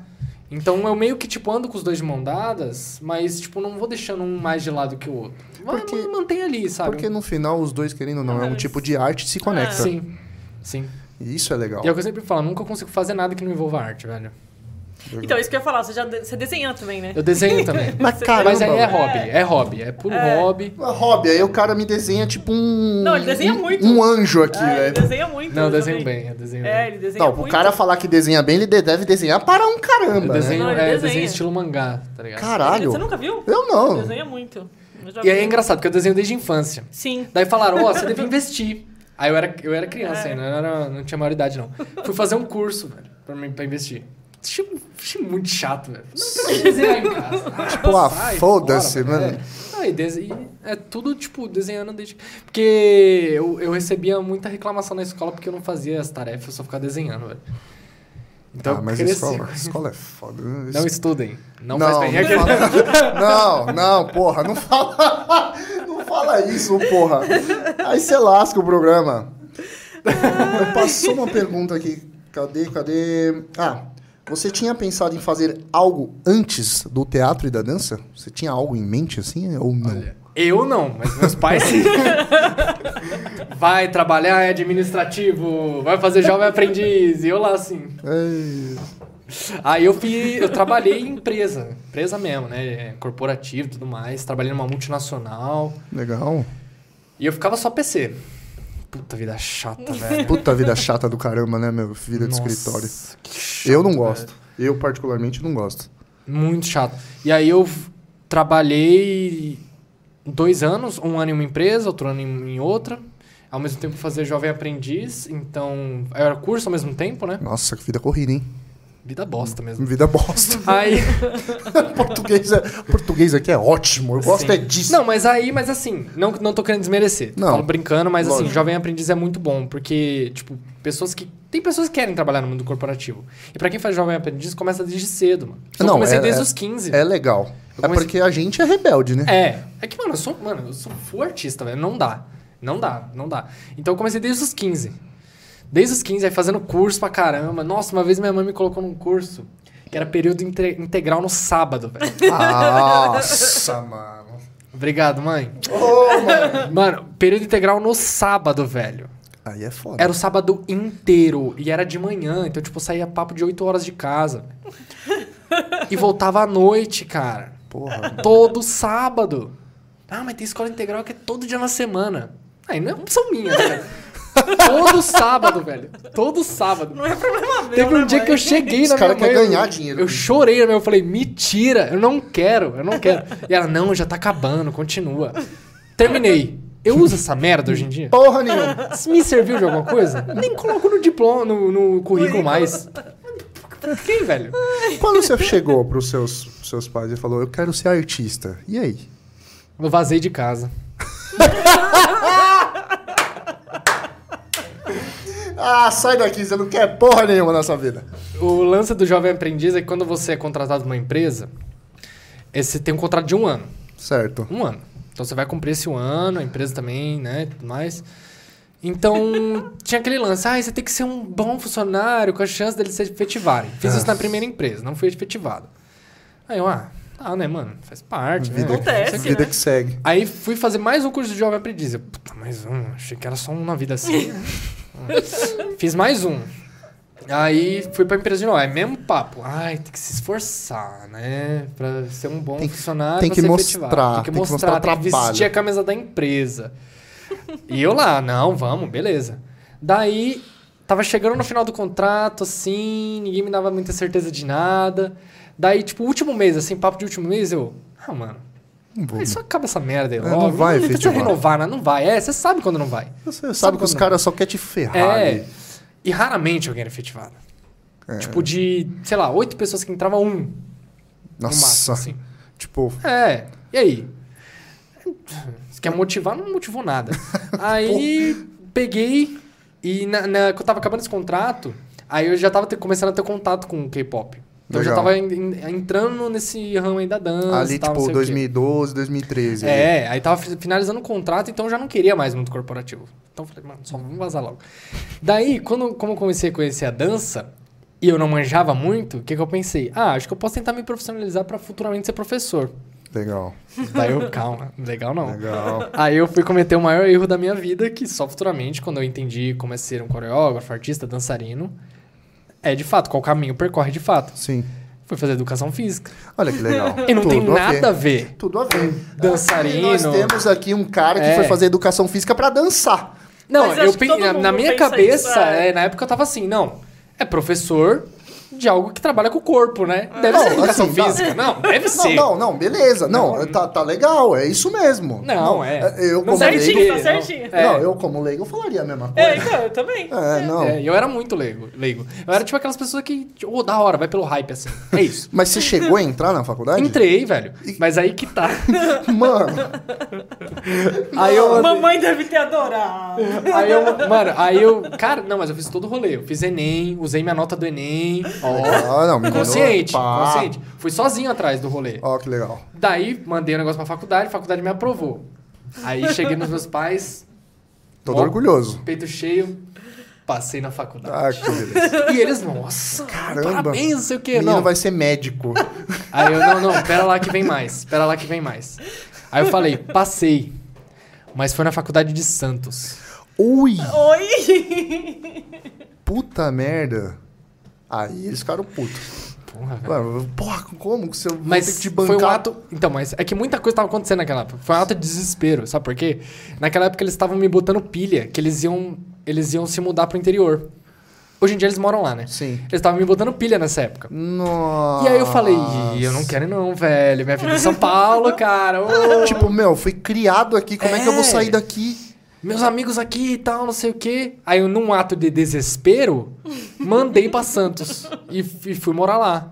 Speaker 3: Então eu meio que tipo ando com os dois de mão dadas, mas tipo não vou deixando um mais de lado que o outro. Vai,
Speaker 2: Porque-
Speaker 3: man- mantém ali, sabe?
Speaker 2: porque no final os dois, querendo ou não, é um
Speaker 1: Mas-
Speaker 2: tipo de arte que se
Speaker 1: É.
Speaker 2: conecta.
Speaker 3: Sim. Sim.
Speaker 2: E isso é legal.
Speaker 3: E é o que Ah. eu sempre falo, nunca consigo fazer nada que não envolva arte, velho.
Speaker 1: Então, isso que eu ia falar, você já de- você desenha também, né?
Speaker 3: Eu
Speaker 1: [LAUGHS]
Speaker 3: desenho também.
Speaker 2: Mas
Speaker 1: Você-
Speaker 2: caramba,
Speaker 3: mas aí é
Speaker 2: velho.
Speaker 3: hobby, é hobby, é puro
Speaker 1: um É.
Speaker 3: hobby.
Speaker 2: Uma hobby, aí o cara me desenha tipo um.
Speaker 1: Não, ele desenha
Speaker 2: um,
Speaker 1: muito.
Speaker 2: Um anjo aqui,
Speaker 1: É, ele
Speaker 2: velho.
Speaker 1: desenha muito.
Speaker 3: Não, eu
Speaker 1: também.
Speaker 3: desenho bem, eu desenho
Speaker 1: É,
Speaker 3: bem.
Speaker 1: ele desenha
Speaker 2: Não,
Speaker 1: muito.
Speaker 2: o cara falar que desenha bem, ele de- deve desenhar para um caramba.
Speaker 3: Eu
Speaker 2: né?
Speaker 3: desenho,
Speaker 1: Não, ele
Speaker 3: é, eu
Speaker 1: desenha.
Speaker 3: desenho estilo mangá, tá ligado?
Speaker 2: um Caralho.
Speaker 1: Você nunca viu?
Speaker 2: Eu não.
Speaker 1: Ele desenha muito. Eu já
Speaker 3: E aí
Speaker 1: vi.
Speaker 3: é engraçado, porque eu desenho desde a infância.
Speaker 1: Sim.
Speaker 3: Daí falaram, ó, você deve investir. Aí eu era, eu era criança ainda, eu não, era- não tinha maioridade, não. Fui fazer um curso, velho, pra, mim, pra investir. Achei, achei muito chato, velho. Não tem desenhar em casa.
Speaker 2: [LAUGHS] Tipo, ah,
Speaker 3: sai
Speaker 2: foda-se,
Speaker 3: fora,
Speaker 2: mano. Ah,
Speaker 3: velho. É. Não, e dese- e é tudo, tipo, desenhando desde... Porque eu, eu recebia muita reclamação na escola porque eu não fazia as tarefas, eu só ficava desenhando, velho. Então,
Speaker 2: ah, mas
Speaker 3: cresci.
Speaker 2: escola, escola é foda.
Speaker 3: Não estudem. Não, faz bem. É que-
Speaker 2: não, fala- não, não, porra, não fala, [LAUGHS] não fala isso, porra. Aí você lasca o programa. Passou uma pergunta aqui. Cadê, cadê? Ah, você tinha pensado em fazer algo antes do teatro e da dança? Você tinha algo em mente assim ou não?
Speaker 3: Eu não, mas meus pais sim. vai trabalhar, é administrativo, vai fazer jovem aprendiz, e eu lá assim.
Speaker 2: É,
Speaker 3: Aí eu fui, eu trabalhei em empresa, empresa mesmo, né? Corporativo e tudo mais, trabalhei numa multinacional,
Speaker 2: legal.
Speaker 3: e eu ficava só PC. Puta vida chata, velho.
Speaker 2: Puta vida chata do caramba, né, meu? Vida de
Speaker 3: Nossa,
Speaker 2: Uhum. escritório.
Speaker 3: que chato,
Speaker 2: Eu não
Speaker 3: velho.
Speaker 2: gosto. Eu particularmente não gosto.
Speaker 3: Muito chato. E aí eu f- trabalhei dois anos, um ano em uma empresa, outro ano em, em outra. Ao mesmo tempo fazer jovem aprendiz, então eu era curso ao mesmo tempo, né?
Speaker 2: Nossa, que vida corrida, hein?
Speaker 3: Vida bosta mesmo.
Speaker 2: Vida bosta. [LAUGHS]
Speaker 3: Aí,
Speaker 2: português, é- português aqui é ótimo. Eu gosto
Speaker 3: Sim.
Speaker 2: é disso.
Speaker 3: Não, mas aí, mas assim, não, não tô querendo desmerecer.
Speaker 2: Não.
Speaker 3: Falo brincando, mas assim,
Speaker 2: Lógico.
Speaker 3: jovem aprendiz é muito bom, porque, tipo, pessoas que. Tem pessoas que querem trabalhar no mundo corporativo. E pra quem faz jovem aprendiz, começa desde cedo, mano. Eu
Speaker 2: Não,
Speaker 3: comecei
Speaker 2: é-
Speaker 3: desde
Speaker 2: é-
Speaker 3: os 15.
Speaker 2: É legal.
Speaker 3: Eu
Speaker 2: É
Speaker 3: comecei-
Speaker 2: porque a gente é rebelde, né?
Speaker 3: É. É que, mano, eu sou, mano, eu sou full artista, velho. Não dá. Não dá, não dá. Então eu comecei desde os 15. Desde os 15, aí fazendo curso pra caramba. Nossa, uma vez minha mãe me colocou num curso que era período inte- integral no sábado, velho. [LAUGHS]
Speaker 2: Nossa, mano.
Speaker 3: Obrigado, mãe.
Speaker 2: Ô, mano.
Speaker 3: Mano, período integral no sábado, velho.
Speaker 2: Aí é foda.
Speaker 3: Era o sábado inteiro e era de manhã, então, tipo, eu saía papo de 8 horas de casa. e voltava à noite, cara.
Speaker 2: Porra. [LAUGHS]
Speaker 3: Todo sábado. Ah, mas tem escola integral que é todo dia na semana. Aí não é opção minha, né? Todo sábado, velho. Todo sábado.
Speaker 1: Não é problema meu,
Speaker 3: Teve
Speaker 1: né,
Speaker 3: um dia
Speaker 1: mãe?
Speaker 3: que eu cheguei
Speaker 2: Os
Speaker 3: na
Speaker 2: cara
Speaker 3: minha mãe.
Speaker 2: quer ganhar
Speaker 3: eu,
Speaker 2: dinheiro.
Speaker 3: Eu chorei na minha mãe. Eu falei, mentira, eu não quero, eu não quero. E ela, não, já tá acabando, continua. Terminei. Eu uso essa merda hoje em dia?
Speaker 2: Porra nenhuma.
Speaker 3: Se me serviu de alguma coisa? Nem coloco no diploma, no, no currículo mais. Por quê, velho?
Speaker 2: Quando você chegou pros seus, seus pais e falou, eu quero ser artista, e aí?
Speaker 3: Eu vazei de casa.
Speaker 2: Ah, sai daqui, você não quer porra nenhuma nessa vida.
Speaker 3: O lance do jovem aprendiz é que quando você é contratado numa empresa, é, você tem um contrato de um ano.
Speaker 2: Certo.
Speaker 3: Um ano. Então você vai cumprir esse um ano, a empresa também, né? Tudo mais. Então, [LAUGHS] tinha aquele lance, ah, você tem que ser um bom funcionário com a chance deles se efetivarem. Fiz
Speaker 2: Ah.
Speaker 3: isso na primeira empresa, não fui efetivado. Aí eu, ah, tá, né, mano? Faz parte, né?
Speaker 2: Vida,
Speaker 1: Acontece,
Speaker 2: que, vida
Speaker 1: né?
Speaker 2: que segue.
Speaker 3: Aí fui fazer mais um curso de jovem aprendiz. Eu, puta, mais um. Achei que era só um na
Speaker 2: [LAUGHS]
Speaker 3: vida assim. Fiz mais um. Aí fui pra empresa de novo. É mesmo papo. Ai, tem que se esforçar, né? Pra ser um bom
Speaker 2: Tem-
Speaker 3: funcionário.
Speaker 2: tem
Speaker 3: pra
Speaker 2: que
Speaker 3: ser
Speaker 2: mostrar,
Speaker 3: efetivado.
Speaker 2: tem que mostrar
Speaker 3: tem que vestir
Speaker 2: trabalho.
Speaker 3: a camisa da empresa. E eu lá, não, vamos, beleza. Daí, tava chegando no final do contrato, assim, ninguém me dava muita certeza de nada. Daí, tipo, último mês, assim, papo de último mês, eu. Ah, mano.
Speaker 2: Não vou.
Speaker 3: Aí só acaba essa merda aí
Speaker 2: É,
Speaker 3: logo.
Speaker 2: não vai
Speaker 3: não precisa
Speaker 2: efetivar.
Speaker 3: renovar, né? Não vai. É, você sabe quando não vai.
Speaker 2: Você sabe,
Speaker 3: Sabe
Speaker 2: que os
Speaker 3: quando-
Speaker 2: caras só querem te ferrar.
Speaker 3: É.
Speaker 2: né?
Speaker 3: E raramente alguém era efetivado.
Speaker 2: É.
Speaker 3: Tipo, de, sei lá, oito pessoas que entrava um no máximo,
Speaker 2: Nossa.
Speaker 3: assim.
Speaker 2: Tipo,
Speaker 3: É. E aí? Você quer motivar? Não
Speaker 2: [LAUGHS]
Speaker 3: motivou nada. aí peguei e na, na- quando eu tava acabando esse contrato, aí eu já tava te- começando a ter contato com o K-pop. Então eu já
Speaker 2: Legal.
Speaker 3: tava en- en- entrando nesse ramo aí da dança.
Speaker 2: ali,
Speaker 3: e tal, não
Speaker 2: tipo,
Speaker 3: sei o quê.
Speaker 2: 2012, 2013. ali.
Speaker 3: É, aí tava fi- finalizando o contrato, então eu já não queria mais muito corporativo. Então eu falei, mano, só vamos vazar logo. Daí, quando, como eu comecei a conhecer a dança, e eu não manjava muito, o que, que eu pensei? Ah, acho que eu posso tentar me profissionalizar pra futuramente ser professor.
Speaker 2: Legal.
Speaker 3: Daí eu, calma, legal não.
Speaker 2: Legal.
Speaker 3: Aí eu fui cometer o maior erro da minha vida, que só futuramente, quando eu entendi como é ser um coreógrafo, artista, dançarino, é de fato, qual caminho percorre de fato.
Speaker 2: Sim.
Speaker 3: Fui fazer educação física.
Speaker 2: Olha que legal.
Speaker 3: [LAUGHS] E não tem
Speaker 2: Tudo a
Speaker 3: nada a ver.
Speaker 2: Tudo a ver.
Speaker 3: Dançarino.
Speaker 2: Nós temos aqui um cara que
Speaker 3: É.
Speaker 2: foi fazer educação física pra dançar.
Speaker 3: Não,
Speaker 1: Mas
Speaker 3: eu
Speaker 1: acho que
Speaker 3: pen-
Speaker 1: todo
Speaker 3: na- na
Speaker 1: mundo
Speaker 3: minha
Speaker 1: pensa
Speaker 3: cabeça,
Speaker 1: isso, é.
Speaker 3: é, na época eu tava assim, não, é professor de algo que trabalha com o corpo, né?
Speaker 1: Ah.
Speaker 3: Deve
Speaker 2: Não,
Speaker 3: ser educação
Speaker 2: assim, tá.
Speaker 3: física. Não, deve ser.
Speaker 2: Não, não, não, beleza. Não, tá, tá legal, é isso mesmo.
Speaker 3: Não, é.
Speaker 2: Eu, como
Speaker 3: Não sei
Speaker 2: leigo.
Speaker 1: Certinho, tá
Speaker 3: Não.
Speaker 1: certinho.
Speaker 3: É.
Speaker 2: Não, eu, como leigo, falaria a mesma
Speaker 1: É,
Speaker 2: coisa.
Speaker 1: então, eu também.
Speaker 2: É, não.
Speaker 3: É, e eu era muito leigo, leigo. Eu era tipo aquelas pessoas que, ô, da hora, vai pelo hype, assim. É isso.
Speaker 2: Mas você chegou a entrar na faculdade?
Speaker 3: Entrei, velho. Mas aí que tá.
Speaker 2: Mano.
Speaker 3: [LAUGHS] Aí eu.
Speaker 1: Ah,
Speaker 3: É.
Speaker 1: Mamãe deve ter adorado.
Speaker 3: Aí eu. Mano, aí eu. Cara, não, mas eu fiz todo o rolê. Eu fiz Enem, usei minha nota do Enem. Ó.
Speaker 2: Ah, não, menino,
Speaker 3: Consciente,
Speaker 2: pá.
Speaker 3: consciente. Fui sozinho atrás do rolê.
Speaker 2: Ó, que legal.
Speaker 3: Daí mandei o negócio pra faculdade, a faculdade me aprovou. Aí cheguei nos meus pais,
Speaker 2: Todo
Speaker 3: Ó.
Speaker 2: orgulhoso.
Speaker 3: peito cheio, passei na faculdade.
Speaker 2: Ah, que beleza.
Speaker 3: E eles, nossa,
Speaker 2: Caramba.
Speaker 3: parabéns, não sei o quê.
Speaker 2: Menino
Speaker 3: Não.
Speaker 2: vai ser
Speaker 3: [LAUGHS]
Speaker 2: médico.
Speaker 3: Aí eu, não, não, pera lá que vem mais, pera lá que vem mais. Aí eu falei, passei, mas foi na faculdade de Santos.
Speaker 2: Ui,
Speaker 1: Oi! [LAUGHS]
Speaker 2: puta merda. Aí eles ficaram putos.
Speaker 3: Porra, velho.
Speaker 2: Mano, Porra, como que você vai ter
Speaker 3: Mas
Speaker 2: que te
Speaker 3: foi
Speaker 2: bancar?
Speaker 3: um ato. Então, mas é que muita coisa tava acontecendo naquela época. Foi um ato de desespero, sabe por quê? Naquela época eles estavam me botando pilha, que eles iam, eles iam se mudar pro interior. Hoje em dia eles moram lá, né?
Speaker 2: Sim.
Speaker 3: Eles estavam me botando pilha nessa época.
Speaker 2: Nossa.
Speaker 3: E aí eu falei, "Ih, eu não quero não, velho. Minha vida é São Paulo, cara. ô."
Speaker 2: Tipo, meu, fui criado aqui, como é, que eu vou
Speaker 3: É.
Speaker 2: sair daqui?
Speaker 3: meus amigos aqui e tal, não sei o quê. Aí eu, num ato de desespero, mandei pra Santos. E, e fui morar lá.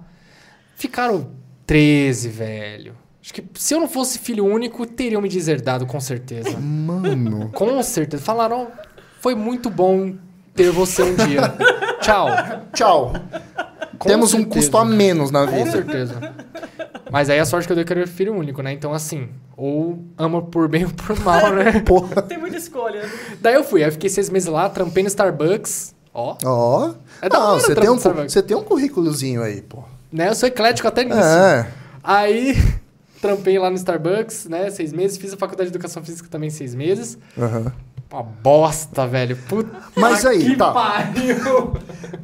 Speaker 3: Ficaram 13, velho. Acho que se eu não fosse filho único, teriam me deserdado, com certeza.
Speaker 2: Mano.
Speaker 3: Com certeza. Falaram, "Ó, foi muito bom ter você um dia. Tchau.
Speaker 2: Tchau.
Speaker 3: Com
Speaker 2: Temos um
Speaker 3: certeza.
Speaker 2: custo a menos na
Speaker 3: Com
Speaker 2: vida.
Speaker 3: certeza. Mas aí a sorte que eu dei é que eu era filho único, né? Então, assim, ou ama por bem ou por
Speaker 2: [LAUGHS]
Speaker 3: mal, né?
Speaker 2: Porra.
Speaker 1: Tem muita escolha.
Speaker 3: Daí eu fui, aí eu fiquei seis meses lá, trampei no Starbucks, ó.
Speaker 2: Ó.
Speaker 3: É da
Speaker 2: não,
Speaker 3: hora
Speaker 2: você
Speaker 3: tra-
Speaker 2: tem, um, cu-
Speaker 3: Starbucks.
Speaker 2: você tem um currículozinho aí, pô.
Speaker 3: Né? Eu sou eclético até nisso.
Speaker 2: É.
Speaker 3: Aí, [LAUGHS] trampei lá no Starbucks, né? Seis meses, fiz a faculdade de educação física também seis meses.
Speaker 2: Aham.
Speaker 3: Uma bosta, velho. Puta
Speaker 2: Mas aí,
Speaker 3: Ah, que
Speaker 2: tá.
Speaker 3: pariu.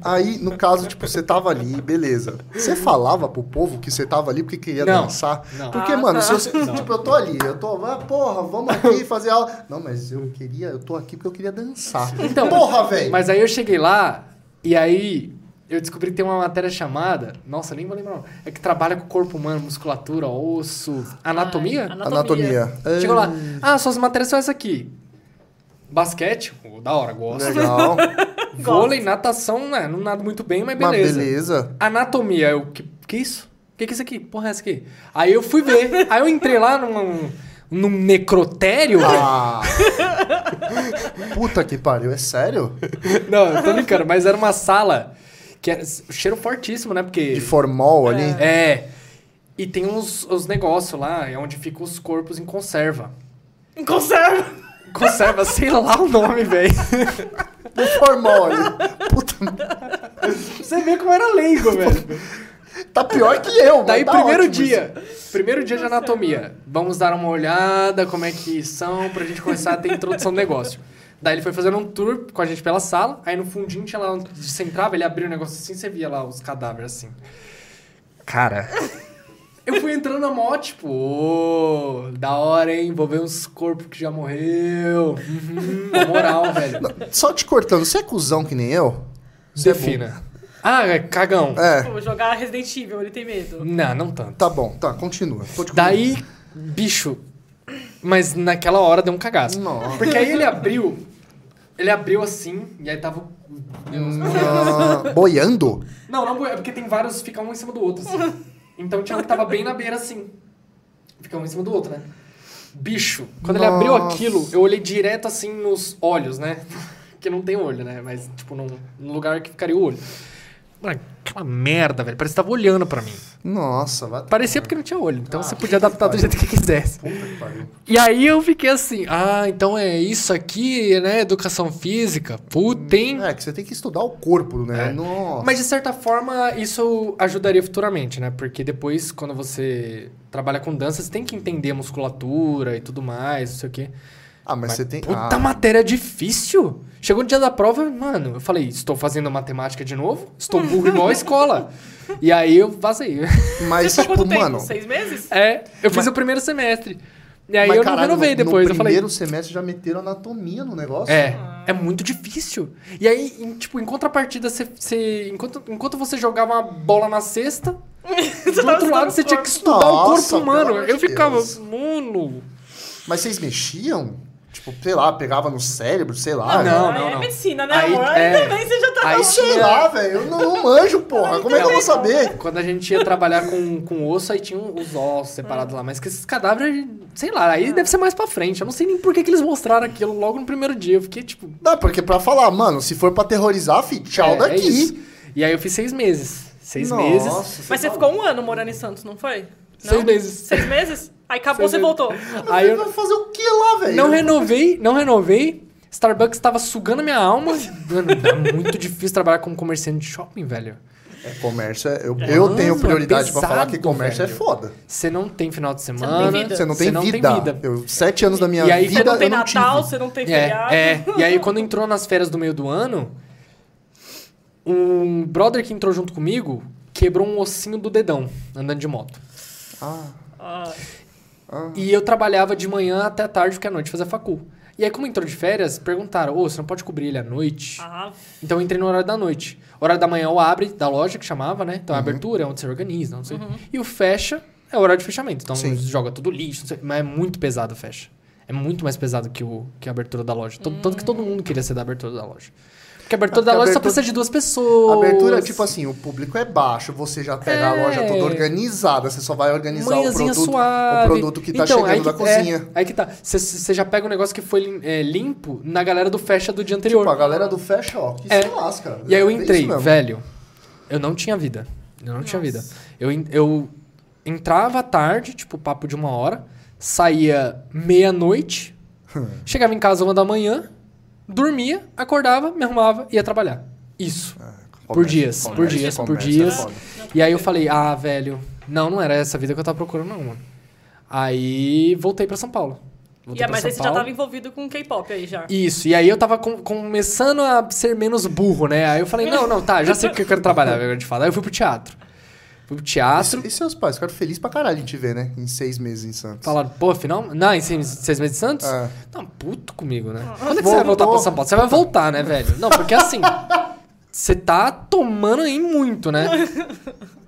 Speaker 2: Aí, no caso, tipo, você tava ali, beleza. Você falava pro povo que você tava ali porque queria
Speaker 3: Não.
Speaker 2: dançar.
Speaker 3: Não.
Speaker 2: Porque,
Speaker 1: Ah,
Speaker 2: mano,
Speaker 1: tá.
Speaker 2: se você, tipo, eu tô ali, eu tô, ah, porra, vamos aqui fazer aula. Não, mas eu queria, eu tô aqui porque eu queria dançar.
Speaker 3: Então,
Speaker 2: porra, velho.
Speaker 3: Mas aí eu cheguei lá e aí eu descobri que tem uma matéria chamada. Nossa, nem vou lembrar. o nome. É que trabalha com o corpo humano, musculatura, osso, anatomia.
Speaker 1: Ai,
Speaker 2: Anatomia.
Speaker 3: Chegou lá. Ah, suas matérias são essa aqui. Basquete, oh, da hora,
Speaker 2: Ah,
Speaker 3: gosto. [LAUGHS]
Speaker 2: Legal.
Speaker 3: Vôlei, natação, né? Não nado muito bem, mas
Speaker 2: Mas
Speaker 3: beleza.
Speaker 2: beleza.
Speaker 3: Anatomia, eu. Que, que isso? Que que é isso aqui? Porra, é essa aqui? Aí eu fui ver. aí eu entrei lá num, num necrotério.
Speaker 2: Ah. Puta que pariu, é sério?
Speaker 3: Não, eu tô brincando, mas era uma sala que era cheiro fortíssimo, né? Porque.
Speaker 2: De formol ali?
Speaker 3: É. E tem uns, os negócios lá, é onde ficam os corpos em conserva.
Speaker 1: Conserva.
Speaker 3: Conserva, [LAUGHS] sei lá o nome, velho. É.
Speaker 2: Do formol ali. Puta,
Speaker 3: Você vê como era leigo, velho.
Speaker 2: tá pior que eu. mas
Speaker 3: Daí,
Speaker 2: tá
Speaker 3: primeiro
Speaker 2: ótimo Tá
Speaker 3: dia. Primeiro dia de anatomia. Vamos dar uma olhada, como é que são, pra gente começar a ter introdução do negócio. Daí ele foi fazendo um tour com a gente pela sala, aí no fundinho tinha lá onde você entrava, ele abria o negócio assim, você via lá os cadáveres assim. Cara. Eu fui entrando na mó, tipo, ô, da hora, hein? Vou ver uns corpos que já morreu. Uhum, na moral, velho.
Speaker 2: isso. Só te cortando, você é cuzão que nem eu? Você é burro.
Speaker 3: Defina. Ah, é cagão.
Speaker 2: É,
Speaker 1: Vou jogar Resident Evil, ele tem medo.
Speaker 3: Não, não tanto.
Speaker 2: tá bom, tá, continua. Pode continuar.
Speaker 3: Daí, bicho. Mas naquela hora deu um cagaço.
Speaker 2: Nossa.
Speaker 3: Porque aí ele abriu. Ele abriu assim, e aí tava. o-
Speaker 2: Hum.
Speaker 3: Deus.
Speaker 2: Ah, boiando?
Speaker 3: Não, não, é porque tem vários, fica um em cima do outro, assim. Então tinha um que tava bem na beira assim. Fica um em cima do outro, né? Bicho, quando ele abriu
Speaker 2: Nossa.
Speaker 3: aquilo, eu olhei direto assim nos olhos, né? [LAUGHS] Que não tem olho, né? Mas, tipo, num, num lugar que ficaria o olho. Mano, aquela merda, velho. Parece que tava olhando pra mim.
Speaker 2: Nossa, vai.
Speaker 3: Parecia porque não tinha olho, então você podia adaptar do jeito que quisesse.
Speaker 2: Puta que pariu.
Speaker 3: E aí eu fiquei assim, ah, então é isso aqui, né? Educação física, puta, hein?
Speaker 2: É, que você tem que estudar o corpo, né?
Speaker 3: É.
Speaker 2: Nossa.
Speaker 3: Mas de certa forma, isso ajudaria futuramente, né? Porque depois, quando você trabalha com dança, você tem que entender a musculatura e tudo mais, não sei o quê.
Speaker 2: ah, mas, você tem.
Speaker 3: Puta
Speaker 2: ah,
Speaker 3: matéria difícil! Chegou no dia da prova, mano, eu falei, estou fazendo matemática de novo? Estou burro igual a escola. E aí eu vazei. [LAUGHS]
Speaker 2: mas,
Speaker 3: tá
Speaker 1: Você ficou
Speaker 2: tipo,
Speaker 1: quanto tempo?
Speaker 2: mano.
Speaker 1: Seis meses? [LAUGHS]
Speaker 3: É, eu fiz o primeiro semestre. E aí
Speaker 2: mas
Speaker 3: eu não
Speaker 2: caralho,
Speaker 3: renovei
Speaker 2: no,
Speaker 3: depois.
Speaker 2: No
Speaker 3: eu falei,
Speaker 2: primeiro semestre já meteram anatomia no negócio.
Speaker 3: É, é muito difícil. E aí, em, tipo, em contrapartida, você, você- enquanto, enquanto você jogava uma bola na cesta, do outro lado você tinha que estudar
Speaker 2: Nossa,
Speaker 3: o corpo humano.
Speaker 2: pelo amor
Speaker 3: Eu
Speaker 2: de
Speaker 3: ficava,
Speaker 2: Deus.
Speaker 3: mano.
Speaker 2: Mas vocês mexiam? Tipo, sei lá, pegava no cérebro, sei lá.
Speaker 3: Ah,
Speaker 2: velho.
Speaker 3: não,
Speaker 1: Ah,
Speaker 3: não,
Speaker 1: É
Speaker 3: não.
Speaker 1: medicina, né,
Speaker 3: Aí-
Speaker 1: amor?
Speaker 3: é.
Speaker 1: Aí também você já tá
Speaker 3: Aí Então,
Speaker 1: na-
Speaker 3: sim.
Speaker 2: Sei lá, velho. Eu não manjo, porra. Como é que eu vou saber?
Speaker 3: Quando a gente ia trabalhar com, com osso, aí tinha os ossos separados lá. Mas que esses cadáveres, sei lá, aí deve ser mais pra frente. Eu não sei nem por que, que eles mostraram aquilo logo no primeiro dia. Eu fiquei, tipo,
Speaker 2: Não, porque pra falar, mano, se for pra aterrorizar, fi, tchau
Speaker 3: é, é isso.
Speaker 2: daqui.
Speaker 3: e aí eu fiz seis meses. Seis meses.
Speaker 1: Mas
Speaker 2: tá
Speaker 1: você ficou um ano morando em Santos, não foi? Não?
Speaker 3: Seis meses.
Speaker 1: Seis meses? Aí acabou,
Speaker 3: Seis
Speaker 1: você
Speaker 3: meses.
Speaker 1: voltou.
Speaker 3: Aí eu,
Speaker 2: Vai fazer o que lá, velho?
Speaker 3: Não renovei, não renovei. Starbucks tava sugando minha alma. Mano, é muito difícil trabalhar como comerciante de shopping, velho.
Speaker 2: É, comércio é. Eu, eu
Speaker 3: Mano,
Speaker 2: tenho prioridade
Speaker 3: é
Speaker 2: pra falar que
Speaker 3: pesado,
Speaker 2: comércio é
Speaker 3: velho.
Speaker 2: foda.
Speaker 3: Você não tem final de
Speaker 1: não
Speaker 3: semana.
Speaker 1: tem vida.
Speaker 2: Você não tem vida. Eu, sete anos da minha
Speaker 3: E aí,
Speaker 2: vida.
Speaker 1: Você não tem
Speaker 2: eu não
Speaker 1: Natal,
Speaker 2: tive.
Speaker 1: você não tem feriado.
Speaker 3: É, é. E aí,
Speaker 1: [LAUGHS]
Speaker 3: quando entrou nas férias do meio do ano, um brother que entrou junto comigo quebrou um ossinho do dedão andando de moto.
Speaker 2: Ah,
Speaker 1: Ah,
Speaker 2: ah.
Speaker 3: E eu trabalhava de manhã até a tarde, porque à noite fazia facul. E aí, como entrou de férias, perguntaram: Ô, você não pode cobrir ele à noite?
Speaker 1: ah,
Speaker 3: Então eu entrei no horário da noite. O horário da manhã é o abre da loja, que chamava, né? Então a
Speaker 2: Uhum.
Speaker 3: abertura é onde você organiza, não sei. E o fecha é o horário de fechamento. Então
Speaker 2: Sim.
Speaker 3: joga tudo lixo, não sei, mas é muito pesado o fecha. É muito mais pesado que, o, que a abertura da loja. Todo- Tanto que todo mundo queria ser da abertura da loja. Porque a abertura
Speaker 2: Porque
Speaker 3: da
Speaker 2: a
Speaker 3: loja só
Speaker 2: abertura-
Speaker 3: precisa de duas pessoas.
Speaker 2: Abertura, tipo assim, o público é baixo, você já pega a loja toda organizada, você só vai organizar
Speaker 3: É. manhãzinha
Speaker 2: o produto,
Speaker 3: suave.
Speaker 2: o produto que tá
Speaker 3: Então, aí
Speaker 2: chegando da
Speaker 3: que-
Speaker 2: cozinha.
Speaker 3: É, aí que tá. Você já pega o negócio que foi lim- é, limpo na galera do fecha do dia anterior.
Speaker 2: Tipo, a galera do Fecha, ó, que
Speaker 3: É.
Speaker 2: se lasca.
Speaker 3: E aí eu
Speaker 2: É isso
Speaker 3: entrei,
Speaker 2: mesmo.
Speaker 3: velho. Eu não tinha vida. Eu não tinha vida. Eu, en- eu entrava à tarde, tipo, papo de uma hora, saía meia-noite,
Speaker 2: [LAUGHS]
Speaker 3: chegava em casa uma da manhã, dormia, acordava, me arrumava, ia trabalhar. Isso. por dias, por
Speaker 2: É, comércio,
Speaker 3: dias, por
Speaker 2: comércio é
Speaker 3: dias.
Speaker 2: foda.
Speaker 3: e aí eu falei, ah, velho, não, não era essa vida que eu tava procurando, não, mano. Aí voltei pra São Paulo. voltei
Speaker 1: E, é,
Speaker 3: pra
Speaker 1: mas
Speaker 3: São
Speaker 1: aí você já
Speaker 3: Paulo.
Speaker 1: tava envolvido com K-pop aí já.
Speaker 3: Isso, e aí eu tava com- começando a ser menos burro, né? Aí eu falei, não, não, tá, já sei o que eu quero trabalhar agora de fato. Aí eu fui pro teatro. Fui pro teatro,
Speaker 2: E seus pais ficaram felizes pra caralho em te ver, né? Em seis meses em Santos.
Speaker 3: falaram, pô, afinal. Não, em seis, seis meses de Santos?
Speaker 2: É.
Speaker 3: Não, puto comigo, né? Quando é que você vai voltar
Speaker 2: Voltou.
Speaker 3: pra São Paulo? Você vai voltar, né, velho? Não, porque assim, você tá tomando aí muito, né?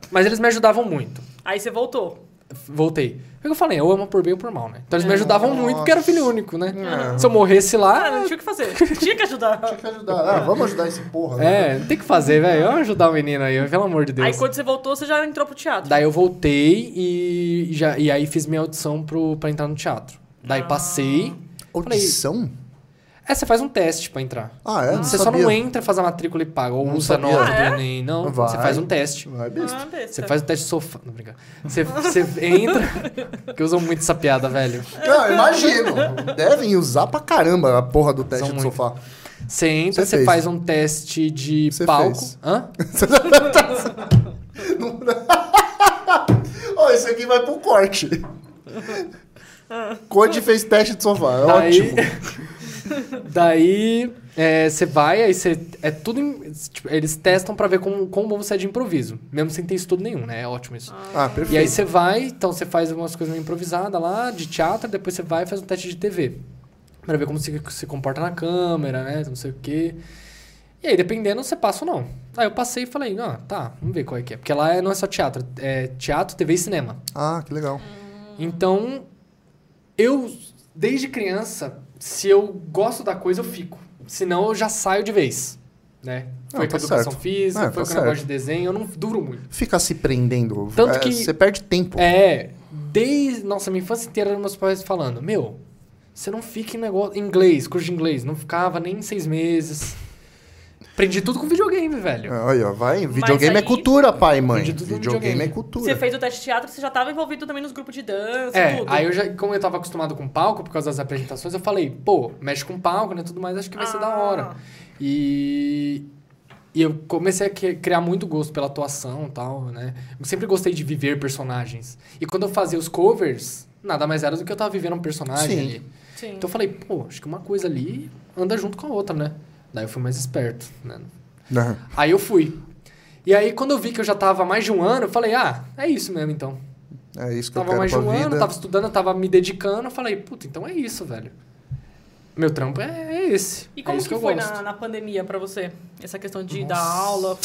Speaker 3: Mas eles me ajudavam muito.
Speaker 1: Aí você voltou.
Speaker 3: Voltei. Foi o que eu falei, ou amo por bem ou por mal, né? Então
Speaker 1: É.
Speaker 3: eles me ajudavam
Speaker 2: Nossa.
Speaker 3: muito porque era filho único, né?
Speaker 2: É.
Speaker 3: Se eu morresse
Speaker 1: Ah,
Speaker 3: lá,
Speaker 1: não tinha o que
Speaker 3: [LAUGHS]
Speaker 1: fazer. Tinha que ajudar.
Speaker 2: Tinha que ajudar. Ah, vamos ajudar esse porra. né?
Speaker 3: É, tem que fazer, velho. Vamos ajudar o menino aí, pelo amor de Deus.
Speaker 1: Aí quando você voltou, você já entrou pro teatro.
Speaker 3: Daí eu voltei e, já, e aí fiz minha audição pro, pra entrar no teatro. Daí
Speaker 1: Ah.
Speaker 3: passei.
Speaker 2: Audição?
Speaker 3: É, você faz um teste pra entrar.
Speaker 2: Ah, é?
Speaker 3: você só não entra, faz a matrícula e paga. Ou
Speaker 2: Não
Speaker 3: usa
Speaker 2: sabia.
Speaker 3: nota
Speaker 1: Ah, é?
Speaker 3: do Enem. Não,
Speaker 2: Vai.
Speaker 3: você faz um teste.
Speaker 2: Vai,
Speaker 1: Ah,
Speaker 2: besta.
Speaker 1: besta.
Speaker 3: Você faz o teste de sofá. Não, brincar. Você, você entra. Que usam muito essa piada, velho.
Speaker 2: Ah, imagino. Devem usar pra caramba a porra do teste
Speaker 3: São
Speaker 2: do
Speaker 3: muito.
Speaker 2: sofá.
Speaker 3: Você entra,
Speaker 2: Você
Speaker 3: você,
Speaker 2: fez.
Speaker 3: faz um teste de
Speaker 2: Você
Speaker 3: palco.
Speaker 2: fez.
Speaker 3: Hã?
Speaker 2: Ó, isso aqui vai pro
Speaker 3: [LAUGHS]
Speaker 2: corte. Conde fez teste de sofá. É
Speaker 3: Daí-
Speaker 2: ótimo.
Speaker 3: Daí é, você vai, aí você. É tudo. em- tipo, eles testam pra ver como, como bom você é de improviso. Mesmo sem ter estudo nenhum, né? É ótimo isso.
Speaker 2: Ah, perfeito.
Speaker 3: E aí você vai, então você faz algumas coisas meio improvisadas lá, de teatro, depois você vai e faz um teste de TV. Pra ver como você se comporta na câmera, né? Não sei o quê. E aí, dependendo, você passa ou não. Aí eu passei e falei, ah, tá, vamos ver qual é que é. Porque lá é- não é só teatro, é teatro, TV e cinema.
Speaker 2: Ah, que legal.
Speaker 3: Então, eu, desde criança, se eu gosto da coisa, eu fico. Senão eu já saio de vez, né?
Speaker 2: Não,
Speaker 3: Foi
Speaker 2: tá
Speaker 3: com educação
Speaker 2: certo.
Speaker 3: física,
Speaker 2: É,
Speaker 3: foi
Speaker 2: tá
Speaker 3: com negócio de
Speaker 2: certo.
Speaker 3: desenho, eu não duro muito.
Speaker 2: Ficar se prendendo.
Speaker 3: Tanto
Speaker 2: é,
Speaker 3: que-
Speaker 2: Você perde tempo.
Speaker 3: É, desde. Nossa, minha infância inteira eram meus pais falando: Meu, você não fica em negócio. em Inglês, curso de inglês. Não ficava nem seis meses. Aprendi tudo com videogame, velho.
Speaker 2: Ah, Olha, vai. Videogame
Speaker 1: aí-
Speaker 2: é cultura, pai e mãe.
Speaker 3: De tudo no
Speaker 2: Videogame,
Speaker 3: videogame.
Speaker 2: é cultura.
Speaker 1: Você fez o teste de teatro, você já tava envolvido também nos grupos de dança,
Speaker 3: É,
Speaker 1: tudo.
Speaker 3: aí eu já, como eu tava acostumado com palco por causa das apresentações, eu falei, pô, mexe com palco, né, tudo mais, acho que vai ser da hora.
Speaker 1: Ah.
Speaker 3: E, e eu comecei a que- criar muito gosto pela atuação e tal, né? Eu sempre gostei de viver personagens. E quando eu fazia os covers, nada mais era do que eu tava vivendo um personagem
Speaker 2: Sim.
Speaker 3: ali.
Speaker 1: Sim.
Speaker 3: Então eu falei, pô, acho que uma coisa ali anda junto com a outra, né? Daí eu fui mais esperto, né?
Speaker 2: Aham.
Speaker 3: Aí eu fui. E aí quando eu vi que eu já tava há mais de um ano, eu falei, ah, é isso mesmo então.
Speaker 2: É isso que
Speaker 3: Tava
Speaker 2: eu
Speaker 3: mais de
Speaker 2: quero
Speaker 3: um
Speaker 2: pra vida.
Speaker 3: ano, tava estudando, eu tava me dedicando, eu falei, puta, então é isso, velho. Meu trampo é é esse.
Speaker 1: E
Speaker 3: é
Speaker 1: como
Speaker 3: isso
Speaker 1: que,
Speaker 3: que, eu
Speaker 1: foi
Speaker 3: gosto.
Speaker 1: na, na pandemia pra você? Essa questão de dar
Speaker 3: Nossa.
Speaker 1: aula.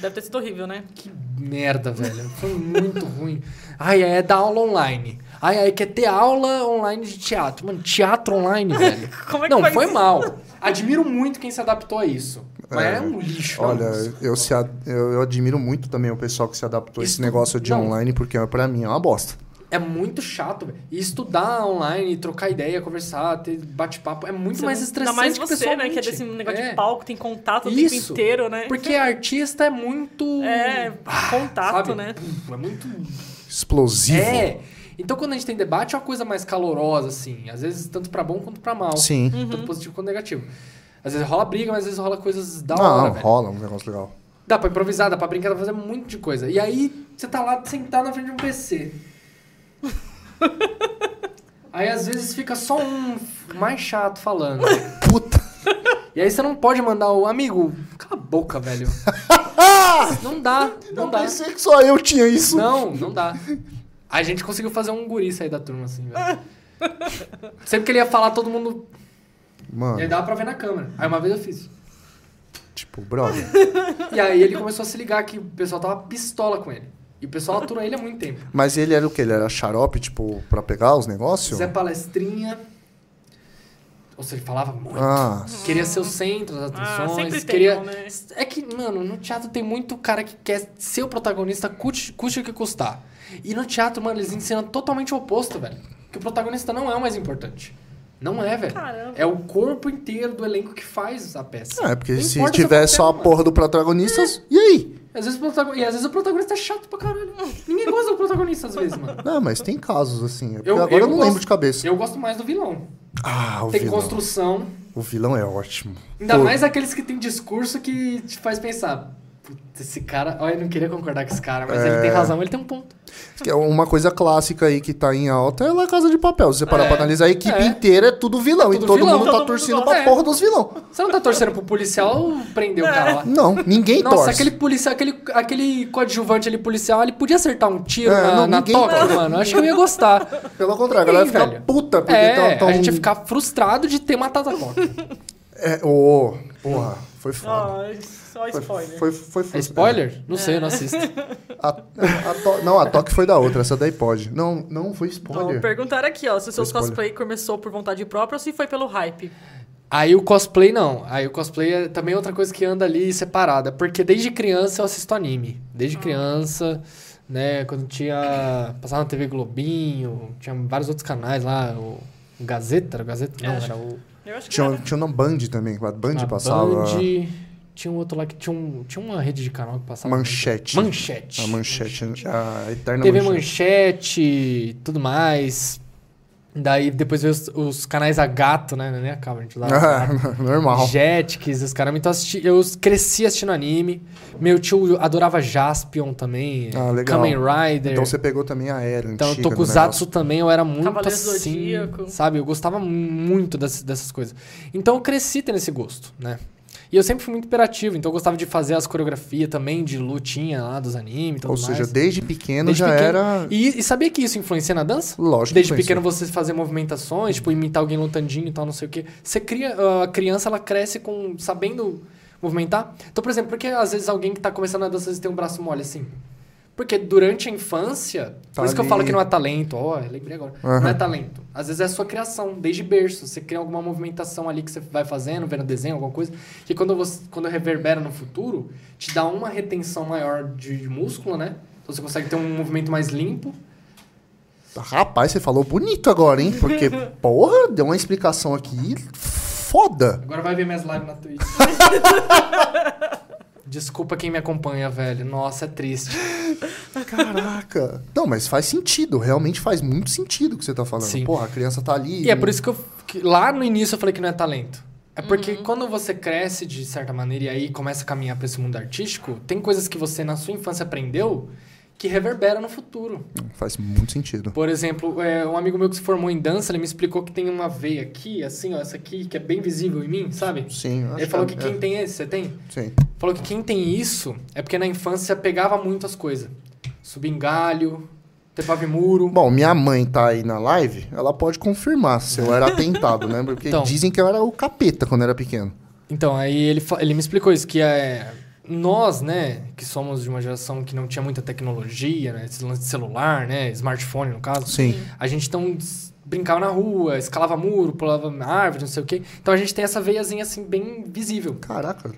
Speaker 1: Deve ter sido horrível, né?
Speaker 3: Que merda, velho. Foi muito [LAUGHS] ruim. Ai, ai, é dar aula online. Ai, ai, quer ter aula online de teatro. Mano, teatro online, velho.
Speaker 1: [LAUGHS] Como é que
Speaker 3: Não,
Speaker 1: faz
Speaker 3: foi
Speaker 1: isso?
Speaker 3: mal. Admiro muito quem se adaptou a isso. Mas
Speaker 2: É.
Speaker 3: é, um lixo.
Speaker 2: Olha,
Speaker 3: nossa.
Speaker 2: eu, se ad- eu, eu admiro muito também o pessoal que se adaptou a esse
Speaker 3: Isso-
Speaker 2: negócio de
Speaker 3: não.
Speaker 2: online, porque pra mim é uma bosta.
Speaker 3: É muito chato, velho. E estudar online, trocar ideia, conversar, ter bate-papo, é muito
Speaker 1: Você
Speaker 3: mais
Speaker 1: não-
Speaker 3: estressante
Speaker 1: Ainda mais
Speaker 3: que
Speaker 1: você, né? Que é desse
Speaker 3: pessoalmente.
Speaker 1: negócio
Speaker 3: É.
Speaker 1: de palco, tem contato o tempo
Speaker 3: Isso.
Speaker 1: inteiro, né?
Speaker 3: Porque artista é muito.
Speaker 1: É, contato,
Speaker 3: sabe?
Speaker 1: né?
Speaker 3: É muito.
Speaker 2: Explosivo.
Speaker 3: É. Então quando a gente tem debate é uma coisa mais calorosa, assim. Às vezes tanto pra bom quanto pra mal.
Speaker 2: Sim.
Speaker 3: Tanto positivo quanto negativo. Às vezes rola briga, mas às vezes rola coisas da
Speaker 2: não,
Speaker 3: hora, velho.
Speaker 2: rola um negócio legal.
Speaker 3: Dá pra improvisar, dá pra brincar, dá pra fazer um monte de coisa. E aí, você tá lá sentado na frente de um PC. aí, às vezes, fica só um mais chato falando.
Speaker 2: Puta.
Speaker 3: E aí, você não pode mandar o amigo. Cala a boca, velho.
Speaker 2: [LAUGHS]
Speaker 3: não dá, não
Speaker 2: eu
Speaker 3: dá.
Speaker 2: pensei que só eu tinha isso.
Speaker 3: é Não, não dá. A gente conseguiu fazer um guri sair da turma, assim, velho. Sempre que ele ia falar, todo mundo. E aí,
Speaker 2: Mano,
Speaker 3: dava pra ver na câmera. Aí, uma vez eu fiz.
Speaker 2: tipo, brother.
Speaker 3: E aí ele começou a se ligar que o pessoal tava pistola com ele. E o pessoal atura ele há muito tempo.
Speaker 2: Mas ele era o quê? Ele era xarope, tipo, pra pegar os negócios?
Speaker 3: Zé Palestrinha. Ou seja, ele falava muito.
Speaker 2: Ah,
Speaker 3: Queria ser o centro das
Speaker 1: Ah,
Speaker 3: atenções.
Speaker 1: sempre tem
Speaker 3: queria...
Speaker 1: um, né?
Speaker 3: É que, mano, no teatro tem muito cara que quer ser o protagonista, custe, custe o que custar. E no teatro, mano, eles ensinam totalmente o oposto, velho. Que o protagonista não é o mais importante. Não é, velho.
Speaker 1: Caramba.
Speaker 3: É o corpo inteiro do elenco que faz a peça.
Speaker 2: é porque
Speaker 3: Não
Speaker 2: se
Speaker 3: importa
Speaker 2: tiver
Speaker 3: você é
Speaker 2: só a
Speaker 3: mano.
Speaker 2: porra do protagonista, e aí?
Speaker 3: Às vezes, o protagon- E às vezes o protagonista é chato pra caralho. Ninguém gosta do protagonista, às vezes, mano.
Speaker 2: Não, mas tem casos assim. é porque
Speaker 3: Eu-
Speaker 2: agora [LAUGHS] eu,
Speaker 3: eu
Speaker 2: não
Speaker 3: gosto-
Speaker 2: lembro de cabeça.
Speaker 3: Eu gosto mais do vilão.
Speaker 2: Ah, o
Speaker 3: tem
Speaker 2: vilão.
Speaker 3: construção.
Speaker 2: O vilão é ótimo.
Speaker 3: Ainda
Speaker 2: Pô,
Speaker 3: mais aqueles que tem discurso que te faz pensar. Puta, esse cara. Olha, eu não queria concordar com esse cara, mas ele tem razão, ele tem um ponto.
Speaker 2: Que é uma coisa clássica aí que tá em alta é lá Casa de Papel. Se você parar
Speaker 3: É.
Speaker 2: pra analisar, a equipe
Speaker 3: É.
Speaker 2: inteira é tudo vilão. e
Speaker 3: Tudo
Speaker 2: todo
Speaker 3: vilão,
Speaker 2: mundo
Speaker 1: todo
Speaker 2: tá
Speaker 1: mundo
Speaker 2: torcendo
Speaker 1: gosta.
Speaker 2: pra
Speaker 3: É.
Speaker 2: porra dos vilão.
Speaker 3: Você não tá torcendo pro policial prender o cara lá?
Speaker 2: Não, ninguém
Speaker 3: Nossa,
Speaker 2: torce.
Speaker 3: aquele policial, aquele, aquele coadjuvante ali policial, ele podia acertar um tiro
Speaker 2: É,
Speaker 3: na,
Speaker 2: não,
Speaker 3: na
Speaker 2: ninguém-
Speaker 3: toca, mano. Acho que eu
Speaker 2: [LAUGHS]
Speaker 3: ia gostar.
Speaker 2: Pelo contrário, a
Speaker 3: Sim,
Speaker 2: galera fica
Speaker 3: velho.
Speaker 2: puta porque
Speaker 3: É,
Speaker 2: tá tão...
Speaker 3: a gente ia ficar frustrado de ter matado a toca.
Speaker 2: É, ô, porra, foi foda.
Speaker 1: Ah, só
Speaker 2: Foi,
Speaker 1: spoiler.
Speaker 2: foi, foi, foi-
Speaker 3: É spoiler? Não sei, eu não assisto.
Speaker 2: A- a to- não, a toque foi da outra, essa daí pode. Não, não foi
Speaker 1: Ó,
Speaker 2: spoiler.
Speaker 1: perguntaram Então, aqui, ó, se o seu
Speaker 2: Foi spoiler.
Speaker 1: cosplay começou por vontade própria ou se foi pelo hype.
Speaker 3: Aí o cosplay não. Aí o cosplay é também outra coisa que anda ali separada. Porque desde criança eu assisto anime. Desde criança, né? Quando tinha. Passava na TV Globinho, tinha vários outros canais lá. O Gazeta, era o Gazeta? Não,
Speaker 1: É, acho
Speaker 3: era o.
Speaker 1: Eu acho que
Speaker 2: Tinha,
Speaker 1: era.
Speaker 2: tinha na Band também, a Band
Speaker 3: a
Speaker 2: passava.
Speaker 3: Band, tinha um outro lá que tinha, um, tinha uma rede de canal que passava.
Speaker 2: Manchete.
Speaker 3: Manchete.
Speaker 2: A manchete, a eterna
Speaker 3: TV
Speaker 2: manchete.
Speaker 3: Manchete, tudo mais. Daí depois veio os, os canais a gato, né? Não é nem a cabo, a gente
Speaker 2: [LAUGHS]
Speaker 3: lá.
Speaker 2: Ah, normal.
Speaker 3: Jetix, os caras. Então assisti- eu cresci assistindo anime. Meu tio adorava Jaspion também.
Speaker 2: Ah, legal.
Speaker 3: Kamen Rider.
Speaker 2: Então você pegou também a era
Speaker 3: Então,
Speaker 2: antiga. do
Speaker 3: Tokusatsu também, eu era muito
Speaker 1: Cavaleiros do
Speaker 3: assim,
Speaker 1: Zodíaco.
Speaker 3: sabe? Eu gostava muito dessas, dessas coisas. Então, eu cresci tendo esse gosto, né? E eu sempre fui muito imperativo, então eu gostava de fazer as coreografias também, de lutinha lá dos animes e tudo
Speaker 2: Ou seja,
Speaker 3: mais.
Speaker 2: desde pequeno
Speaker 3: Desde
Speaker 2: já
Speaker 3: pequeno.
Speaker 2: era.
Speaker 3: E, e sabia que isso influencia na dança?
Speaker 2: Lógico.
Speaker 3: Desde
Speaker 2: que
Speaker 3: pequeno
Speaker 2: conhecia.
Speaker 3: você fazer movimentações, tipo, imitar alguém lutandinho e tal, não sei o quê. Você cria. ah, A criança, ela cresce com. sabendo movimentar. Então, por exemplo, por que às vezes alguém que tá começando a dança às vezes tem um braço mole assim? Porque durante a infância.
Speaker 2: Tá
Speaker 3: por isso que eu
Speaker 2: ali.
Speaker 3: falo que não é talento. Ó, eu lembrei agora.
Speaker 2: Aham.
Speaker 3: Não é talento. Às vezes é a sua criação, desde berço. Você cria alguma movimentação ali que você vai fazendo, vendo desenho, alguma coisa. Que quando, você, quando reverbera no futuro, te dá uma retenção maior de, de músculo, né? Então você consegue ter um movimento mais limpo.
Speaker 2: Rapaz, você falou bonito agora, hein?
Speaker 3: [LAUGHS]
Speaker 2: Porque, porra, deu uma explicação aqui foda.
Speaker 3: Agora vai ver minhas lives na [LAUGHS] Twitch. Desculpa quem me acompanha, velho. Nossa, é triste.
Speaker 2: Caraca. Não, mas faz sentido. Realmente faz muito sentido o que você tá falando.
Speaker 3: Sim.
Speaker 2: Porra, a criança tá ali.
Speaker 3: E é por isso que, eu, que lá no início eu falei que não é talento. É porque quando você cresce de certa maneira e aí começa a caminhar pra esse mundo artístico, tem coisas que você na sua infância aprendeu que reverbera no futuro.
Speaker 2: Faz muito sentido.
Speaker 3: Por exemplo, é, um amigo meu que se formou em dança, ele me explicou que tem uma veia aqui, assim, ó, essa aqui, que é bem visível em mim, sabe?
Speaker 2: Sim. acho
Speaker 3: Ele falou que
Speaker 2: é-
Speaker 3: quem tem esse, você tem?
Speaker 2: é, Sim.
Speaker 3: Falou que quem tem isso é porque na infância pegava muito as coisas. Subir em galho, trepava em muro.
Speaker 2: Bom, minha mãe tá aí na live, ela pode confirmar se eu era
Speaker 3: [LAUGHS]
Speaker 2: atentado, né? Porque
Speaker 3: Então.
Speaker 2: dizem que eu era o capeta quando era pequeno.
Speaker 3: Então, aí ele, fa- ele me explicou isso, que é... Nós, né, que somos de uma geração que não tinha muita tecnologia, né, esse lance de celular, né, smartphone no caso.
Speaker 2: Sim.
Speaker 3: A gente então s- brincava na rua, escalava muro, pulava na árvore, não sei o quê. Então a gente tem essa veiazinha assim bem visível.
Speaker 2: Caraca.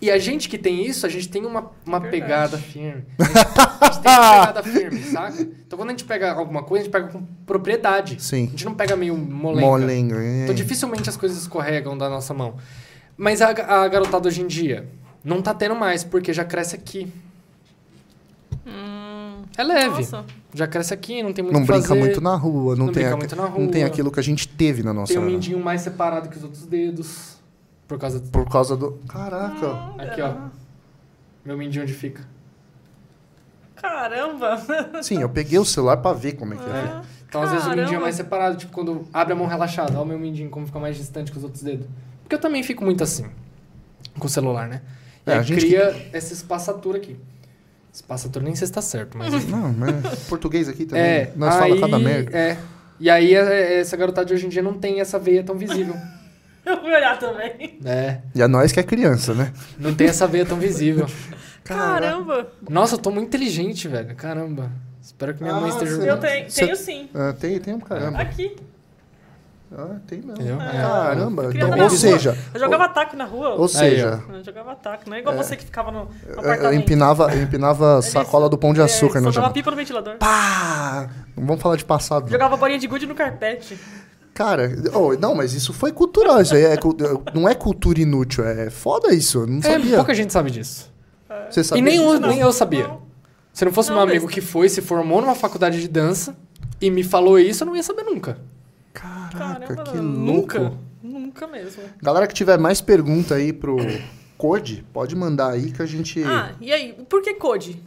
Speaker 3: E a gente que tem isso, a gente tem uma, uma
Speaker 1: Verdade.
Speaker 3: pegada firme. A gente, a gente tem
Speaker 2: [LAUGHS]
Speaker 3: uma pegada firme, saca? Então quando a gente pega alguma coisa, a gente pega com propriedade. A
Speaker 2: Sim.
Speaker 3: gente não pega meio molenga.
Speaker 2: Molenga. é.
Speaker 3: Então dificilmente as coisas escorregam da nossa mão. Mas a, a garotada hoje em dia não tá tendo mais, porque já cresce aqui. é leve.
Speaker 1: Hum, Nossa.
Speaker 3: Já cresce aqui, não tem muito o
Speaker 2: Não
Speaker 3: que
Speaker 2: brinca
Speaker 3: fazer.
Speaker 2: muito na rua, não,
Speaker 3: Não
Speaker 2: tem
Speaker 3: brinca
Speaker 2: aqu-
Speaker 3: muito na
Speaker 2: não tem
Speaker 3: rua.
Speaker 2: aquilo que a gente teve na nossa
Speaker 3: Tem um mindinho mais separado que os outros dedos. Por causa do...
Speaker 2: Por causa do. Caraca!
Speaker 3: Aqui, ó. Meu mindinho onde fica.
Speaker 1: Caramba. [LAUGHS]
Speaker 2: Sim, eu peguei o celular pra ver como é que é.
Speaker 3: Então, às vezes, o mindinho é
Speaker 1: Caramba.
Speaker 3: mais separado. Tipo, quando abre a mão relaxada, olha o meu mindinho como fica mais distante que os outros dedos. Porque eu também fico muito assim, com o celular, né? E
Speaker 2: É,
Speaker 3: aí
Speaker 2: a gente
Speaker 3: cria essa espaçatura aqui. Espaçatura nem sei se tá certo,
Speaker 1: Uhum.
Speaker 3: mas... enfim.
Speaker 2: Não, mas português aqui também.
Speaker 3: é,
Speaker 2: Nós
Speaker 3: aí,
Speaker 2: fala cada merda.
Speaker 3: É. E aí, é- é- essa garotada de hoje em dia não tem essa veia
Speaker 1: [LAUGHS]
Speaker 3: tão visível.
Speaker 1: Eu fui olhar também.
Speaker 3: é,
Speaker 2: E a nós que é criança, né?
Speaker 3: não tem essa veia tão visível.
Speaker 1: Caramba.
Speaker 3: Nossa, eu tô muito inteligente, velho. Caramba. Espero que minha mãe
Speaker 2: Ah,
Speaker 3: esteja
Speaker 2: você-
Speaker 1: Eu
Speaker 3: jogando.
Speaker 1: tenho,
Speaker 2: Cê-
Speaker 1: tenho sim.
Speaker 2: Ah, tem, tem um caramba.
Speaker 1: Aqui.
Speaker 2: Ah, tem mesmo.
Speaker 3: É. Entendeu? É.
Speaker 2: Caramba.
Speaker 1: Criança é
Speaker 2: Então,
Speaker 1: na
Speaker 2: ou
Speaker 1: rua.
Speaker 2: seja.
Speaker 1: Eu jogava taco na rua.
Speaker 2: Ou seja.
Speaker 1: Eu jogava taco. Não é igual
Speaker 2: É.
Speaker 1: você que ficava no, no
Speaker 2: eu- Eu
Speaker 1: um apartamento.
Speaker 2: empinava, eu empinava sacola do pão de açúcar
Speaker 1: é,
Speaker 2: no
Speaker 1: jogava
Speaker 2: jogo.
Speaker 1: pipa no ventilador.
Speaker 2: Pá! Não Vamos falar de passado. não.
Speaker 1: Jogava bolinha de gude no carpete.
Speaker 2: Cara, oh, não, mas isso foi cultural. Isso aí é cu- não é cultura inútil. É foda isso. Eu não
Speaker 3: É,
Speaker 2: sabia.
Speaker 3: pouca gente sabe disso.
Speaker 2: Você sabia?
Speaker 3: e nem,
Speaker 2: disso?
Speaker 3: eu, nem eu sabia.
Speaker 1: Não.
Speaker 3: Se não fosse
Speaker 1: Não,
Speaker 3: meu amigo
Speaker 1: mas-
Speaker 3: que foi, se formou numa faculdade de dança e me falou isso, eu não ia saber nunca.
Speaker 2: Caraca,
Speaker 1: Caramba,
Speaker 2: que louco.
Speaker 1: nunca. Nunca mesmo.
Speaker 2: Galera que tiver mais pergunta aí pro, Code, pode mandar aí que a gente.
Speaker 1: Ah, e aí? Por que Code?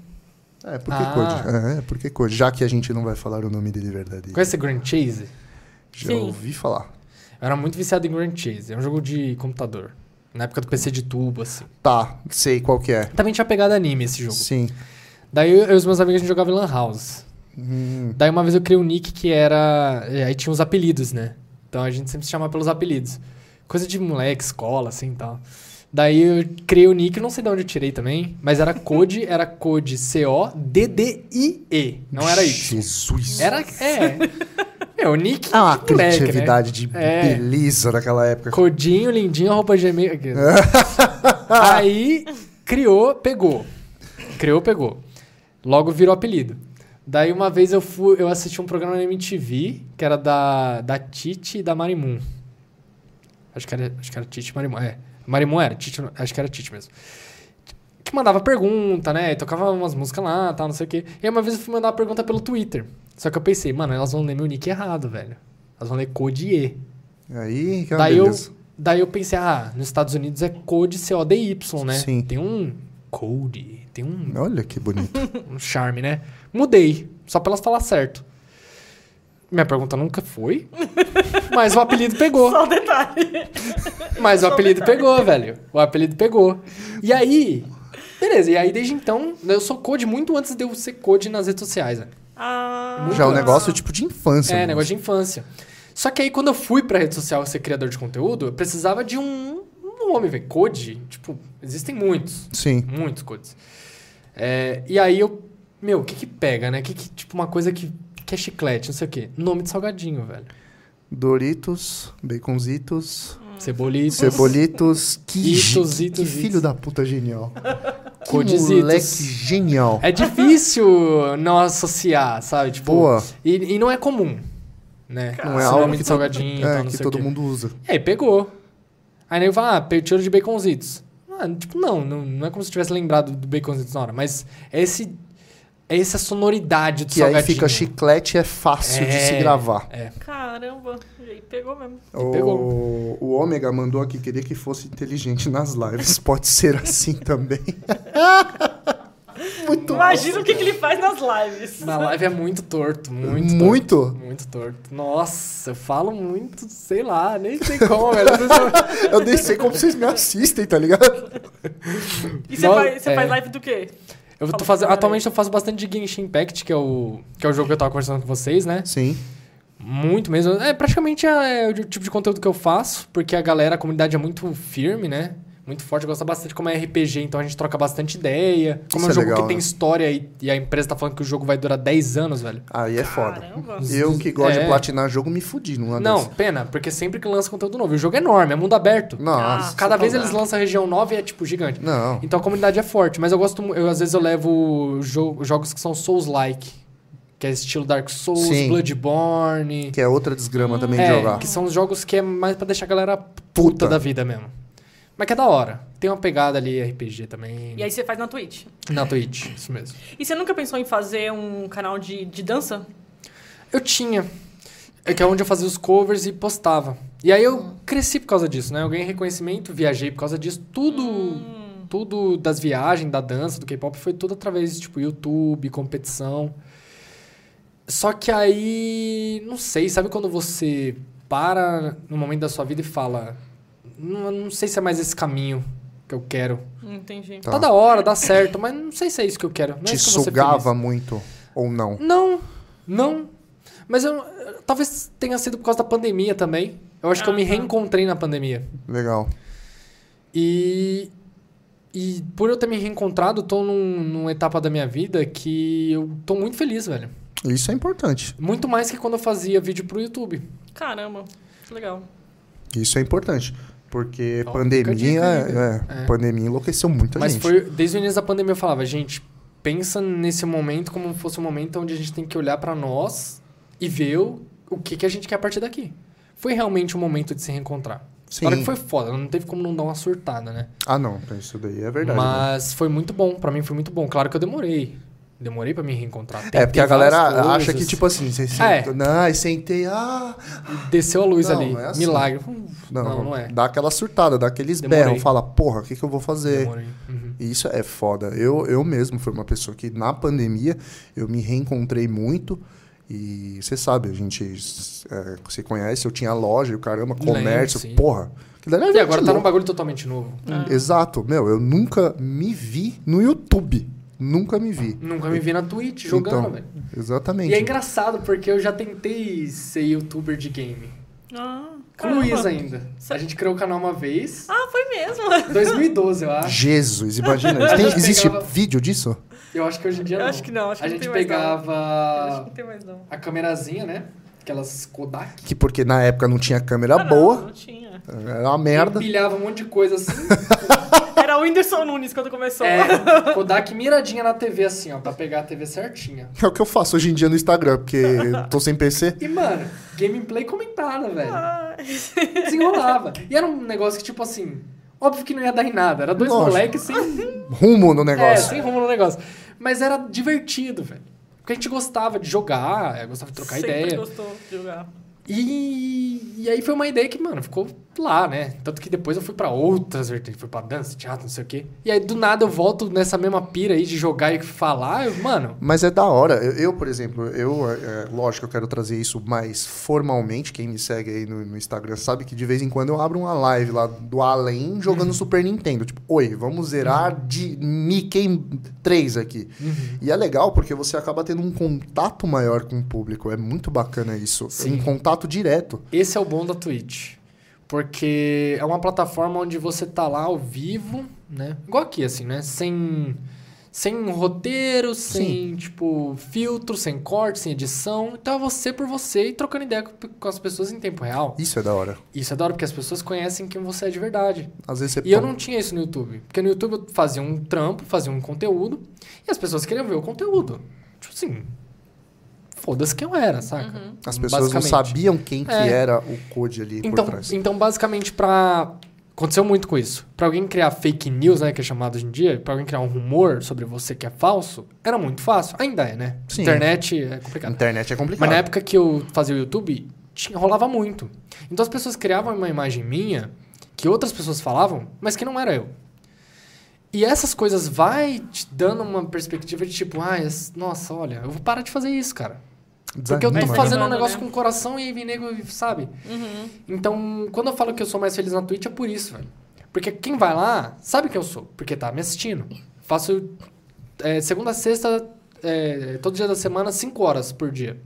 Speaker 2: É, por que
Speaker 3: Ah.
Speaker 2: Code? É, por que Code? Já que a gente não vai falar o nome dele de verdade.
Speaker 3: Conhece Grand Chase?
Speaker 2: Já
Speaker 1: Sim.
Speaker 2: ouvi falar.
Speaker 3: Eu era muito viciado em Grand Chase. É um jogo de computador. Na época do PC de tubo, assim.
Speaker 2: Tá, sei qual que é.
Speaker 3: Também tinha pegada anime esse jogo.
Speaker 2: Sim.
Speaker 3: Daí eu e os meus amigos a gente jogava em Lan House.
Speaker 2: Hum,
Speaker 3: Daí uma vez eu criei um nick que era. é, Aí tinha os apelidos, né? Então a gente sempre se chamava pelos apelidos. Coisa de moleque, escola, assim e tal. Daí eu criei o nick, não sei de onde eu tirei também, mas era
Speaker 2: [LAUGHS]
Speaker 3: Code, era Code C-O-D-D-I-E. Não era Y.
Speaker 2: Jesus.
Speaker 3: Era. É.
Speaker 2: [LAUGHS]
Speaker 3: É, o nick.
Speaker 2: Ah, uma
Speaker 3: de moleque, né?
Speaker 2: criatividade de
Speaker 3: É.
Speaker 2: beleza daquela época.
Speaker 3: Codinho, lindinho, roupa gmail. aqui. Aí criou, pegou. Criou, pegou. Logo virou apelido. Daí uma vez eu fui, eu assisti um programa na MTV, que era da, da Titi e da Marimun. Acho que era, acho que era Titi e Marimun. É. Marimun era, Titi, não- acho que era Titi mesmo. Que mandava pergunta, né? E tocava umas músicas lá, tal, não sei o quê. E aí uma vez eu fui mandar uma pergunta pelo Twitter. Só que eu pensei, mano, elas vão ler meu nick errado, velho. Elas vão ler Codier.
Speaker 2: Aí, que é uma
Speaker 3: Daí eu,
Speaker 2: beleza.
Speaker 3: daí eu pensei, ah, nos Estados Unidos é Code, C-O-D-Y, né?
Speaker 2: Sim.
Speaker 3: Tem um Code, tem um,
Speaker 2: Olha que bonito.
Speaker 3: um charme, né? Mudei, só pra elas falar certo. Minha pergunta nunca foi, [LAUGHS] mas o apelido pegou.
Speaker 1: Só um detalhe.
Speaker 3: Mas o
Speaker 1: só
Speaker 3: apelido pegou, velho. O apelido pegou. E aí, beleza, e aí desde então, eu sou Code muito antes de eu ser Code nas redes sociais, né?
Speaker 1: Ah,
Speaker 2: Já é um
Speaker 3: antes.
Speaker 2: negócio tipo de infância.
Speaker 3: É,
Speaker 2: mano.
Speaker 3: negócio de infância. Só que aí, quando eu fui pra rede social ser criador de conteúdo, eu precisava de um, um nome, velho. Code, tipo, existem muitos.
Speaker 2: Sim.
Speaker 3: Muitos codes. É, e aí eu. Meu, o que que pega, né? O que que, tipo, uma coisa que, que é chiclete, não sei o quê. Nome de salgadinho, velho.
Speaker 2: Doritos, baconzitos,
Speaker 3: Cebolitos.
Speaker 2: cebolitos. Que, ge-
Speaker 3: Itos,
Speaker 2: que
Speaker 3: itos,
Speaker 2: filho
Speaker 3: itos.
Speaker 2: da puta
Speaker 3: [LAUGHS]
Speaker 2: genial. Que
Speaker 3: Codizitos.
Speaker 2: moleque genial.
Speaker 3: É difícil não associar, sabe? Tipo.
Speaker 2: Boa.
Speaker 3: E, e não é comum, né?
Speaker 2: Não é
Speaker 3: Esse
Speaker 2: algo
Speaker 3: nome
Speaker 2: que
Speaker 3: de
Speaker 2: todo-
Speaker 3: salgadinho,
Speaker 2: é,
Speaker 3: e tal, então, não
Speaker 2: que
Speaker 3: sei o
Speaker 2: todo
Speaker 3: quê.
Speaker 2: mundo usa.
Speaker 3: É, E aí pegou. Aí nego fala, ah, pe- tiro de baconzitos. Ah, tipo, não, não, não é como se eu tivesse lembrado do baconzitos na hora, mas é esse. É essa sonoridade do
Speaker 2: Que aí
Speaker 3: salgadinho.
Speaker 2: fica chiclete, é fácil de se
Speaker 3: É.
Speaker 2: gravar.
Speaker 3: É.
Speaker 1: caramba. E aí pegou mesmo.
Speaker 2: O, o Ômega mandou aqui, queria que fosse inteligente nas lives. Pode ser assim também. [LAUGHS] Muito
Speaker 1: Imagina o que, que ele faz nas lives.
Speaker 3: Na live é muito torto, muito.
Speaker 2: Muito?
Speaker 3: Torto, muito torto. Nossa, eu falo muito, sei lá, nem sei como, velho. Às vezes eu-
Speaker 2: Eu nem sei como vocês me assistem, tá ligado?
Speaker 1: E você,
Speaker 3: Não,
Speaker 1: faz, você
Speaker 3: é.
Speaker 1: faz live do quê?
Speaker 3: Eu tô fazendo. Atualmente eu faço bastante de Genshin Impact, que é o, que é o jogo que eu tava conversando com vocês, né?
Speaker 2: Sim.
Speaker 3: Muito mesmo. É praticamente é, o tipo de conteúdo que eu faço, porque a galera, a comunidade é muito firme, né? Muito forte, gosta bastante como é RPG, então a gente troca bastante ideia.
Speaker 2: Isso é
Speaker 3: Como é um jogo
Speaker 2: legal,
Speaker 3: que tem
Speaker 2: né?
Speaker 3: história e, e a empresa tá falando que o jogo vai durar 10 anos, velho.
Speaker 2: Aí é foda.
Speaker 1: Caramba.
Speaker 2: Eu que gosto de
Speaker 3: É.
Speaker 2: platinar jogo, me fudi numa
Speaker 3: Não,
Speaker 2: dessa.
Speaker 3: pena, porque sempre que lança conteúdo novo. E o jogo é enorme, é mundo aberto.
Speaker 2: Nossa.
Speaker 3: Cada vez
Speaker 1: tá
Speaker 3: eles
Speaker 1: bom.
Speaker 3: lançam a região nova e é tipo gigante.
Speaker 2: Não.
Speaker 3: Então a comunidade é forte, mas eu gosto, mu- eu às vezes eu levo jo- jogos que são Souls-like, que é estilo Dark Souls,
Speaker 2: Sim.
Speaker 3: Bloodborne,
Speaker 2: Que é outra desgrama também de
Speaker 3: é,
Speaker 2: jogar.
Speaker 3: que são os jogos que é mais pra deixar a galera puta da vida mesmo. Mas que é da hora. Tem uma pegada ali RPG também.
Speaker 1: E aí você faz na Twitch.
Speaker 3: Na Twitch, isso mesmo.
Speaker 1: E você nunca pensou em fazer um canal de, de dança?
Speaker 3: Eu tinha. É que é onde eu fazia os covers e postava. E aí eu cresci por causa disso, né? Eu ganhei reconhecimento, viajei por causa disso. Tudo, tudo das viagens, da dança, do K-pop, foi tudo através, tipo, YouTube, competição. Só que aí, não sei, sabe quando você para no momento da sua vida e fala, não, não sei se é mais esse caminho que eu quero.
Speaker 1: Hum, Entendi.
Speaker 2: Tá.
Speaker 3: Tá, da hora, dá certo, mas não sei se é isso que eu quero. Não é
Speaker 2: Te
Speaker 3: isso que eu vou ser
Speaker 2: sugava muito ou não?
Speaker 3: não, não. Mas eu, talvez tenha sido por causa da pandemia também. Eu acho que eu me
Speaker 1: Ah, tá.
Speaker 3: reencontrei na pandemia.
Speaker 2: Legal.
Speaker 3: E, e por eu ter me reencontrado, eu tô num, numa etapa da minha vida que eu tô muito feliz, velho.
Speaker 2: Isso é importante.
Speaker 3: Muito mais que quando eu fazia vídeo pro YouTube.
Speaker 1: Caramba. que Legal.
Speaker 2: Isso é importante. Porque
Speaker 3: Ó, fica a
Speaker 2: pandemia.
Speaker 3: dica aí,
Speaker 2: é,
Speaker 3: né? É.
Speaker 2: Pandemia enlouqueceu muita
Speaker 3: Mas
Speaker 2: gente.
Speaker 3: foi desde o início da pandemia eu falava, gente, pensa nesse momento como fosse um momento onde a gente tem que olhar pra nós e ver o, o que, que a gente quer a partir daqui. Foi realmente um momento de se reencontrar.
Speaker 2: Sim.
Speaker 3: Claro que foi foda, não teve como não dar uma surtada, né?
Speaker 2: Ah, não. Isso daí é verdade. né?
Speaker 3: Mas foi muito bom, pra mim foi muito bom. Claro que eu demorei. Demorei pra me reencontrar.
Speaker 2: É,
Speaker 3: Tentei
Speaker 2: porque a
Speaker 3: várias
Speaker 2: galera acha
Speaker 3: coisas.
Speaker 2: que, tipo assim, você senta,
Speaker 3: É.
Speaker 2: não, aí sentei, ah...
Speaker 3: Desceu a luz
Speaker 2: Não,
Speaker 3: ali.
Speaker 2: não é assim.
Speaker 3: Milagre.
Speaker 2: Não,
Speaker 3: Não, não, é.
Speaker 2: Dá aquela surtada, dá aqueles
Speaker 3: Demorei.
Speaker 2: berros, fala, porra, o que, que eu vou fazer?
Speaker 3: Demorei. Uhum.
Speaker 2: E Isso é foda. Eu, eu mesmo fui uma pessoa que, na pandemia, eu me reencontrei muito. E você sabe, a gente é, se conhece, eu tinha loja, e o caramba,
Speaker 3: Lembro,
Speaker 2: comércio,
Speaker 3: sim.
Speaker 2: porra. Que daí era
Speaker 3: E
Speaker 2: gente
Speaker 3: agora tá Ah. num
Speaker 2: louca.
Speaker 3: bagulho totalmente novo.
Speaker 2: Exato, meu, eu nunca me vi no YouTube. Nunca me vi.
Speaker 3: Nunca me vi na Twitch jogando,
Speaker 2: Então,
Speaker 3: velho.
Speaker 2: Exatamente.
Speaker 3: E é engraçado porque eu já tentei ser youtuber de game.
Speaker 1: Ah,
Speaker 3: Com o
Speaker 1: caramba.
Speaker 3: Luiz ainda. A gente criou o canal uma vez.
Speaker 1: Ah, foi [LAUGHS] mesmo.
Speaker 3: 2012, eu acho.
Speaker 2: Jesus,
Speaker 3: [LAUGHS]
Speaker 2: imagina. tem-
Speaker 3: gente
Speaker 2: existe
Speaker 3: pegava-
Speaker 2: vídeo disso?
Speaker 3: Eu acho que hoje em dia
Speaker 1: Eu
Speaker 3: não.
Speaker 1: acho que não, acho que
Speaker 3: a
Speaker 1: não
Speaker 3: gente
Speaker 1: tem mais não. Acho que
Speaker 3: pegava
Speaker 1: não tem mais não.
Speaker 3: a câmerazinha, né? Aquelas Kodak.
Speaker 2: Que porque na época não tinha câmera
Speaker 1: Ah, não,
Speaker 2: boa,
Speaker 1: Não tinha.
Speaker 2: era uma merda.
Speaker 3: Empilhava um monte de coisa assim.
Speaker 1: Era o Whindersson Nunes quando começou.
Speaker 3: é, Kodak miradinha na TV assim, ó. Pra pegar a TV certinha.
Speaker 2: É o que eu faço hoje em dia no Instagram, porque tô sem PC.
Speaker 3: E, mano, gameplay comentada, velho.
Speaker 1: [LAUGHS] Ah,
Speaker 3: Desenrolava. E era um negócio que, tipo assim... Óbvio que não ia dar em nada. Era dois
Speaker 2: Lógico.
Speaker 3: moleques sem
Speaker 2: Rumo no
Speaker 3: É,
Speaker 2: negócio.
Speaker 3: sem rumo no negócio. Mas era divertido, velho. Porque a gente gostava de jogar, eh, gostava de trocar
Speaker 1: sempre
Speaker 3: ideia.
Speaker 1: gostou de jogar.
Speaker 3: E, e aí foi uma ideia que, mano, ficou lá, né? Tanto que depois eu fui pra outras vertentes, fui pra dança, teatro, não sei o quê. E aí do nada eu volto nessa mesma pira aí de jogar e falar, eu, mano.
Speaker 2: Mas é da hora. Eu, eu, por exemplo, eu, é, é, lógico, eu quero trazer isso mais formalmente. Quem me segue aí no, no Instagram sabe que de vez em quando eu abro uma live lá do além
Speaker 3: Uhum.
Speaker 2: jogando Super Nintendo. Tipo, oi, vamos zerar de Mickey 3 aqui. E é legal porque você acaba tendo um contato maior com o público. É muito bacana isso.
Speaker 3: Sim.
Speaker 2: Um contato direto.
Speaker 3: Esse é o bom da Twitch. Porque é uma plataforma onde você tá lá ao vivo, né? Igual aqui, assim, né? Sem, sem roteiro, sem, tipo, filtro, sem corte, sem edição. Então é você por você e trocando ideia com, com as pessoas em tempo real.
Speaker 2: Isso é da hora.
Speaker 3: Isso é da hora, porque as pessoas conhecem quem você é de verdade.
Speaker 2: Às vezes você
Speaker 3: E eu não tinha isso no YouTube. Porque no YouTube eu fazia um trampo, fazia um conteúdo, e as pessoas queriam ver o conteúdo. Tipo assim, foda-se quem eu era, saca?
Speaker 2: As pessoas não
Speaker 3: Basicamente.
Speaker 2: sabiam quem que
Speaker 3: É.
Speaker 2: era o Code ali
Speaker 3: Então,
Speaker 2: por trás.
Speaker 3: então basicamente, pra. Aconteceu muito com isso. Pra alguém criar fake news, né, que é chamado hoje em dia, pra alguém criar um rumor sobre você que é falso, era muito fácil. Ainda é, né?
Speaker 2: Sim.
Speaker 3: Internet é
Speaker 2: A
Speaker 3: complicado.
Speaker 2: internet é complicado.
Speaker 3: Mas na época que eu fazia o YouTube, tinha, rolava muito. Então as pessoas criavam uma imagem minha que outras pessoas falavam, mas que não era eu. E essas coisas vai te dando uma perspectiva de tipo, ah, es- nossa, olha, eu vou parar de fazer isso, cara. Porque eu tô
Speaker 2: Desanima, né?
Speaker 3: fazendo um
Speaker 1: Desanimando,
Speaker 3: negócio
Speaker 1: né?
Speaker 3: com o coração e aí vem nego, e sabe?
Speaker 1: Uhum.
Speaker 3: Então, quando eu falo que eu sou mais feliz na Twitch, é por isso, velho. Porque quem vai lá sabe quem eu sou, porque tá me assistindo. Faço é, segunda a sexta, é, todo dia da semana, 5 horas por dia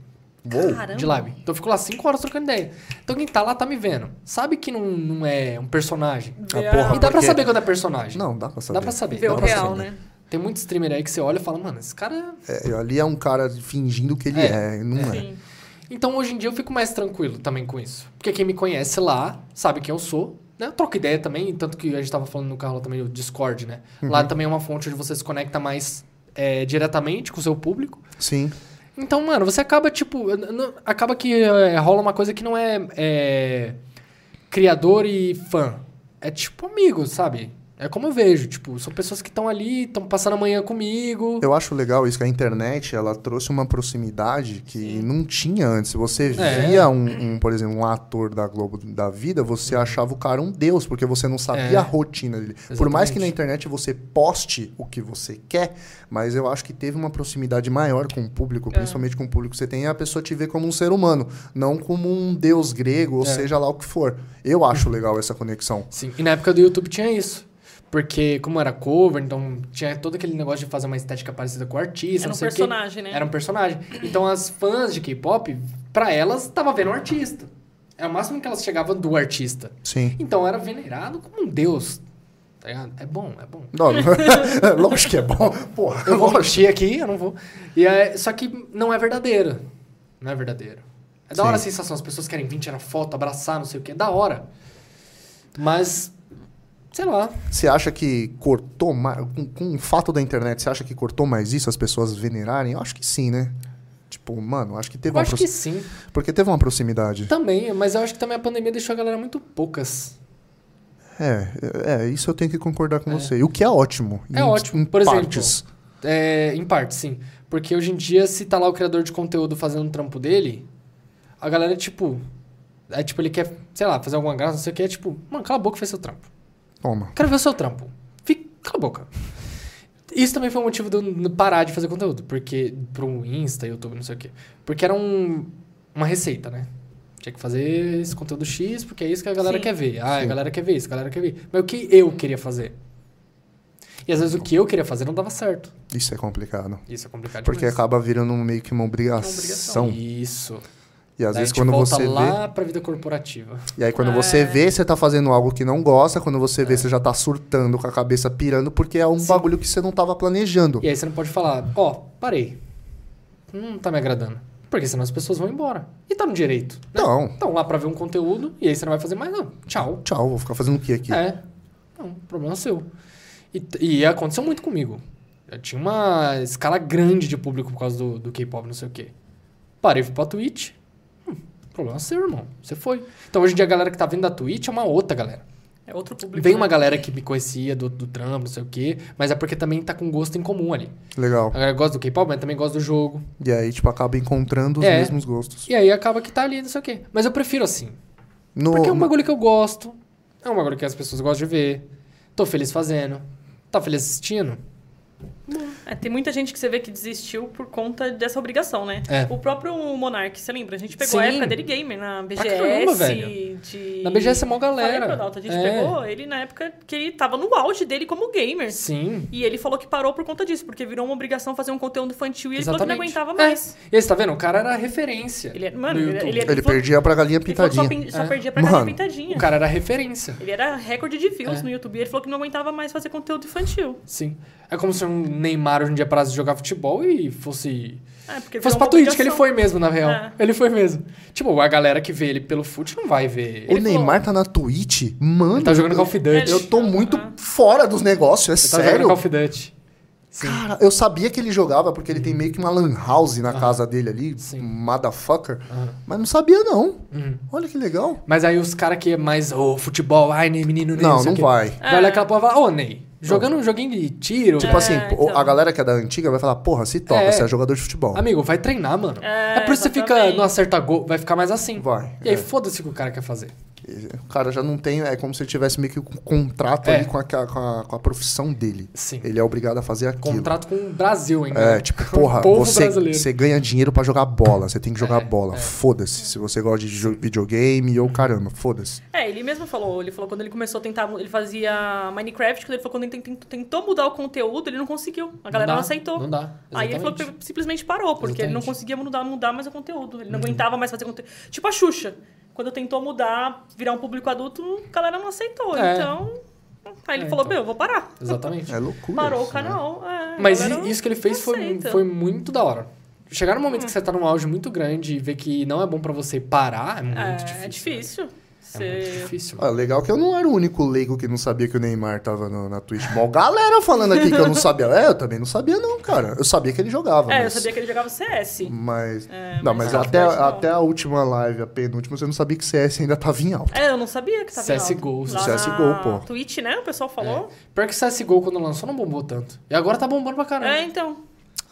Speaker 2: Uou.
Speaker 1: Caramba.
Speaker 3: de live. Então eu fico lá 5 horas trocando ideia. Então quem tá lá tá me vendo. Sabe que não, não é um personagem.
Speaker 1: Vê
Speaker 2: Ah, porra.
Speaker 3: E dá pra
Speaker 2: porque-
Speaker 3: saber quando é personagem.
Speaker 2: Não, dá pra saber.
Speaker 3: Dá pra saber.
Speaker 1: Vê
Speaker 3: dá
Speaker 1: o
Speaker 3: pra
Speaker 1: real,
Speaker 3: saber.
Speaker 1: né?
Speaker 3: Tem muito streamer aí que você olha e fala, mano, esse cara.
Speaker 2: É, ali é um cara fingindo que ele é,
Speaker 3: É.
Speaker 2: não é.
Speaker 1: Sim.
Speaker 3: Então hoje em dia eu fico mais tranquilo também com isso. Porque quem me conhece lá sabe quem eu sou. Né? Eu troco ideia também, tanto que a gente tava falando no carro lá também, o Discord, né? Lá também é uma fonte onde você se conecta mais é, diretamente com o seu público.
Speaker 2: Sim.
Speaker 3: Então, mano, você acaba, tipo. n- n- Acaba que é, rola uma coisa que não é, é, criador e fã. É tipo amigo, sabe? É como eu vejo, tipo, são pessoas que estão ali, estão passando a manhã comigo.
Speaker 2: Eu acho legal isso, que a internet, ela trouxe uma proximidade que não tinha antes. Você
Speaker 3: É.
Speaker 2: via um, um, por exemplo, um ator da Globo da vida, você achava o cara um deus, porque você não sabia
Speaker 3: É.
Speaker 2: a rotina dele. Por mais que na
Speaker 3: Exatamente.
Speaker 2: internet você poste o que você quer, mas eu acho que teve uma proximidade maior com o
Speaker 3: É.
Speaker 2: público, principalmente com o público que você tem, e a pessoa te vê como um ser humano, não como um deus grego, ou
Speaker 3: É.
Speaker 2: seja lá o que for. Eu
Speaker 3: [LAUGHS]
Speaker 2: acho legal essa conexão.
Speaker 3: Sim, e na época do YouTube tinha isso. Porque, como era cover, então tinha todo aquele negócio de fazer uma estética parecida com o artista,
Speaker 1: Era
Speaker 3: não
Speaker 1: um
Speaker 3: sei o quê.
Speaker 1: personagem, né?
Speaker 3: Era um personagem. Então as fãs de K-pop, pra elas, tava vendo o artista. É o máximo que elas chegavam do artista.
Speaker 2: Sim.
Speaker 3: Então era venerado como um deus. Tá ligado? É bom, é bom.
Speaker 2: Não, [LAUGHS] lógico que é bom. Porra,
Speaker 3: Eu vou
Speaker 1: [LAUGHS]
Speaker 3: mentir aqui, eu não vou. E é, só que não é verdadeiro. Não é verdadeiro. É da hora a
Speaker 2: Sim.
Speaker 3: sensação, as pessoas querem vir tirar foto, abraçar, não sei o que, é da hora. Mas, sei lá.
Speaker 2: Você acha que cortou mais. Com, com o fato da internet, você acha que cortou mais isso, as pessoas venerarem? Eu acho que sim, né? Tipo, mano, acho que teve
Speaker 3: eu
Speaker 2: uma
Speaker 3: acho que
Speaker 2: proximidade.
Speaker 3: sim.
Speaker 2: Porque teve uma proximidade.
Speaker 3: Também, mas eu acho que também a pandemia deixou a galera muito poucas.
Speaker 2: É, é, isso eu tenho que concordar com você. E o que é ótimo.
Speaker 3: É ótimo. Por exemplo,
Speaker 2: partes.
Speaker 3: É, em parte, sim. Porque hoje em dia, se tá lá o criador de conteúdo fazendo o trampo dele, a galera, tipo. É tipo, ele quer, sei lá, fazer alguma graça, não sei o que, é tipo, mano, cala a boca e faz seu trampo.
Speaker 2: Toma.
Speaker 3: Quero ver o seu trampo. Fica, cala a boca. Isso também foi um motivo de eu n- parar de fazer conteúdo, porque pro Insta, YouTube, não sei o quê. Porque era um, uma receita, né? Tinha que fazer esse conteúdo X, porque é isso que a galera
Speaker 1: Sim.
Speaker 3: quer ver. Ah, a
Speaker 2: Sim.
Speaker 3: galera quer ver isso, a galera quer ver. Mas o que eu queria fazer? E às vezes o que eu queria fazer não dava certo.
Speaker 2: Isso é complicado.
Speaker 3: Isso é complicado
Speaker 2: Porque
Speaker 3: demais. Então,
Speaker 2: acaba virando um meio que uma obrigação.
Speaker 1: obrigação.
Speaker 3: Isso.
Speaker 2: E às
Speaker 3: Daí
Speaker 2: vezes
Speaker 3: a gente
Speaker 2: quando
Speaker 3: volta
Speaker 2: você vê.
Speaker 3: lá pra vida corporativa.
Speaker 2: E aí quando
Speaker 1: É.
Speaker 2: você vê, você tá fazendo algo que não gosta. Quando você vê, você já tá surtando com a cabeça pirando, porque é um
Speaker 3: É. Sim.
Speaker 2: bagulho que você não tava planejando.
Speaker 3: E aí você não pode falar, ó, parei. Não tá me agradando. Porque senão as pessoas vão embora. E tá no direito. né?
Speaker 2: Não.
Speaker 3: Estão lá pra ver um conteúdo e aí você não vai fazer mais, não. Tchau.
Speaker 2: Tchau, vou ficar fazendo o que aqui?
Speaker 3: É. Não, problema é seu. E, t- e aconteceu muito comigo. Eu tinha uma escala grande de público por causa do, do K-pop, não sei o quê. Parei fui pra Twitch. Hum, problema seu, irmão. Você foi. Então hoje em dia a galera que tá vindo da Twitch é uma outra galera.
Speaker 1: É outro público.
Speaker 3: Vem
Speaker 1: né?
Speaker 3: uma galera que me conhecia do, do trampo, não sei o quê, mas é porque também tá com gosto em comum ali.
Speaker 2: Legal.
Speaker 3: A galera gosta do K-pop, mas também gosta do jogo.
Speaker 2: E aí, tipo, acaba encontrando os
Speaker 3: É.
Speaker 2: mesmos gostos.
Speaker 3: E aí acaba que tá ali, não sei o quê. Mas eu prefiro assim.
Speaker 2: No,
Speaker 3: Porque é um
Speaker 2: no-
Speaker 3: bagulho que eu gosto. É um bagulho que as pessoas gostam de ver. Tô feliz fazendo. Tá feliz assistindo?
Speaker 1: É, tem muita gente que você vê que desistiu por conta dessa obrigação, né?
Speaker 3: É.
Speaker 1: O próprio Monark, você lembra? A gente pegou a
Speaker 3: Sim.
Speaker 1: época dele gamer na BGS.
Speaker 3: caramba, velho.
Speaker 1: De...
Speaker 3: Na BGS é mó
Speaker 1: Falei
Speaker 3: galera.
Speaker 1: pro Adalto, a gente
Speaker 3: É.
Speaker 1: pegou ele na época que ele tava no auge dele como gamer.
Speaker 3: Sim.
Speaker 1: E ele falou que parou por conta disso, porque virou uma obrigação fazer um conteúdo infantil e ele falou que não
Speaker 3: Exatamente.
Speaker 1: aguentava
Speaker 3: É.
Speaker 1: mais.
Speaker 3: E aí, você tá vendo? O cara era referência.
Speaker 1: Ele era- mano,
Speaker 3: do
Speaker 1: ele- é-
Speaker 3: YouTube.
Speaker 1: ele era-
Speaker 2: Ele perdia pra galinha pintadinha.
Speaker 1: Ele falou que só, pin- só
Speaker 3: É.
Speaker 1: perdia pra cada
Speaker 2: Mano,
Speaker 1: pintadinha.
Speaker 3: O cara era referência.
Speaker 1: Ele era recorde de views
Speaker 3: É.
Speaker 1: no YouTube e ele falou que não aguentava mais fazer conteúdo infantil.
Speaker 3: Sim. É como se um Neymar hoje em dia parasse de jogar futebol e fosse.
Speaker 1: É, porque
Speaker 3: Fosse
Speaker 1: virou
Speaker 3: pra
Speaker 1: uma
Speaker 3: Twitch, que ele
Speaker 1: obrigação.
Speaker 3: foi mesmo, na real.
Speaker 1: É.
Speaker 3: Ele foi mesmo. Tipo, a galera que vê ele pelo fute não vai ver.
Speaker 2: O Neymar tá na Twitch? Mano.
Speaker 3: Ele tá jogando Call of Duty.
Speaker 1: Ele
Speaker 2: Eu tô
Speaker 1: Ah.
Speaker 2: muito fora dos negócios, é
Speaker 3: Ele tá jogando
Speaker 2: sério.
Speaker 3: Call of Duty. Sim.
Speaker 2: Cara, eu sabia que ele jogava porque ele tem meio que uma lan house na
Speaker 3: Aham.
Speaker 2: casa dele ali,
Speaker 3: Sim.
Speaker 2: motherfucker.
Speaker 3: Aham.
Speaker 2: Mas não sabia não.
Speaker 3: Uhum.
Speaker 2: Olha que legal.
Speaker 3: Mas aí os caras que é mais, ô, futebol, ai, nem menino, nem
Speaker 2: Não,
Speaker 3: sei
Speaker 2: não
Speaker 3: o quê.
Speaker 2: vai.
Speaker 1: É.
Speaker 3: Vai olhar aquela porra e falar, ô, Ney, jogando um joguinho de tiro,
Speaker 2: Tipo
Speaker 3: tipo,
Speaker 2: assim, pô,
Speaker 1: então.
Speaker 2: a galera que é da antiga vai falar, porra, se toca,
Speaker 3: É.
Speaker 2: você é jogador de futebol.
Speaker 3: amigo, vai treinar, mano.
Speaker 1: É,
Speaker 3: É, por isso que você fica,
Speaker 1: exatamente.
Speaker 3: não acerta gol, vai ficar mais assim.
Speaker 2: Vai,
Speaker 3: E aí
Speaker 2: é.
Speaker 3: foda-se o que o cara quer fazer.
Speaker 2: O cara já não tem, é como se ele tivesse meio que um contrato
Speaker 3: É.
Speaker 2: ali com a, com, a, com a profissão dele.
Speaker 3: Sim.
Speaker 2: Ele é obrigado a fazer aquilo.
Speaker 3: Contrato com o Brasil ainda.
Speaker 2: É,
Speaker 3: né? [LAUGHS]
Speaker 2: tipo,
Speaker 3: Com o
Speaker 2: porra,
Speaker 3: povo
Speaker 2: você,
Speaker 3: brasileiro.
Speaker 2: você ganha dinheiro pra jogar bola, você tem que jogar
Speaker 3: É,
Speaker 2: bola.
Speaker 3: é.
Speaker 2: Foda-se. Se você gosta de jo- videogame ou caramba, foda-se.
Speaker 1: É, ele mesmo falou, ele falou quando ele começou a tentar, ele fazia Minecraft, quando ele falou quando ele tent- tent- tentou mudar o conteúdo, ele não conseguiu. A galera não,
Speaker 3: dá,
Speaker 1: aceitou.
Speaker 3: Não dá.
Speaker 1: Aí ele falou
Speaker 3: exatamente.
Speaker 1: que simplesmente parou, porque ele não
Speaker 3: Exatamente. Uhum.
Speaker 1: conseguia mudar, mudar mais o conteúdo. Ele não aguentava mais fazer conteúdo. Tipo a Xuxa. Quando tentou mudar, virar um público adulto, a galera não aceitou.
Speaker 3: É.
Speaker 1: Então. Aí ele
Speaker 3: É,
Speaker 1: falou:
Speaker 3: então.
Speaker 1: Meu, eu vou parar.
Speaker 2: [LAUGHS]
Speaker 3: Exatamente.
Speaker 2: É loucura.
Speaker 1: Parou
Speaker 2: isso,
Speaker 1: o
Speaker 2: né?
Speaker 1: canal. é, a
Speaker 3: Mas
Speaker 1: galera
Speaker 3: i- isso que ele fez foi,
Speaker 1: aceita.
Speaker 3: foi muito da hora. Chegar no momento que você tá num auge muito grande e ver que não é bom pra você parar, é muito
Speaker 1: É,
Speaker 3: difícil.
Speaker 1: é difícil.
Speaker 3: né? É muito
Speaker 1: Você-
Speaker 3: difícil.
Speaker 2: Ah, legal que eu não era o único leigo que não sabia que o Neymar tava no- na Twitch. Mó galera falando aqui que eu não sabia. É, eu também não sabia, não, cara. Eu sabia que ele jogava.
Speaker 1: É, eu
Speaker 2: mas-
Speaker 1: sabia que ele jogava CS.
Speaker 2: Mas.
Speaker 1: É,
Speaker 2: não, mas
Speaker 1: não,
Speaker 2: até,
Speaker 1: mas não.
Speaker 2: até a última live, a penúltima, você não sabia que CS ainda tava em alta.
Speaker 1: É, eu não sabia que tava em alta.
Speaker 3: CSGO,
Speaker 1: Lá
Speaker 2: CSGO,
Speaker 1: na
Speaker 2: pô.
Speaker 1: Twitch, né? O pessoal falou.
Speaker 3: É. Pior que CSGO quando lançou não bombou tanto. E agora tá bombando pra caramba.
Speaker 1: É, então.